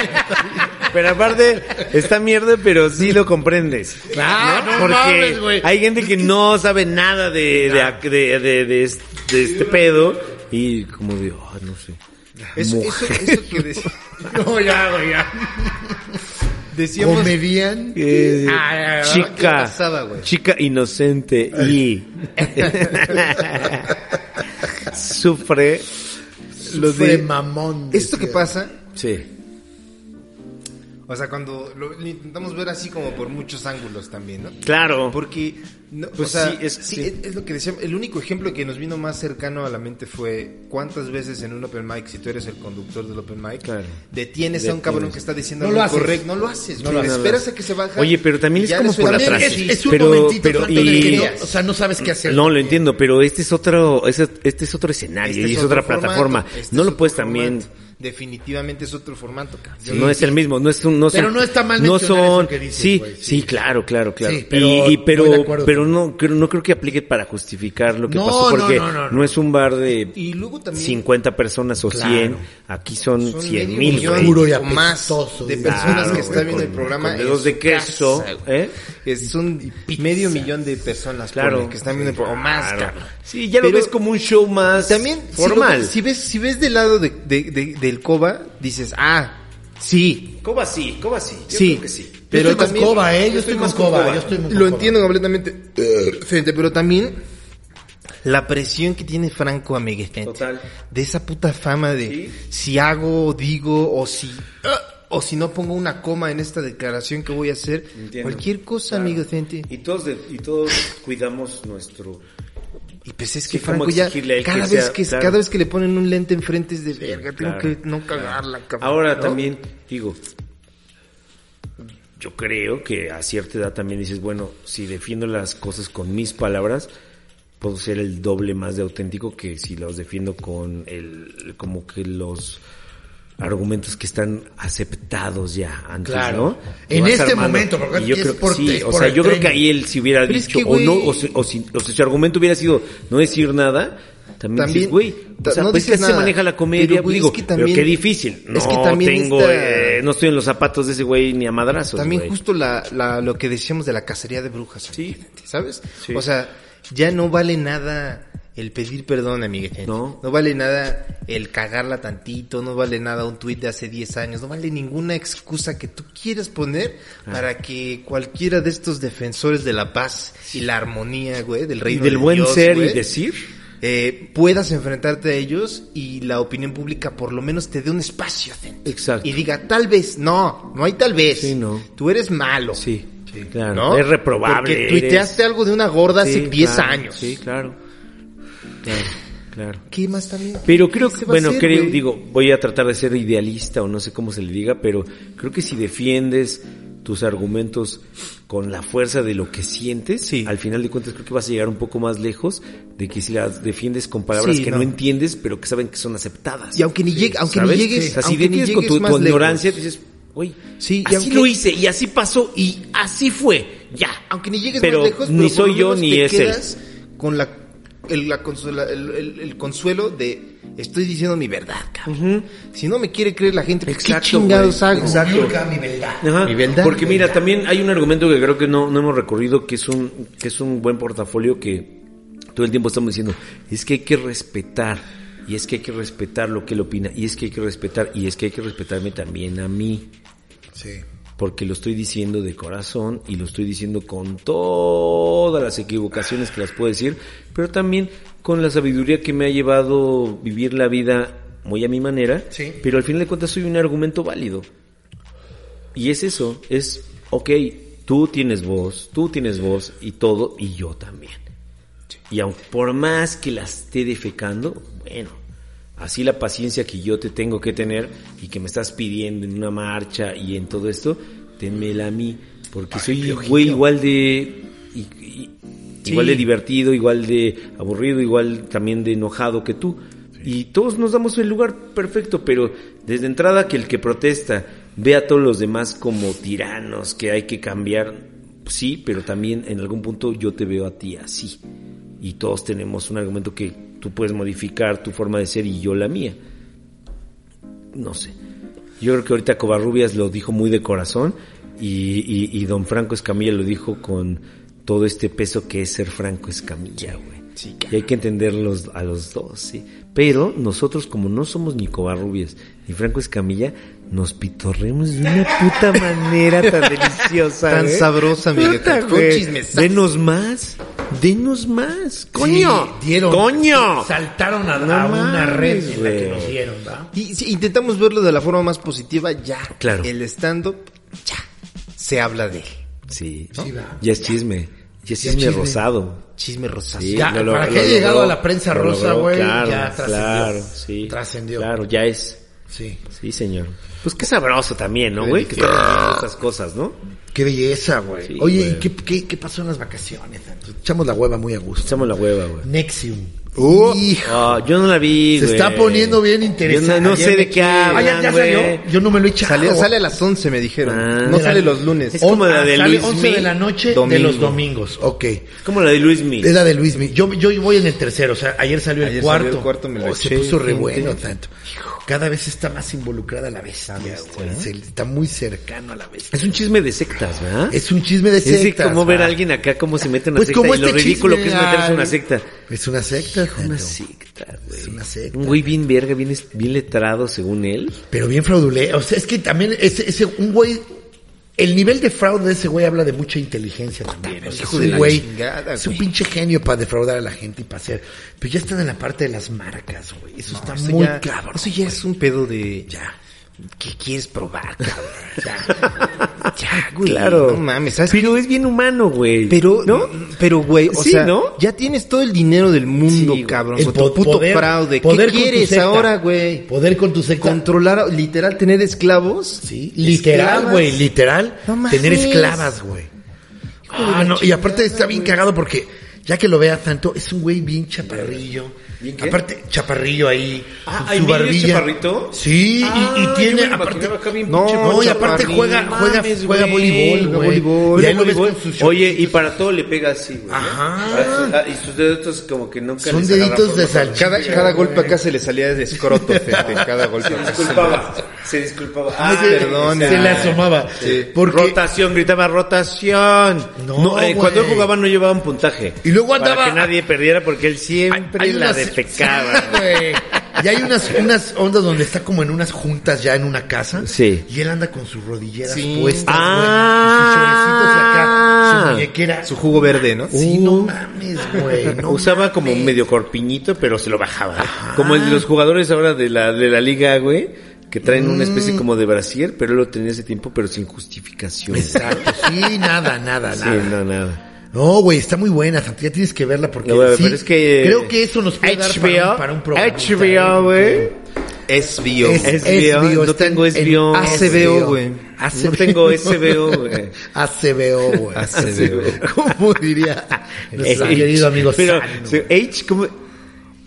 [SPEAKER 1] Pero aparte, está mierda, pero sí lo comprendes.
[SPEAKER 2] Claro, no
[SPEAKER 1] Porque
[SPEAKER 2] mames, güey.
[SPEAKER 1] hay gente que no sabe nada de, de, ac- de- de- de es- de este pedo y como digo, "Ah, no sé.
[SPEAKER 3] Eso, eso,
[SPEAKER 1] Mujer.
[SPEAKER 3] eso
[SPEAKER 1] [laughs]
[SPEAKER 3] que de-
[SPEAKER 2] [laughs] No, ya, güey, ya.
[SPEAKER 3] decíamos.
[SPEAKER 2] Comedian.
[SPEAKER 1] Eh,
[SPEAKER 2] Ah,
[SPEAKER 3] qué
[SPEAKER 1] chica,
[SPEAKER 3] pasada, güey.
[SPEAKER 1] chica inocente y [laughs] sufre
[SPEAKER 2] Lo
[SPEAKER 1] lo de...
[SPEAKER 2] mamón.
[SPEAKER 3] Esto que
[SPEAKER 2] decía.
[SPEAKER 3] pasa,
[SPEAKER 1] Sí,
[SPEAKER 3] o sea, cuando lo, lo intentamos ver así como por muchos ángulos también, ¿no?
[SPEAKER 1] claro.
[SPEAKER 3] Porque, no, o
[SPEAKER 1] Pues
[SPEAKER 3] sea,
[SPEAKER 1] sí, es- sí.
[SPEAKER 3] es, es lo que decíamos. El único ejemplo que nos vino más cercano a la mente fue cuántas veces en un open mic, si tú eres el conductor del open mic,
[SPEAKER 1] Claro.
[SPEAKER 3] detienes a un
[SPEAKER 1] Detienes.
[SPEAKER 3] cabrón que está diciendo
[SPEAKER 2] No
[SPEAKER 3] algo
[SPEAKER 2] lo haces.
[SPEAKER 3] correcto. No lo haces,
[SPEAKER 1] No
[SPEAKER 3] güey.
[SPEAKER 1] lo haces.
[SPEAKER 3] Esperas a que se baja.
[SPEAKER 1] Oye, pero también
[SPEAKER 3] y
[SPEAKER 1] es
[SPEAKER 3] ya
[SPEAKER 1] como
[SPEAKER 3] le
[SPEAKER 1] por
[SPEAKER 3] sueltas.
[SPEAKER 2] También
[SPEAKER 1] atrás.
[SPEAKER 2] es,
[SPEAKER 3] Sí.
[SPEAKER 2] es un
[SPEAKER 1] Pero-
[SPEAKER 2] momentito
[SPEAKER 1] pero-
[SPEAKER 2] tanto en el
[SPEAKER 1] y-
[SPEAKER 2] que no- o sea, no sabes qué hacer.
[SPEAKER 1] No, lo entiendo, pero este es otro, ese- este es otro escenario
[SPEAKER 3] Este
[SPEAKER 1] y es,
[SPEAKER 3] otro
[SPEAKER 1] otra plataforma.
[SPEAKER 3] formato, este
[SPEAKER 1] no
[SPEAKER 3] es
[SPEAKER 1] lo
[SPEAKER 3] otro
[SPEAKER 1] puedes también.
[SPEAKER 3] formato. Definitivamente es otro formato, cabrón.
[SPEAKER 1] No es el mismo, no es un, no son-
[SPEAKER 2] Pero no está mal
[SPEAKER 1] no
[SPEAKER 2] mencionar eso
[SPEAKER 1] son,
[SPEAKER 2] que dices,
[SPEAKER 1] sí,
[SPEAKER 2] güey,
[SPEAKER 1] sí,
[SPEAKER 2] sí.
[SPEAKER 1] claro, claro, claro.
[SPEAKER 2] Sí, pero
[SPEAKER 1] y, y-
[SPEAKER 2] estoy
[SPEAKER 1] pero,
[SPEAKER 2] de acuerdo.
[SPEAKER 1] pero no, creo- no creo que aplique para justificar lo que
[SPEAKER 2] No,
[SPEAKER 1] pasó
[SPEAKER 2] no,
[SPEAKER 1] porque
[SPEAKER 2] no,
[SPEAKER 1] no,
[SPEAKER 2] no, no.
[SPEAKER 1] es un bar de
[SPEAKER 3] Y luego también
[SPEAKER 1] 50 personas o
[SPEAKER 2] Claro.
[SPEAKER 1] 100, aquí son,
[SPEAKER 3] son
[SPEAKER 1] 100
[SPEAKER 3] medio
[SPEAKER 1] mil.
[SPEAKER 3] millón
[SPEAKER 1] güey.
[SPEAKER 2] Puro y
[SPEAKER 3] o más
[SPEAKER 2] apestoso,
[SPEAKER 3] de
[SPEAKER 2] güey.
[SPEAKER 3] personas
[SPEAKER 1] Claro,
[SPEAKER 3] que
[SPEAKER 1] güey,
[SPEAKER 3] están viendo
[SPEAKER 1] con-
[SPEAKER 3] el programa.
[SPEAKER 1] con
[SPEAKER 3] en
[SPEAKER 1] dedos
[SPEAKER 3] su
[SPEAKER 1] de queso,
[SPEAKER 3] casa, güey.
[SPEAKER 1] ¿eh?
[SPEAKER 3] Es- son medio millón de personas
[SPEAKER 1] Claro.
[SPEAKER 3] claro, que están viendo el programa. O más,
[SPEAKER 1] Claro.
[SPEAKER 3] cabrón.
[SPEAKER 1] Sí, ya lo
[SPEAKER 3] Pero-
[SPEAKER 1] ves como un show más
[SPEAKER 3] También, si lo-
[SPEAKER 1] formal.
[SPEAKER 3] Si, ves, si ves del lado de, de- de- del Coba, dices, ah, sí,
[SPEAKER 1] Coba sí, Coba sí, yo
[SPEAKER 3] Sí.
[SPEAKER 1] creo que sí.
[SPEAKER 2] Pero
[SPEAKER 3] Pero
[SPEAKER 2] yo estoy
[SPEAKER 3] también-
[SPEAKER 2] con Coba, ¿eh? Yo, estoy con
[SPEAKER 1] más con
[SPEAKER 2] Coba.
[SPEAKER 1] Coba.
[SPEAKER 2] Yo estoy muy con
[SPEAKER 3] lo
[SPEAKER 2] Coba.
[SPEAKER 3] entiendo completamente. Frente, Eh, pero también la presión que tiene Franco Ameguefente.
[SPEAKER 1] Total.
[SPEAKER 3] De esa puta fama de si hago, digo, o si. ah, O si no pongo una coma en esta declaración que voy a hacer.
[SPEAKER 1] Entiendo.
[SPEAKER 3] Cualquier cosa,
[SPEAKER 1] Claro.
[SPEAKER 3] amigo gente.
[SPEAKER 1] Y todos, de- y todos cuidamos nuestro...
[SPEAKER 3] Y pues es
[SPEAKER 1] Sí,
[SPEAKER 3] que Franco
[SPEAKER 1] como
[SPEAKER 3] ya
[SPEAKER 1] exigirle a él
[SPEAKER 3] cada
[SPEAKER 1] que
[SPEAKER 3] vez
[SPEAKER 1] sea-
[SPEAKER 3] que
[SPEAKER 1] claro.
[SPEAKER 3] cada vez que le ponen un lente enfrente es de verga,
[SPEAKER 1] claro,
[SPEAKER 3] tengo que no cagarla, cabrón",
[SPEAKER 1] Ahora
[SPEAKER 3] ¿no?
[SPEAKER 1] también, digo, yo creo que a cierta edad también dices, bueno, si defiendo las cosas con mis palabras, puedo ser el doble más de auténtico que si los defiendo con el, como que los argumentos que están aceptados ya antes,
[SPEAKER 2] Claro.
[SPEAKER 1] ¿no?
[SPEAKER 2] En
[SPEAKER 1] Y vas
[SPEAKER 2] este momento, porque
[SPEAKER 1] y yo
[SPEAKER 2] es
[SPEAKER 1] creo que
[SPEAKER 2] por-
[SPEAKER 1] sí,
[SPEAKER 2] es
[SPEAKER 1] o
[SPEAKER 2] por
[SPEAKER 1] sea,
[SPEAKER 2] el
[SPEAKER 1] yo creo que
[SPEAKER 2] trending.
[SPEAKER 1] ahí él si hubiera
[SPEAKER 3] Pero es
[SPEAKER 1] dicho
[SPEAKER 3] que,
[SPEAKER 1] o no,
[SPEAKER 3] güey-
[SPEAKER 1] o, si- o si, o si su argumento hubiera sido no decir nada, también,
[SPEAKER 3] También,
[SPEAKER 1] dices, güey, o
[SPEAKER 3] ta-
[SPEAKER 1] sea,
[SPEAKER 3] no
[SPEAKER 1] pues
[SPEAKER 3] dices
[SPEAKER 1] así se
[SPEAKER 3] nada.
[SPEAKER 1] maneja la comedia,
[SPEAKER 3] Pero, güey,
[SPEAKER 1] digo,
[SPEAKER 3] es que también-
[SPEAKER 1] pero qué difícil, no
[SPEAKER 3] es que también
[SPEAKER 1] tengo,
[SPEAKER 3] esta-
[SPEAKER 1] eh, no estoy en los zapatos de ese güey ni a madrazos,
[SPEAKER 3] También
[SPEAKER 1] güey.
[SPEAKER 3] justo la, la- lo que decíamos de la cacería de brujas,
[SPEAKER 1] Sí.
[SPEAKER 3] amiguete, ¿sabes?
[SPEAKER 1] Sí.
[SPEAKER 3] O sea, ya no vale nada el pedir perdón, amiguete.
[SPEAKER 1] No.
[SPEAKER 3] vale nada el cagarla tantito, no vale nada un tuit de hace 10 años, no vale ninguna excusa que tú quieras poner
[SPEAKER 1] Ah.
[SPEAKER 3] para que cualquiera de estos defensores de la paz y la armonía, güey, del
[SPEAKER 1] y
[SPEAKER 3] reino
[SPEAKER 1] del
[SPEAKER 3] de
[SPEAKER 1] buen
[SPEAKER 3] Dios,
[SPEAKER 1] ser y
[SPEAKER 3] güey,
[SPEAKER 1] decir,
[SPEAKER 3] eh, puedas enfrentarte a ellos y la opinión pública por lo menos te dé un espacio. Zen.
[SPEAKER 1] Exacto.
[SPEAKER 3] Y diga, tal vez, no, no hay tal vez.
[SPEAKER 1] Sí, no.
[SPEAKER 3] Tú eres malo.
[SPEAKER 1] sí, claro,
[SPEAKER 3] ¿no?
[SPEAKER 1] es reprobable.
[SPEAKER 3] Porque
[SPEAKER 1] eres-
[SPEAKER 3] tuiteaste algo de una gorda
[SPEAKER 1] Sí,
[SPEAKER 3] hace 10
[SPEAKER 1] claro,
[SPEAKER 3] años.
[SPEAKER 1] Sí, claro. Claro, claro.
[SPEAKER 3] ¿Qué más también?
[SPEAKER 1] Pero creo
[SPEAKER 3] ¿Qué
[SPEAKER 1] que,
[SPEAKER 3] se va a
[SPEAKER 1] bueno,
[SPEAKER 3] hacer,
[SPEAKER 1] creo,
[SPEAKER 3] güey?
[SPEAKER 1] digo, voy a tratar de ser idealista o no sé cómo se le diga, pero creo que si defiendes tus argumentos con la fuerza de lo que sientes, al final de cuentas creo que vas a llegar un poco más lejos de que si las defiendes con palabras
[SPEAKER 3] Sí,
[SPEAKER 1] que no.
[SPEAKER 3] no.
[SPEAKER 1] entiendes, pero que saben que son aceptadas.
[SPEAKER 3] Y aunque ni llegue- aunque ni
[SPEAKER 1] ¿sabes?
[SPEAKER 3] llegues-
[SPEAKER 1] O sea, si
[SPEAKER 3] aunque ni
[SPEAKER 1] defiendes con
[SPEAKER 3] llegues
[SPEAKER 1] tu,
[SPEAKER 3] más
[SPEAKER 1] tu
[SPEAKER 3] lejos.
[SPEAKER 1] ignorancia, dices, güey,
[SPEAKER 3] Sí, y
[SPEAKER 1] así
[SPEAKER 3] aunque-
[SPEAKER 1] lo hice y así pasó y así fue, ya.
[SPEAKER 3] Aunque ni llegues
[SPEAKER 1] Pero
[SPEAKER 3] más lejos,
[SPEAKER 1] ni
[SPEAKER 3] pero por
[SPEAKER 1] soy
[SPEAKER 3] lo
[SPEAKER 1] yo
[SPEAKER 3] menos
[SPEAKER 1] ni
[SPEAKER 3] te
[SPEAKER 1] es él.
[SPEAKER 3] quedas Con la, el, la consuela- el- el- el consuelo de estoy diciendo mi verdad, cabrón. Si no me quiere creer la gente, pues,
[SPEAKER 1] Exacto,
[SPEAKER 3] ¿qué chingados
[SPEAKER 1] güey.
[SPEAKER 3] hago?
[SPEAKER 1] Exacto.
[SPEAKER 2] Yurka, mi verdad.
[SPEAKER 1] Ajá,
[SPEAKER 3] Mi verdad,
[SPEAKER 1] porque
[SPEAKER 3] mi
[SPEAKER 1] mira, también hay un argumento que creo que no, no hemos recorrido, que es un, que es un buen portafolio que todo el tiempo estamos diciendo, es que hay que respetar, y es que hay que respetar lo que él opina, y es que hay que respetar, y es que hay que respetarme también a mí.
[SPEAKER 2] Sí.
[SPEAKER 1] porque lo estoy diciendo de corazón y lo estoy diciendo con todas las equivocaciones que las puedo decir, pero también con la sabiduría que me ha llevado vivir la vida muy a mi manera,
[SPEAKER 2] Sí.
[SPEAKER 1] pero al final de cuentas soy un argumento válido. Y es eso, es, ok, tú tienes voz, tú tienes voz y todo, y yo también. Y aun por más que la esté defecando, bueno, así la paciencia que yo te tengo que tener y que me estás pidiendo en una marcha y en todo esto, tenmela a mí, porque soy güey igual de... y- y- Igual de divertido, igual de aburrido, igual también de enojado que tú. Y todos nos damos el lugar perfecto, pero desde entrada que el que protesta ve a todos los demás como tiranos que hay que cambiar, pues sí, pero también en algún punto yo te veo a ti así y todos tenemos un argumento que tú puedes modificar tu forma de ser y yo la mía. No sé. Yo creo que ahorita Covarrubias lo dijo muy de corazón y, y- y Don Franco Escamilla lo dijo con todo este peso que es ser Franco Escamilla, güey. y hay que entenderlos a los dos, sí. Pero nosotros, como no somos ni Covarrubias ni Franco Escamilla, nos pitorremos de una puta [laughs] manera tan deliciosa,
[SPEAKER 3] Tan
[SPEAKER 1] güey.
[SPEAKER 3] sabrosa, mi
[SPEAKER 1] Puta,
[SPEAKER 3] Con
[SPEAKER 1] güey.
[SPEAKER 3] chismesazo.
[SPEAKER 1] Denos más. Denos más. Coño.
[SPEAKER 2] Sí, dieron.
[SPEAKER 1] Coño.
[SPEAKER 2] Saltaron a,
[SPEAKER 1] No
[SPEAKER 2] a una
[SPEAKER 1] mames,
[SPEAKER 2] red en la que
[SPEAKER 1] güey.
[SPEAKER 2] nos dieron, ¿va?
[SPEAKER 3] Y si intentamos verlo de la forma más positiva, ya.
[SPEAKER 1] Claro.
[SPEAKER 3] El stand-up, ya. Se habla de él.
[SPEAKER 1] Sí.
[SPEAKER 2] Sí, va.
[SPEAKER 1] Ya es chisme. Ya es chisme
[SPEAKER 2] chisme.
[SPEAKER 1] rosado.
[SPEAKER 3] Chisme rosazo.
[SPEAKER 1] Sí,
[SPEAKER 2] Ya,
[SPEAKER 1] lo lo-
[SPEAKER 2] para
[SPEAKER 1] lo
[SPEAKER 2] que haya
[SPEAKER 1] logró,
[SPEAKER 2] llegado a la prensa
[SPEAKER 1] lo
[SPEAKER 2] rosa,
[SPEAKER 1] logró,
[SPEAKER 2] güey,
[SPEAKER 1] Claro,
[SPEAKER 2] ya trascendió.
[SPEAKER 1] Claro, sí.
[SPEAKER 2] Trascendió.
[SPEAKER 1] Claro, ya es.
[SPEAKER 2] Sí.
[SPEAKER 1] Sí, señor. Pues qué sabroso también, ¿no, güey? Que están haciendo estas cosas, ¿no?
[SPEAKER 2] Qué belleza, güey.
[SPEAKER 1] Sí,
[SPEAKER 2] Oye,
[SPEAKER 1] güey.
[SPEAKER 2] ¿y qué, qué, qué pasó en las vacaciones? Santos? Echamos Uh. la hueva muy a gusto.
[SPEAKER 1] Echamos la hueva, güey.
[SPEAKER 2] Nexium. Hijo.
[SPEAKER 1] Ah, yo no la vi,
[SPEAKER 2] Se
[SPEAKER 1] güey.
[SPEAKER 2] está poniendo bien interesante.
[SPEAKER 1] Yo no, no sé de qué
[SPEAKER 2] Ah, ya,
[SPEAKER 1] hablan,
[SPEAKER 2] ya
[SPEAKER 1] güey.
[SPEAKER 2] salió. Yo no me lo he echado.
[SPEAKER 3] Sale, sale a las 11, me dijeron.
[SPEAKER 1] Ah.
[SPEAKER 3] no
[SPEAKER 2] De la-
[SPEAKER 3] sale los lunes.
[SPEAKER 1] Es como la de
[SPEAKER 2] Ah, sale
[SPEAKER 1] Luis
[SPEAKER 2] 11 de
[SPEAKER 1] Mi.
[SPEAKER 2] la noche de
[SPEAKER 3] Domingo.
[SPEAKER 2] los domingos. Ok.
[SPEAKER 1] Es como la de Luis Mi.
[SPEAKER 2] Es la de Luis Mi. Yo, yo voy en el tercero, o sea, ayer salió el
[SPEAKER 3] Ayer
[SPEAKER 2] cuarto.
[SPEAKER 3] salió el cuarto, me lo
[SPEAKER 2] Oh, Se
[SPEAKER 3] eché,
[SPEAKER 2] puso re
[SPEAKER 3] gente.
[SPEAKER 2] bueno tanto. Cada vez está más involucrada la bestia, güey. Se- Está muy cercano a la bestia.
[SPEAKER 1] Es un chisme de sectas, ¿verdad?
[SPEAKER 2] Es un chisme de
[SPEAKER 1] Es
[SPEAKER 2] sectas.
[SPEAKER 1] como ver a
[SPEAKER 2] va.
[SPEAKER 1] alguien acá cómo se mete en una
[SPEAKER 2] Pues
[SPEAKER 1] secta
[SPEAKER 2] como
[SPEAKER 1] y lo
[SPEAKER 2] este
[SPEAKER 1] ridículo que
[SPEAKER 2] chisme,
[SPEAKER 1] es meterse en una
[SPEAKER 2] ay.
[SPEAKER 1] secta.
[SPEAKER 2] Es una secta,
[SPEAKER 1] Una
[SPEAKER 2] tanto.
[SPEAKER 1] secta, güey.
[SPEAKER 2] Es una secta.
[SPEAKER 1] Un güey bien verga, bien, es- bien letrado según él.
[SPEAKER 2] Pero bien fraudulento. O sea, es que también ese, ese un güey. El nivel de fraude de ese güey habla de mucha inteligencia también. O sea,
[SPEAKER 3] hijo
[SPEAKER 2] es
[SPEAKER 3] de
[SPEAKER 2] un
[SPEAKER 3] la
[SPEAKER 2] güey.
[SPEAKER 3] chingada,
[SPEAKER 2] Es un
[SPEAKER 3] güey.
[SPEAKER 2] pinche genio para defraudar a la gente y para hacer. Pero ya están en la parte de las marcas, güey. Eso está
[SPEAKER 3] Eso
[SPEAKER 2] muy
[SPEAKER 3] ya-
[SPEAKER 2] cabrón.
[SPEAKER 3] Eso ya es un pedo de.
[SPEAKER 2] Ya.
[SPEAKER 3] ¿Qué quieres probar, cabrón?
[SPEAKER 1] [laughs]
[SPEAKER 2] Ya.
[SPEAKER 3] Ya, güey.
[SPEAKER 1] Claro.
[SPEAKER 3] No mames, ¿sabes?
[SPEAKER 1] Pero es bien humano, güey.
[SPEAKER 3] Pero,
[SPEAKER 1] ¿no?
[SPEAKER 3] pero güey, o
[SPEAKER 1] Sí,
[SPEAKER 3] sea,
[SPEAKER 1] ¿no?
[SPEAKER 3] ya tienes todo el dinero del mundo,
[SPEAKER 1] Sí,
[SPEAKER 3] cabrón.
[SPEAKER 2] El
[SPEAKER 3] con
[SPEAKER 2] po-
[SPEAKER 3] tu puto
[SPEAKER 2] poder-
[SPEAKER 3] fraude.
[SPEAKER 2] poder
[SPEAKER 3] ¿Qué
[SPEAKER 2] con tu
[SPEAKER 3] quieres
[SPEAKER 2] secta.
[SPEAKER 3] ahora, güey?
[SPEAKER 2] Poder con tu secta.
[SPEAKER 3] Controlar, literal, tener esclavos.
[SPEAKER 2] Sí, literal,
[SPEAKER 3] Esclavas.
[SPEAKER 2] güey, literal.
[SPEAKER 3] No mames.
[SPEAKER 2] tener esclavas, güey. Ah, no, y aparte está bien cagado porque ya que lo veas tanto, es un güey bien chaparrillo. Aparte, chaparrillo ahí.
[SPEAKER 1] Ah,
[SPEAKER 2] con
[SPEAKER 1] ¿ahí
[SPEAKER 2] su
[SPEAKER 1] viene el
[SPEAKER 2] barbilla.
[SPEAKER 1] chaparrito?
[SPEAKER 2] Sí, y-
[SPEAKER 1] Ah,
[SPEAKER 2] y,
[SPEAKER 1] yo
[SPEAKER 2] tiene.
[SPEAKER 1] me lo
[SPEAKER 2] aparte-
[SPEAKER 1] imaginaba acá bien
[SPEAKER 2] no,
[SPEAKER 1] pinche
[SPEAKER 2] no, y
[SPEAKER 1] chaparrillo.
[SPEAKER 2] aparte juega,
[SPEAKER 1] No
[SPEAKER 2] juega,
[SPEAKER 1] mames,
[SPEAKER 2] juega
[SPEAKER 1] güey.
[SPEAKER 2] voleibol,
[SPEAKER 3] Juega
[SPEAKER 2] güey.
[SPEAKER 3] voleibol,
[SPEAKER 2] Y ahí lo ves
[SPEAKER 1] Voleibol.
[SPEAKER 2] con sus
[SPEAKER 1] Oye, y para todo le pega así, güey. ¿no?
[SPEAKER 2] Ajá.
[SPEAKER 1] Ah, Y sus dedos como que nunca
[SPEAKER 2] Son
[SPEAKER 1] les agarra
[SPEAKER 2] deditos de
[SPEAKER 1] forma.
[SPEAKER 2] salchicha.
[SPEAKER 3] Cada, cada golpe acá se le salía de escroto,
[SPEAKER 2] [laughs]
[SPEAKER 3] Fete. Cada golpe
[SPEAKER 1] Se
[SPEAKER 3] acá.
[SPEAKER 1] disculpaba. Se disculpaba.
[SPEAKER 3] Ay,
[SPEAKER 1] Ah,
[SPEAKER 3] se-
[SPEAKER 1] perdón.
[SPEAKER 3] perdona.
[SPEAKER 2] Se le asomaba. Porque-
[SPEAKER 1] Rotación, gritaba rotación.
[SPEAKER 2] No,
[SPEAKER 1] eh,
[SPEAKER 2] güey.
[SPEAKER 1] cuando él jugaba no llevaban puntaje.
[SPEAKER 2] Y luego andaba-
[SPEAKER 1] Para que nadie perdiera porque él
[SPEAKER 2] Hay-
[SPEAKER 1] siempre
[SPEAKER 2] hay
[SPEAKER 1] la
[SPEAKER 2] unas-
[SPEAKER 1] defecaba.
[SPEAKER 2] [laughs] Sí, güey. Y hay unas, unas ondas donde está como en unas juntas ya en una casa.
[SPEAKER 1] Sí.
[SPEAKER 2] Y él anda con sus rodilleras
[SPEAKER 3] Sí.
[SPEAKER 2] puestas,
[SPEAKER 1] Ah.
[SPEAKER 2] güey. y Sus chorecitos de acá. Su muñequera.
[SPEAKER 3] Su jugo verde,
[SPEAKER 1] Uh.
[SPEAKER 3] ¿no?
[SPEAKER 2] Sí, no mames, güey. No
[SPEAKER 1] Usaba como medio corpiñito, pero se lo bajaba. Como el de los jugadores ahora de la, de la liga, güey, que traen
[SPEAKER 2] Mm.
[SPEAKER 1] una especie como de brasier, pero él lo tenía ese tiempo, pero sin justificación.
[SPEAKER 2] Exacto. Sí, nada,
[SPEAKER 1] [laughs]
[SPEAKER 2] nada,
[SPEAKER 1] Sí,
[SPEAKER 2] nada.
[SPEAKER 1] no, nada.
[SPEAKER 2] No, güey, está muy buena, Santi. Ya tienes que verla porque
[SPEAKER 1] La voy a ver,
[SPEAKER 2] sí,
[SPEAKER 1] pero es que-
[SPEAKER 2] creo que eso nos puede dar para un, para un programa.
[SPEAKER 1] HBO, güey.
[SPEAKER 3] Es bio.
[SPEAKER 2] Es-
[SPEAKER 1] HBO,
[SPEAKER 2] HBO,
[SPEAKER 1] no
[SPEAKER 2] está en-
[SPEAKER 1] tengo
[SPEAKER 2] en
[SPEAKER 1] HBO.
[SPEAKER 3] ACBO, güey.
[SPEAKER 2] eh,
[SPEAKER 1] No
[SPEAKER 2] [laughs]
[SPEAKER 1] tengo SBO, güey.
[SPEAKER 2] ACBO, güey.
[SPEAKER 3] ACBO.
[SPEAKER 2] [laughs] ¿Cómo diría nuestro
[SPEAKER 1] H.
[SPEAKER 2] querido amigo
[SPEAKER 1] Pero,
[SPEAKER 2] Sano?
[SPEAKER 1] se- H, ¿cómo?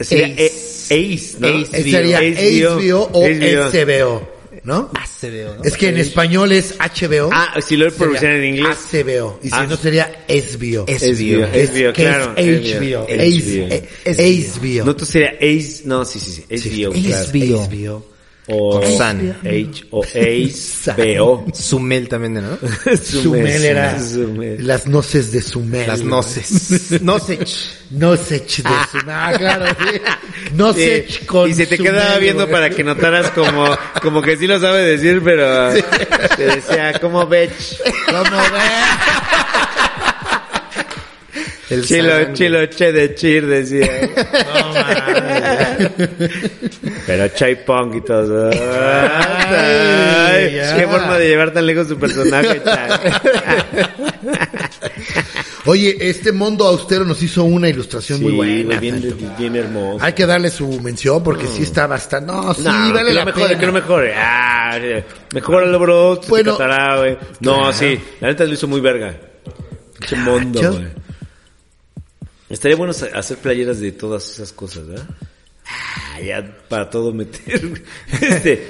[SPEAKER 1] Sería
[SPEAKER 2] Ace.
[SPEAKER 1] eh, Ace, ¿no?
[SPEAKER 2] Ace sería HBO, o HBO, ¿no?
[SPEAKER 3] HBO, ¿no?
[SPEAKER 2] Es que en español es HBO.
[SPEAKER 1] Ah, si lo pronuncian en inglés.
[SPEAKER 2] HBO. Y si
[SPEAKER 1] Ah.
[SPEAKER 2] no sería SBO.
[SPEAKER 1] HBO,
[SPEAKER 2] Que es-
[SPEAKER 1] HBO,
[SPEAKER 2] que
[SPEAKER 1] claro.
[SPEAKER 2] Es HBO.
[SPEAKER 1] HBO.
[SPEAKER 2] Ace- eh, HBO.
[SPEAKER 1] No, tú sería Ace, no, sí, sí, sí, HBO,
[SPEAKER 2] Sí,
[SPEAKER 1] claro.
[SPEAKER 2] HBO.
[SPEAKER 1] O
[SPEAKER 3] Con San.
[SPEAKER 1] H o H B O.
[SPEAKER 3] Sumel también, ¿no? [laughs]
[SPEAKER 2] Sumel era
[SPEAKER 1] Sumel.
[SPEAKER 2] las noces de Sumel.
[SPEAKER 3] Las
[SPEAKER 2] [laughs]
[SPEAKER 3] noces. Nocech.
[SPEAKER 2] Nocech de Sumel. Ah, claro, sí. Nocech
[SPEAKER 1] Sí,
[SPEAKER 2] con
[SPEAKER 1] y se te
[SPEAKER 2] Sumel,
[SPEAKER 1] quedaba viendo
[SPEAKER 2] güey.
[SPEAKER 1] para
[SPEAKER 2] [laughs]
[SPEAKER 1] que notaras como, como que sí lo sabe decir, pero te decía, ¿cómo bech?
[SPEAKER 2] ¿Cómo
[SPEAKER 1] [laughs]
[SPEAKER 2] ves?
[SPEAKER 3] El
[SPEAKER 1] Chilo,
[SPEAKER 3] San.
[SPEAKER 1] chilo, che de chir, decía.
[SPEAKER 2] [laughs]
[SPEAKER 1] Pero Chai Pong y todo. eso. Ay,
[SPEAKER 2] ya.
[SPEAKER 1] qué forma de llevar tan lejos su personaje, Chai.
[SPEAKER 2] Oye, este mundo austero nos hizo una ilustración muy buena.
[SPEAKER 1] güey, bien,
[SPEAKER 2] Santo.
[SPEAKER 1] bien hermoso.
[SPEAKER 2] Hay que darle su mención porque sí está bastante. No, sí,
[SPEAKER 1] No,
[SPEAKER 2] vale
[SPEAKER 1] que
[SPEAKER 2] la
[SPEAKER 1] lo mejore,
[SPEAKER 2] pena.
[SPEAKER 1] que lo mejore. Ah, eh, mejóralo, bro. se
[SPEAKER 2] Bueno.
[SPEAKER 1] catará, güey. No,
[SPEAKER 2] Claro.
[SPEAKER 1] sí. La neta lo hizo muy verga. Qué mondo,
[SPEAKER 2] Cacho.
[SPEAKER 1] güey. Estaría bueno sa- hacer playeras de todas esas cosas, ¿verdad? Ah, ya para todo meter. [laughs] este,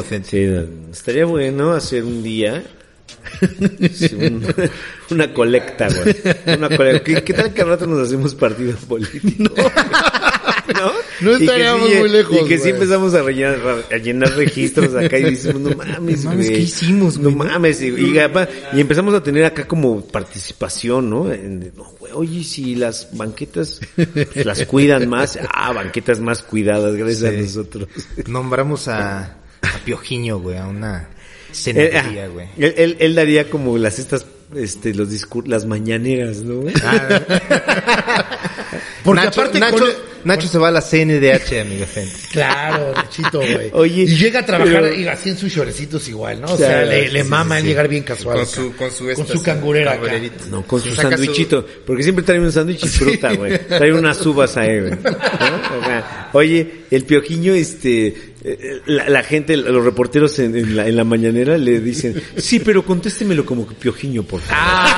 [SPEAKER 1] Sí, sí, sí.
[SPEAKER 3] gente.
[SPEAKER 1] Sí, no, estaría bueno hacer un día. sí, un- [laughs] una colecta, güey. Una colecta. ¿Qué, qué tal que al rato nos hacemos partido [laughs] político? No,
[SPEAKER 2] No
[SPEAKER 1] Y que
[SPEAKER 2] estaríamos
[SPEAKER 1] sí,
[SPEAKER 2] muy lejos,
[SPEAKER 1] Y que sí
[SPEAKER 2] güey.
[SPEAKER 1] empezamos a rellenar, a llenar registros acá y decimos, no mames,
[SPEAKER 3] No mames,
[SPEAKER 1] güey.
[SPEAKER 3] ¿qué hicimos,
[SPEAKER 1] No
[SPEAKER 3] güey?
[SPEAKER 1] mames. Y, y apa- y empezamos a tener acá como participación, ¿no? En- no, güey, oye, si las banquetas pues, las cuidan más. Ah, banquetas más cuidadas, gracias a nosotros.
[SPEAKER 3] Nombramos a, a Piojiño, güey, a
[SPEAKER 1] Él,
[SPEAKER 3] una
[SPEAKER 1] ah,
[SPEAKER 2] Eh,
[SPEAKER 3] cenaría, güey.
[SPEAKER 1] él- él- él daría como las estas, este, los discur las mañaneras, ¿no?
[SPEAKER 2] Porque
[SPEAKER 3] Nacho,
[SPEAKER 2] aparte
[SPEAKER 3] Nacho,
[SPEAKER 2] con-
[SPEAKER 3] Nacho se va a la CNDH, amiga gente.
[SPEAKER 1] [laughs]
[SPEAKER 2] Claro, Nachito, güey.
[SPEAKER 1] Oye,
[SPEAKER 2] y llega a trabajar
[SPEAKER 1] pero-
[SPEAKER 2] y así en sus llorecitos igual, ¿no? O sea,
[SPEAKER 1] Claro,
[SPEAKER 2] le, le
[SPEAKER 1] sí,
[SPEAKER 2] mama el llegar bien casual.
[SPEAKER 3] Con
[SPEAKER 2] acá.
[SPEAKER 3] su- con su
[SPEAKER 2] con
[SPEAKER 3] esta,
[SPEAKER 2] su cangurera. acá.
[SPEAKER 3] camburerita.
[SPEAKER 1] No, con su
[SPEAKER 3] Saca su-
[SPEAKER 1] sandwichito. Porque siempre trae un sándwich y fruta, güey. Trae unas uvas ahí, güey. ¿No? O sea, Oye, el piojiño, este, eh, eh, la, la gente, los reporteros en, en la, en la mañanera le dicen, sí, pero contéstemelo como que piojiño, por favor.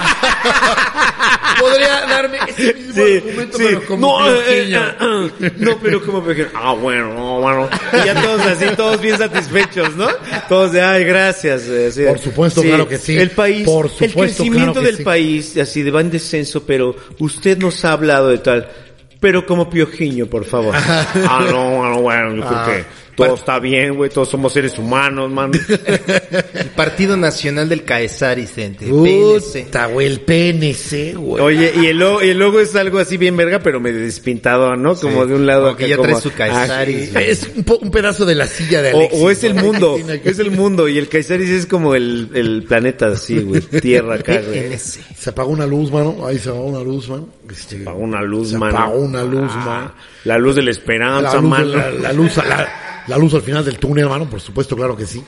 [SPEAKER 2] Podría darme ese mismo
[SPEAKER 1] Sí,
[SPEAKER 2] argumento,
[SPEAKER 1] sí.
[SPEAKER 2] pero como
[SPEAKER 1] no, eh,
[SPEAKER 2] piojiño.
[SPEAKER 1] eh, ah, ah. no, pero como piojiño. Ah, bueno, no, bueno. Y ya todos así, todos bien satisfechos, ¿no? Todos de, ay, gracias. eh, sí.
[SPEAKER 2] Por supuesto, claro que sí.
[SPEAKER 1] El país,
[SPEAKER 2] Por
[SPEAKER 1] el
[SPEAKER 2] supuesto,
[SPEAKER 1] crecimiento
[SPEAKER 2] claro que
[SPEAKER 1] del
[SPEAKER 2] sí.
[SPEAKER 1] país, así de va en descenso, pero usted nos ha hablado de tal. Pero como piojiño, por
[SPEAKER 2] [laughs]
[SPEAKER 1] favor. ah, no, bueno, bueno, yo creo que todo está bien, güey, todos somos seres humanos, man.
[SPEAKER 3] El Partido Nacional del Caesar, Cente. PNC.
[SPEAKER 2] Puta, güey, el PNC, güey.
[SPEAKER 1] Oye, y el, logo, y el logo es algo así bien verga, pero medio despintado, ¿no? Como de un lado
[SPEAKER 3] Como que
[SPEAKER 1] acá,
[SPEAKER 3] ya trae
[SPEAKER 1] como-
[SPEAKER 3] su Caesaris,
[SPEAKER 1] Ah,
[SPEAKER 3] güey.
[SPEAKER 2] Es un, po- un pedazo de la silla de
[SPEAKER 1] O,
[SPEAKER 2] Alexis.
[SPEAKER 1] o es el
[SPEAKER 2] güey.
[SPEAKER 1] mundo,
[SPEAKER 2] Sí, no hay que-
[SPEAKER 1] es el mundo, y el Kaiseris es como el, el planeta así, güey, tierra
[SPEAKER 2] [laughs]
[SPEAKER 1] acá, güey.
[SPEAKER 3] PNC.
[SPEAKER 2] Se apagó una luz, mano. Ahí se apagó una luz, mano. Este,
[SPEAKER 1] Apagó una luz,
[SPEAKER 2] se
[SPEAKER 1] mano.
[SPEAKER 2] apagó una luz,
[SPEAKER 1] Ah,
[SPEAKER 2] mano.
[SPEAKER 1] La luz de la
[SPEAKER 2] La
[SPEAKER 1] esperanza,
[SPEAKER 2] luz,
[SPEAKER 1] mano.
[SPEAKER 2] la- la luz, la- la luz al final del túnel, mano. Por supuesto, claro que sí.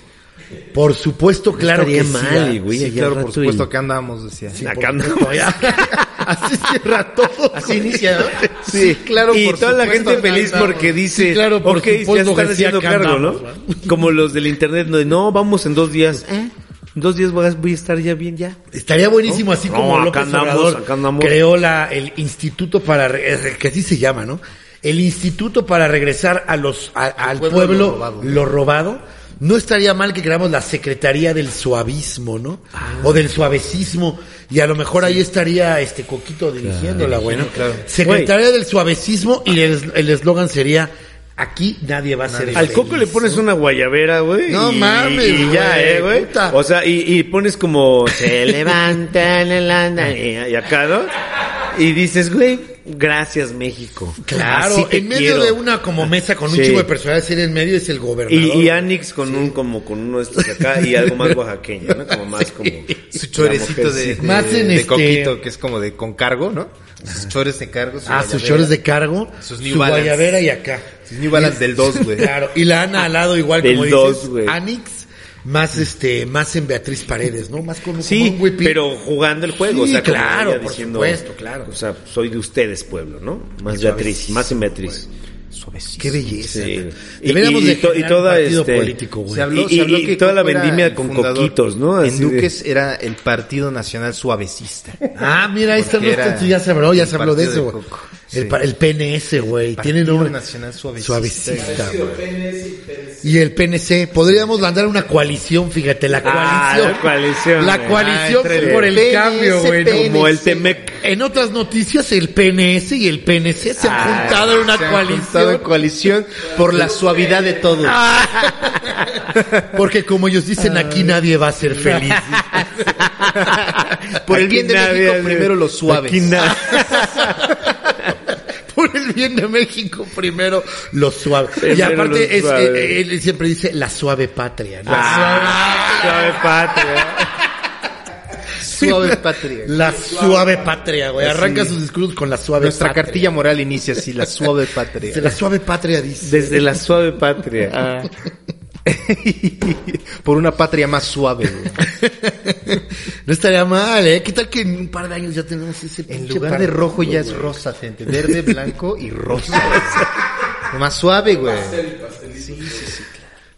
[SPEAKER 2] Por supuesto, claro que
[SPEAKER 1] estaría
[SPEAKER 2] sí.
[SPEAKER 1] mal,
[SPEAKER 2] ah.
[SPEAKER 1] güey,
[SPEAKER 2] Sí,
[SPEAKER 1] allá
[SPEAKER 2] claro,
[SPEAKER 1] al
[SPEAKER 2] por
[SPEAKER 1] rato
[SPEAKER 2] supuesto.
[SPEAKER 3] Puesto que andamos, decía.
[SPEAKER 2] Sí,
[SPEAKER 1] Acá
[SPEAKER 2] por
[SPEAKER 1] andamos.
[SPEAKER 2] supuesto, ya. [laughs] Así cierra todo. Así
[SPEAKER 3] inicia, ¿no?
[SPEAKER 1] Sí,
[SPEAKER 3] Sí, claro,
[SPEAKER 1] Y
[SPEAKER 3] por
[SPEAKER 1] toda la
[SPEAKER 3] supuesto
[SPEAKER 1] gente
[SPEAKER 3] que
[SPEAKER 1] feliz
[SPEAKER 3] andamos.
[SPEAKER 1] porque dice,
[SPEAKER 2] Sí, claro, por
[SPEAKER 1] ok, ya
[SPEAKER 2] supuesto
[SPEAKER 1] están
[SPEAKER 2] que sí,
[SPEAKER 1] haciendo
[SPEAKER 2] acá
[SPEAKER 1] cargo,
[SPEAKER 2] andamos,
[SPEAKER 1] ¿no?
[SPEAKER 2] ¿verdad?
[SPEAKER 1] [laughs] Como los del internet, no, de, no, vamos en dos días. ¿Eh? En dos días voy a- voy a estar ya bien, ya.
[SPEAKER 2] Estaría buenísimo así
[SPEAKER 1] No,
[SPEAKER 2] como
[SPEAKER 1] acá
[SPEAKER 2] López
[SPEAKER 1] andamos,
[SPEAKER 2] Obrador
[SPEAKER 1] acá andamos.
[SPEAKER 2] creó la, el instituto para re- eh, que así se llama, ¿no? El instituto para regresar a los a- al pueblo,
[SPEAKER 3] pueblo
[SPEAKER 2] lo,
[SPEAKER 3] lo
[SPEAKER 2] robado.
[SPEAKER 3] robado.
[SPEAKER 2] No estaría mal que creamos la secretaría del suavismo, ¿no?
[SPEAKER 1] Ah.
[SPEAKER 2] O del suavecismo y a lo mejor ahí estaría este coquito dirigiéndola, güey. ¿no? Secretaría del suavecismo y el el eslogan sería aquí nadie va a ser
[SPEAKER 1] Al
[SPEAKER 2] feliz".
[SPEAKER 1] coco le pones una guayabera, güey.
[SPEAKER 2] No
[SPEAKER 1] y-
[SPEAKER 2] mames,
[SPEAKER 1] Y ya,
[SPEAKER 2] güey,
[SPEAKER 1] eh, güey.
[SPEAKER 2] puta.
[SPEAKER 1] O sea, y, y pones como, se [laughs] levanta el anda, y, y acá, ¿no? Y dices, güey, gracias México.
[SPEAKER 2] Claro,
[SPEAKER 1] Así te
[SPEAKER 2] en medio
[SPEAKER 1] quiero.
[SPEAKER 2] de una como mesa con un
[SPEAKER 1] Sí.
[SPEAKER 2] chico de personalidades, él en medio es el gobernador.
[SPEAKER 1] Y, y Anix con un, como con uno de estos de acá y algo más oaxaqueño, ¿no? Como más
[SPEAKER 2] [laughs]
[SPEAKER 1] como.
[SPEAKER 3] Su chorecito de, de,
[SPEAKER 2] Más en
[SPEAKER 3] de
[SPEAKER 2] este-
[SPEAKER 3] coquito, que es como de con cargo, ¿no? Sus chores de cargo. su
[SPEAKER 2] Ah, sus
[SPEAKER 3] guayabera,
[SPEAKER 2] shorts de cargo,
[SPEAKER 3] Sus New
[SPEAKER 2] su
[SPEAKER 3] Balance.
[SPEAKER 2] guayabera y acá.
[SPEAKER 3] Sus New Balance del 2, güey.
[SPEAKER 2] Claro, y la
[SPEAKER 3] [laughs]
[SPEAKER 2] Ana al lado igual
[SPEAKER 1] Del
[SPEAKER 2] como
[SPEAKER 1] dos,
[SPEAKER 2] dices,
[SPEAKER 1] güey.
[SPEAKER 2] Anix más este más en Beatriz Paredes, ¿no? Más como, como
[SPEAKER 1] Sí,
[SPEAKER 2] un whippy.
[SPEAKER 1] pero jugando el juego, o
[SPEAKER 2] Sí,
[SPEAKER 1] sea, como
[SPEAKER 2] claro,
[SPEAKER 1] ella
[SPEAKER 2] por supuesto, claro.
[SPEAKER 1] O sea, soy de ustedes, pueblo, ¿no? Más Beatriz, más en Beatriz.
[SPEAKER 2] qué belleza.
[SPEAKER 1] Sí.
[SPEAKER 2] Deberíamos
[SPEAKER 1] Y- y-
[SPEAKER 2] de
[SPEAKER 1] y to- y
[SPEAKER 2] generar
[SPEAKER 1] toda,
[SPEAKER 2] un partido
[SPEAKER 1] este,
[SPEAKER 2] político, güey.
[SPEAKER 3] Se habló,
[SPEAKER 1] Y-
[SPEAKER 3] se habló
[SPEAKER 1] y- y
[SPEAKER 3] que
[SPEAKER 1] toda la
[SPEAKER 3] Coco era
[SPEAKER 1] vendimia
[SPEAKER 3] el
[SPEAKER 1] con
[SPEAKER 3] fundador.
[SPEAKER 1] coquitos, ¿no? Así
[SPEAKER 3] en
[SPEAKER 1] de-
[SPEAKER 3] Duques era el Partido Nacional Suavecista.
[SPEAKER 2] Ah, mira, ahí está,
[SPEAKER 3] Porque
[SPEAKER 2] nuestro-
[SPEAKER 3] era
[SPEAKER 2] sí, ya se habló, ya se
[SPEAKER 3] el
[SPEAKER 2] habló de
[SPEAKER 3] partido
[SPEAKER 2] eso.
[SPEAKER 3] de
[SPEAKER 2] güey.
[SPEAKER 3] Coco.
[SPEAKER 2] El, pa- el PNS, güey. Tiene
[SPEAKER 3] Partido
[SPEAKER 2] nombre.
[SPEAKER 3] Nacional Suavecista.
[SPEAKER 2] Suavecista, güey. Y el PNC. Podríamos mandar una coalición, fíjate, la
[SPEAKER 1] Ah,
[SPEAKER 2] coalición.
[SPEAKER 1] la coalición,
[SPEAKER 2] La
[SPEAKER 1] güey.
[SPEAKER 2] coalición
[SPEAKER 1] Ah, entre
[SPEAKER 2] por
[SPEAKER 1] el
[SPEAKER 2] el cambio, güey. ¿no?
[SPEAKER 1] Como el Temec.
[SPEAKER 2] En otras noticias, el PNS y el PNC se han
[SPEAKER 1] Ah,
[SPEAKER 2] juntado en una
[SPEAKER 3] Se han juntado en
[SPEAKER 2] coalición.
[SPEAKER 3] coalición por la suavidad de todos.
[SPEAKER 2] Ah, Porque como ellos dicen, aquí nadie va a ser feliz.
[SPEAKER 1] [laughs]
[SPEAKER 3] por el
[SPEAKER 1] Aquí
[SPEAKER 3] bien de
[SPEAKER 1] nadie
[SPEAKER 3] México,
[SPEAKER 1] hace-
[SPEAKER 3] primero los suaves.
[SPEAKER 1] Aquí na-
[SPEAKER 2] [laughs] Por el bien de México, primero lo suave. y
[SPEAKER 1] Primero lo
[SPEAKER 2] aparte, es,
[SPEAKER 1] suave.
[SPEAKER 2] eh, él, siempre dice la suave patria. ¿no?
[SPEAKER 1] Ah, suave patria.
[SPEAKER 3] Suave patria.
[SPEAKER 2] La suave patria, güey. Arranca sus discursos con la suave
[SPEAKER 3] Nuestra
[SPEAKER 2] patria.
[SPEAKER 3] cartilla moral inicia así, la suave patria.
[SPEAKER 2] [laughs] Dice, La suave patria dice.
[SPEAKER 1] Desde la suave patria.
[SPEAKER 2] [laughs]
[SPEAKER 1] Ah.
[SPEAKER 3] [laughs] por una patria más suave. güey.
[SPEAKER 2] [laughs] No estaría mal, ¿eh? ¿Qué tal que en un par de años ya tenemos ese
[SPEAKER 3] En
[SPEAKER 2] pinche
[SPEAKER 3] lugar de
[SPEAKER 2] partido,
[SPEAKER 3] rojo ya es
[SPEAKER 2] güey?
[SPEAKER 3] rosa, gente. Verde, blanco y rosa. [laughs] Lo más suave, güey.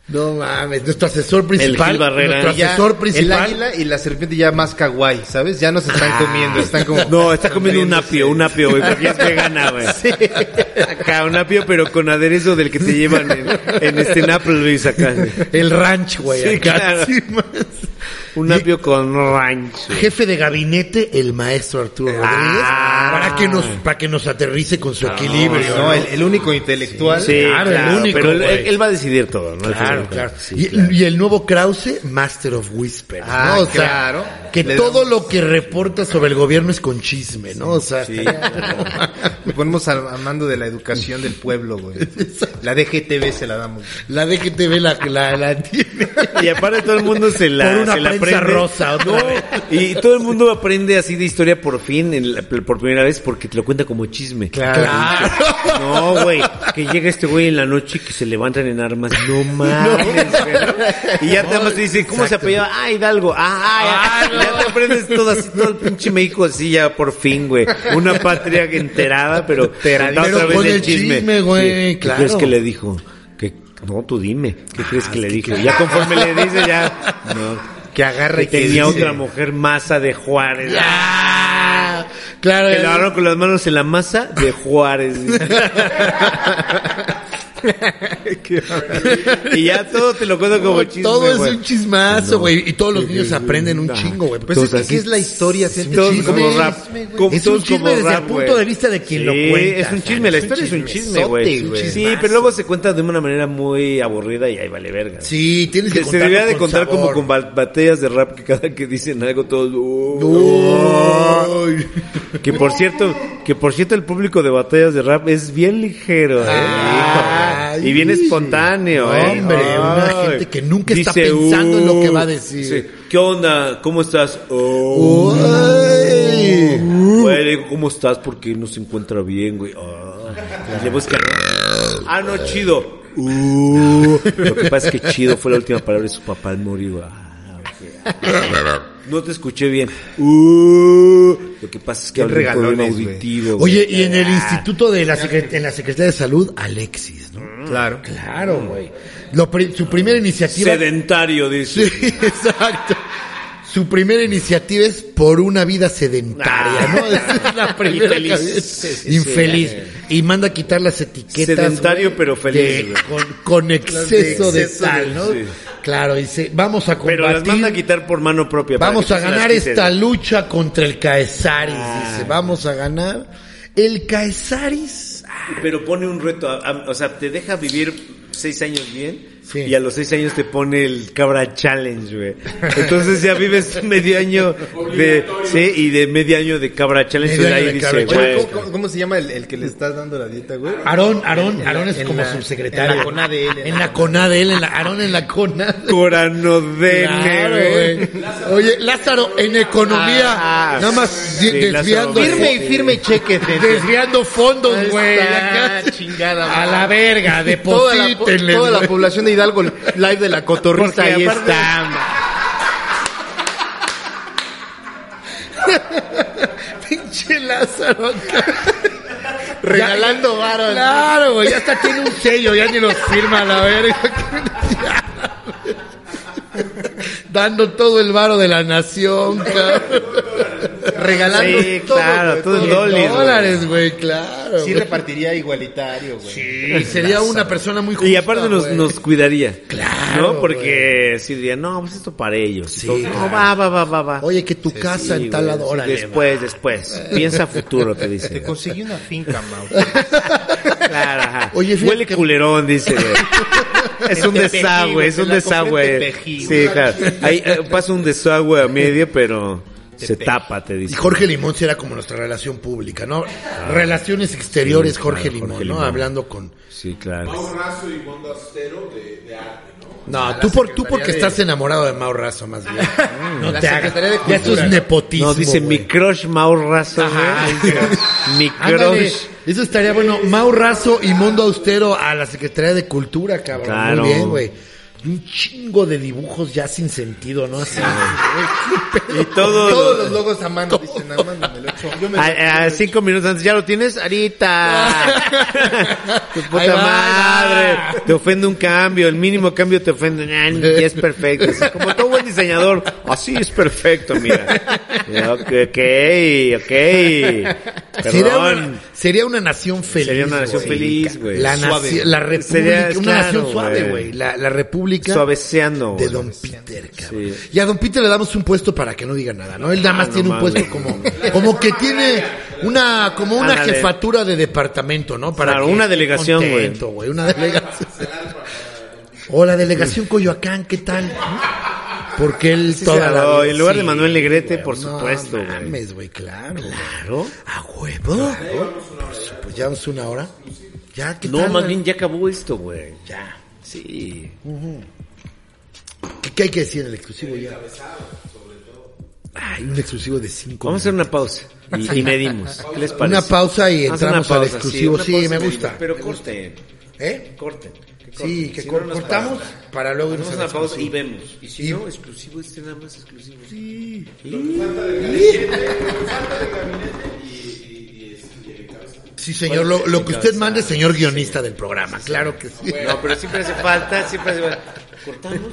[SPEAKER 2] No mames, nuestro asesor
[SPEAKER 1] Gil
[SPEAKER 2] principal.
[SPEAKER 1] Barrera. ¿eh?
[SPEAKER 2] Nuestro
[SPEAKER 3] Ya
[SPEAKER 2] asesor
[SPEAKER 3] el
[SPEAKER 2] principal.
[SPEAKER 3] águila y la serpiente ya más kawaii, ¿sabes? Ya no se están comiendo, están como...
[SPEAKER 1] No, está comiendo un apio, un apio, güey, porque
[SPEAKER 2] [laughs]
[SPEAKER 1] es vegana, güey. Acá, un apio, pero con aderezo del que te llevan en, en este en Applebee's acá. güey.
[SPEAKER 2] El ranch, güey.
[SPEAKER 1] Sí,
[SPEAKER 2] acá,
[SPEAKER 1] claro.
[SPEAKER 2] sí, más.
[SPEAKER 1] Un apio con rancho.
[SPEAKER 2] Jefe de gabinete, el maestro Arturo Rodríguez.
[SPEAKER 1] Ah.
[SPEAKER 2] Para que nos, para que nos aterrice con su equilibrio.
[SPEAKER 3] No, el, el único intelectual.
[SPEAKER 1] Sí,
[SPEAKER 2] Claro,
[SPEAKER 1] claro,
[SPEAKER 2] el único,
[SPEAKER 1] pero él,
[SPEAKER 2] güey.
[SPEAKER 1] él va a decidir todo, ¿no? Al
[SPEAKER 2] Claro,
[SPEAKER 1] final,
[SPEAKER 2] claro.
[SPEAKER 1] Sí,
[SPEAKER 2] y,
[SPEAKER 1] claro.
[SPEAKER 2] y el nuevo Krause, Master of Whisper. ¿no?
[SPEAKER 3] Ah,
[SPEAKER 2] O sea,
[SPEAKER 3] claro.
[SPEAKER 2] Que
[SPEAKER 3] Le
[SPEAKER 2] todo lo que reporta sobre el gobierno es con chisme, ¿no? O sea,
[SPEAKER 3] Le ponemos al, al mando de la educación del pueblo, güey. La DGTV se la damos.
[SPEAKER 2] la DGTV la, la, la
[SPEAKER 1] [laughs]
[SPEAKER 2] tiene.
[SPEAKER 1] Y aparte todo el mundo se la,
[SPEAKER 2] Por una
[SPEAKER 1] se la
[SPEAKER 2] prensa
[SPEAKER 1] aprende.
[SPEAKER 2] rosa, otra
[SPEAKER 1] No,
[SPEAKER 2] vez.
[SPEAKER 1] y todo el mundo aprende así de historia por fin, en la- por primera vez, porque te lo cuenta como chisme.
[SPEAKER 2] Claro.
[SPEAKER 1] No, güey, que llega este güey en la noche y que se levantan en armas. No mames, güey. Y ya te más te dicen, ¿cómo se apellaba? Ah, Hidalgo. Ah, ah, ya. Ya te aprendes todo así, todo el pinche México así ya por fin, güey. Una patria enterada, pero
[SPEAKER 2] Enteradísima.
[SPEAKER 1] contado
[SPEAKER 2] Pero con el chisme, güey,
[SPEAKER 1] ¿Qué
[SPEAKER 2] claro. Ah,
[SPEAKER 1] crees que le dijo? Que no, tú dime. ¿Qué crees que le dijo? Ya conforme le dice
[SPEAKER 2] [laughs]
[SPEAKER 1] ya, no.
[SPEAKER 3] Que agarra
[SPEAKER 1] Que
[SPEAKER 3] y que
[SPEAKER 1] tenía
[SPEAKER 3] dice,
[SPEAKER 1] otra mujer masa de Juárez.
[SPEAKER 2] Ah, claro.
[SPEAKER 1] Que lo agarraron con las manos en la masa de
[SPEAKER 2] [laughs]
[SPEAKER 1] Juárez. [laughs] y ya todo te lo cuento como chisme.
[SPEAKER 2] todo es
[SPEAKER 1] güey.
[SPEAKER 2] un chismazo, güey. Y todos los niños aprenden un chingo, güey. Pues
[SPEAKER 3] Pues es que
[SPEAKER 2] es,
[SPEAKER 3] ¿qué es la historia,
[SPEAKER 2] Sí,
[SPEAKER 3] gente?
[SPEAKER 1] Todos
[SPEAKER 2] este chisme,
[SPEAKER 1] como rap.
[SPEAKER 3] chisme, güey.
[SPEAKER 1] como-
[SPEAKER 2] Es
[SPEAKER 1] todos
[SPEAKER 2] un chisme
[SPEAKER 1] como
[SPEAKER 2] desde el
[SPEAKER 1] rap,
[SPEAKER 2] punto
[SPEAKER 1] güey.
[SPEAKER 2] de vista de quien lo
[SPEAKER 1] Sí,
[SPEAKER 2] cuenta,
[SPEAKER 1] Es
[SPEAKER 2] o
[SPEAKER 1] un
[SPEAKER 2] sea,
[SPEAKER 1] chisme, la
[SPEAKER 2] es un
[SPEAKER 1] historia es un chisme,
[SPEAKER 3] chismesote,
[SPEAKER 1] güey.
[SPEAKER 3] güey.
[SPEAKER 1] Sí, pero luego se cuenta de una manera muy aburrida y ahí vale verga.
[SPEAKER 2] Sí, tienes que
[SPEAKER 1] Que se
[SPEAKER 2] contarlo
[SPEAKER 1] debería de
[SPEAKER 2] con
[SPEAKER 1] contar como
[SPEAKER 2] sabor.
[SPEAKER 1] con ba- batallas de rap que cada que dicen algo todos. "Uh,
[SPEAKER 2] Uy.
[SPEAKER 1] Que por cierto, que por cierto el público de batallas de rap es bien ligero, ¿eh?
[SPEAKER 2] Ay.
[SPEAKER 1] Hijo. y bien espontáneo, ¿eh?
[SPEAKER 2] Hombre, una
[SPEAKER 1] Ay.
[SPEAKER 2] gente que nunca está pensando en lo que va a decir.
[SPEAKER 1] dice, ¿Qué onda? ¿Cómo estás? Oh. Uh.
[SPEAKER 2] Uy.
[SPEAKER 1] Güey, le digo, ¿cómo estás? Porque no se encuentra bien, güey. Ah. Y le buscan. Ah, no, chido. Uh. Lo que pasa es que chido fue la última palabra de su papá al morir. güey. Ah, ok. No te escuché bien. Uh. Lo que pasa es que
[SPEAKER 3] Qué
[SPEAKER 1] hablé con un
[SPEAKER 3] regalones, güey.
[SPEAKER 1] auditivo. güey.
[SPEAKER 2] Oye, y en el instituto de la, secre- en la Secretaría de Salud, Alexis, ¿no?
[SPEAKER 3] Claro.
[SPEAKER 2] Claro, güey. Lo pri- su primera iniciativa.
[SPEAKER 1] Sedentario, dice.
[SPEAKER 2] Sí, [laughs] exacto. Su primera iniciativa es por una vida
[SPEAKER 1] Ah.
[SPEAKER 2] sedentaria, ¿no? [laughs] Esa es
[SPEAKER 1] [laughs]
[SPEAKER 2] la primera que-
[SPEAKER 1] Infeliz.
[SPEAKER 2] Infeliz. Y manda a quitar las etiquetas.
[SPEAKER 1] Sedentario,
[SPEAKER 2] güey,
[SPEAKER 1] pero feliz,
[SPEAKER 2] de-
[SPEAKER 1] güey.
[SPEAKER 2] con, con exceso de,
[SPEAKER 1] exceso
[SPEAKER 2] sal,
[SPEAKER 1] de-
[SPEAKER 2] ¿no?
[SPEAKER 1] sí.
[SPEAKER 2] Claro, dice, vamos a combatir.
[SPEAKER 1] Pero las manda a quitar por mano propia. para
[SPEAKER 2] Vamos
[SPEAKER 1] que
[SPEAKER 2] a
[SPEAKER 1] tú se las Ah.
[SPEAKER 2] ganar
[SPEAKER 1] quites.
[SPEAKER 2] esta lucha contra el Caesaris, dice. Vamos a ganar. El Caesaris.
[SPEAKER 1] Pero pone un reto. a- a- o sea, te deja vivir seis años bien.
[SPEAKER 2] Sí.
[SPEAKER 1] Y a los seis años te pone el cabra challenge, güey. Entonces ya vives medio año de, sí, y de medio año de cabra challenge.
[SPEAKER 2] Medio
[SPEAKER 1] y
[SPEAKER 2] año
[SPEAKER 1] ahí
[SPEAKER 2] de
[SPEAKER 1] dice,
[SPEAKER 2] cabra
[SPEAKER 1] güey.
[SPEAKER 3] ¿cómo, cómo- cómo se llama el, el que le estás dando la dieta, güey?
[SPEAKER 2] Aarón,
[SPEAKER 3] En
[SPEAKER 2] Aarón,
[SPEAKER 3] la-
[SPEAKER 2] Aarón es
[SPEAKER 3] en
[SPEAKER 2] como
[SPEAKER 3] la-
[SPEAKER 2] subsecretario.
[SPEAKER 3] en la CONADL, en
[SPEAKER 2] En
[SPEAKER 3] la-
[SPEAKER 2] la CONADL, en la, Aarón en la CONADL.
[SPEAKER 1] Coranodene,
[SPEAKER 2] Claro,
[SPEAKER 1] güey.
[SPEAKER 3] eh.
[SPEAKER 2] güey. Oye, Lázaro, en economía,
[SPEAKER 1] Ah,
[SPEAKER 2] nada más
[SPEAKER 1] sí,
[SPEAKER 2] di- desviando,
[SPEAKER 1] Lázaro,
[SPEAKER 3] Firme y firme y cheque, gente.
[SPEAKER 2] desviando fondos, güey.
[SPEAKER 3] Está
[SPEAKER 2] Acá,
[SPEAKER 3] chingada,
[SPEAKER 2] A
[SPEAKER 3] madre.
[SPEAKER 2] la verga,
[SPEAKER 3] Toda la, po-
[SPEAKER 2] deposítenle.
[SPEAKER 3] toda la
[SPEAKER 2] güey.
[SPEAKER 3] población de Hidalgo live de la cotorriza
[SPEAKER 1] Porque
[SPEAKER 3] ahí
[SPEAKER 1] aparte-
[SPEAKER 3] está. ma.
[SPEAKER 2] Pinche Lázaro acá.
[SPEAKER 3] Regalando varo.
[SPEAKER 2] Claro, güey, ya hasta tiene un sello, ya ni los firma la verga. Dando todo el varo de la nación, cabrón. Regalando
[SPEAKER 1] Sí,
[SPEAKER 2] todo,
[SPEAKER 1] claro,
[SPEAKER 2] güey,
[SPEAKER 1] todo en
[SPEAKER 2] todo
[SPEAKER 1] dólares, güey.
[SPEAKER 2] dólares, güey, claro.
[SPEAKER 3] Sí
[SPEAKER 2] güey.
[SPEAKER 3] repartiría igualitario, güey.
[SPEAKER 2] Y sería una persona muy justa.
[SPEAKER 1] Y aparte nos,
[SPEAKER 2] güey.
[SPEAKER 1] nos cuidaría.
[SPEAKER 2] Claro,
[SPEAKER 1] ¿No? Porque sí diría, no, pues esto para ellos.
[SPEAKER 2] Sí,
[SPEAKER 1] Y todo,
[SPEAKER 2] claro.
[SPEAKER 1] No, va, va, va, va, va.
[SPEAKER 2] Oye, que tu
[SPEAKER 1] Sí,
[SPEAKER 2] casa
[SPEAKER 1] sí,
[SPEAKER 2] en tal
[SPEAKER 1] güey,
[SPEAKER 2] lado,
[SPEAKER 1] sí,
[SPEAKER 2] órale,
[SPEAKER 1] Después, después.
[SPEAKER 2] [laughs]
[SPEAKER 1] Piensa a futuro, te dice.
[SPEAKER 3] Te conseguí una finca, Mau.
[SPEAKER 1] [laughs]
[SPEAKER 3] [laughs]
[SPEAKER 1] Claro, ajá.
[SPEAKER 2] [laughs] Oye, fíjate
[SPEAKER 1] Huele
[SPEAKER 2] que- Este
[SPEAKER 1] culerón, dice,
[SPEAKER 2] [laughs]
[SPEAKER 1] güey. Es un
[SPEAKER 3] Tepeji,
[SPEAKER 1] desagüe,
[SPEAKER 3] güey,
[SPEAKER 1] es un
[SPEAKER 3] te la compré en
[SPEAKER 1] desagüe.
[SPEAKER 3] Tepeji,
[SPEAKER 1] Sí,
[SPEAKER 3] güey.
[SPEAKER 1] claro. Ahí eh, pasa un desagüe a medio, pero se tapa, te
[SPEAKER 2] Y
[SPEAKER 1] dice.
[SPEAKER 2] Jorge Limón sí era como nuestra relación pública, ¿no? Relaciones exteriores,
[SPEAKER 1] Sí,
[SPEAKER 2] Jorge
[SPEAKER 1] claro,
[SPEAKER 2] Limón,
[SPEAKER 1] Jorge
[SPEAKER 2] ¿no?
[SPEAKER 1] Limón.
[SPEAKER 2] Hablando con...
[SPEAKER 1] Sí, claro.
[SPEAKER 6] Mau Razo y Mondo Astero de, de arte, ¿no?
[SPEAKER 2] No, tú, por, tú porque estás enamorado de Mau Razo, más bien.
[SPEAKER 1] Mm.
[SPEAKER 2] No
[SPEAKER 3] La
[SPEAKER 2] te hagas.
[SPEAKER 3] Secretaría de
[SPEAKER 2] Ya Eso es
[SPEAKER 3] Cultura.
[SPEAKER 2] nepotismo,
[SPEAKER 1] No, dice mi
[SPEAKER 2] güey.
[SPEAKER 1] crush Mau Razo,
[SPEAKER 2] Ajá,
[SPEAKER 1] güey. Mi
[SPEAKER 2] Ándale,
[SPEAKER 1] crush.
[SPEAKER 2] eso estaría bueno. Mau Razo y Mundo Austero a la Secretaría de Cultura, cabrón.
[SPEAKER 1] Claro.
[SPEAKER 2] Muy bien, güey. Un chingo de dibujos ya sin sentido, ¿no? Así, güey, qué pedo.
[SPEAKER 1] Y todo
[SPEAKER 3] [laughs] Todos
[SPEAKER 1] lo-
[SPEAKER 3] los logos a mano, dicen, a mano me lo echo. Yo me lo
[SPEAKER 1] A,
[SPEAKER 3] echo,
[SPEAKER 1] a
[SPEAKER 3] me lo echo.
[SPEAKER 1] cinco minutos antes, ¿ya lo tienes? ¡Ahorita! ¡Tu
[SPEAKER 2] Ahí
[SPEAKER 1] puta
[SPEAKER 2] va,
[SPEAKER 1] madre!
[SPEAKER 2] ahí va.
[SPEAKER 1] Te ofende un cambio, el mínimo cambio te ofende. Nah,
[SPEAKER 2] [laughs]
[SPEAKER 1] Y es perfecto. Así como todo buen diseñador, así es perfecto,
[SPEAKER 2] [laughs]
[SPEAKER 1] mira. Ok, ok. ok.
[SPEAKER 2] Sería una,
[SPEAKER 1] Perdón.
[SPEAKER 2] sería una nación feliz.
[SPEAKER 1] Sería una nación
[SPEAKER 2] güey.
[SPEAKER 1] feliz, güey.
[SPEAKER 2] La,
[SPEAKER 1] Suave.
[SPEAKER 2] naci- la república,
[SPEAKER 1] Sería,
[SPEAKER 2] una
[SPEAKER 1] claro,
[SPEAKER 2] nación suave,
[SPEAKER 1] güey.
[SPEAKER 2] güey. La, la república
[SPEAKER 1] Suaveceando,
[SPEAKER 2] de
[SPEAKER 1] güey.
[SPEAKER 2] Don Peter, cabrón.
[SPEAKER 1] Sí.
[SPEAKER 2] Y a Don Peter le damos un puesto para que no diga nada, ¿no? Él nada más
[SPEAKER 1] Ah,
[SPEAKER 2] tiene
[SPEAKER 1] no
[SPEAKER 2] un puesto
[SPEAKER 1] mames.
[SPEAKER 2] como, como que tiene una, como una
[SPEAKER 1] Ándale.
[SPEAKER 2] jefatura de departamento, ¿no? Para
[SPEAKER 1] Claro,
[SPEAKER 2] que
[SPEAKER 1] una
[SPEAKER 2] esté
[SPEAKER 1] delegación, güey.
[SPEAKER 2] contento, güey. Una delegación. Hola, delegación Coyoacán, ¿qué tal? Porque él
[SPEAKER 1] Sí,
[SPEAKER 2] toda la
[SPEAKER 1] claro,
[SPEAKER 2] vida-
[SPEAKER 1] en lugar de
[SPEAKER 2] sí,
[SPEAKER 1] Manuel Negrete,
[SPEAKER 2] güey,
[SPEAKER 1] por supuesto,
[SPEAKER 2] No
[SPEAKER 1] güey.
[SPEAKER 2] mames, güey, claro.
[SPEAKER 1] Claro.
[SPEAKER 2] ¿A huevo? Pues ya vamos una hora. Ya, ¿qué
[SPEAKER 1] No,
[SPEAKER 2] tal?
[SPEAKER 1] más bien ya acabó esto, güey.
[SPEAKER 2] Ya.
[SPEAKER 1] Sí.
[SPEAKER 2] ¿Qué, qué hay que decir en el exclusivo ya? Ay, un exclusivo de cinco
[SPEAKER 1] Vamos a hacer una pausa. Y, y
[SPEAKER 2] [laughs]
[SPEAKER 1] medimos. ¿Qué les parece?
[SPEAKER 2] Una pausa y
[SPEAKER 1] Vamos a hacer
[SPEAKER 2] entramos
[SPEAKER 1] una
[SPEAKER 2] al
[SPEAKER 1] pausa,
[SPEAKER 2] exclusivo.
[SPEAKER 1] una
[SPEAKER 2] Sí,
[SPEAKER 1] pausa
[SPEAKER 2] me
[SPEAKER 1] y medimos.
[SPEAKER 2] gusta.
[SPEAKER 1] Pero
[SPEAKER 2] Me
[SPEAKER 1] corten,
[SPEAKER 2] ¿Eh?
[SPEAKER 1] corten. que
[SPEAKER 2] Sí,
[SPEAKER 1] corten.
[SPEAKER 2] que
[SPEAKER 1] Si
[SPEAKER 2] cor-
[SPEAKER 1] no, no es
[SPEAKER 2] cortamos
[SPEAKER 1] pausa.
[SPEAKER 2] para luego irnos
[SPEAKER 1] Hacemos
[SPEAKER 2] al
[SPEAKER 1] una pausa y
[SPEAKER 2] exclusivo.
[SPEAKER 1] vemos. Y si
[SPEAKER 2] Y-
[SPEAKER 1] no, exclusivo este nada más exclusivo.
[SPEAKER 2] Sí, señor. Lo, lo que usted mande, señor guionista del programa. Claro que sí.
[SPEAKER 1] No, pero siempre hace falta, siempre hace falta. Cortamos.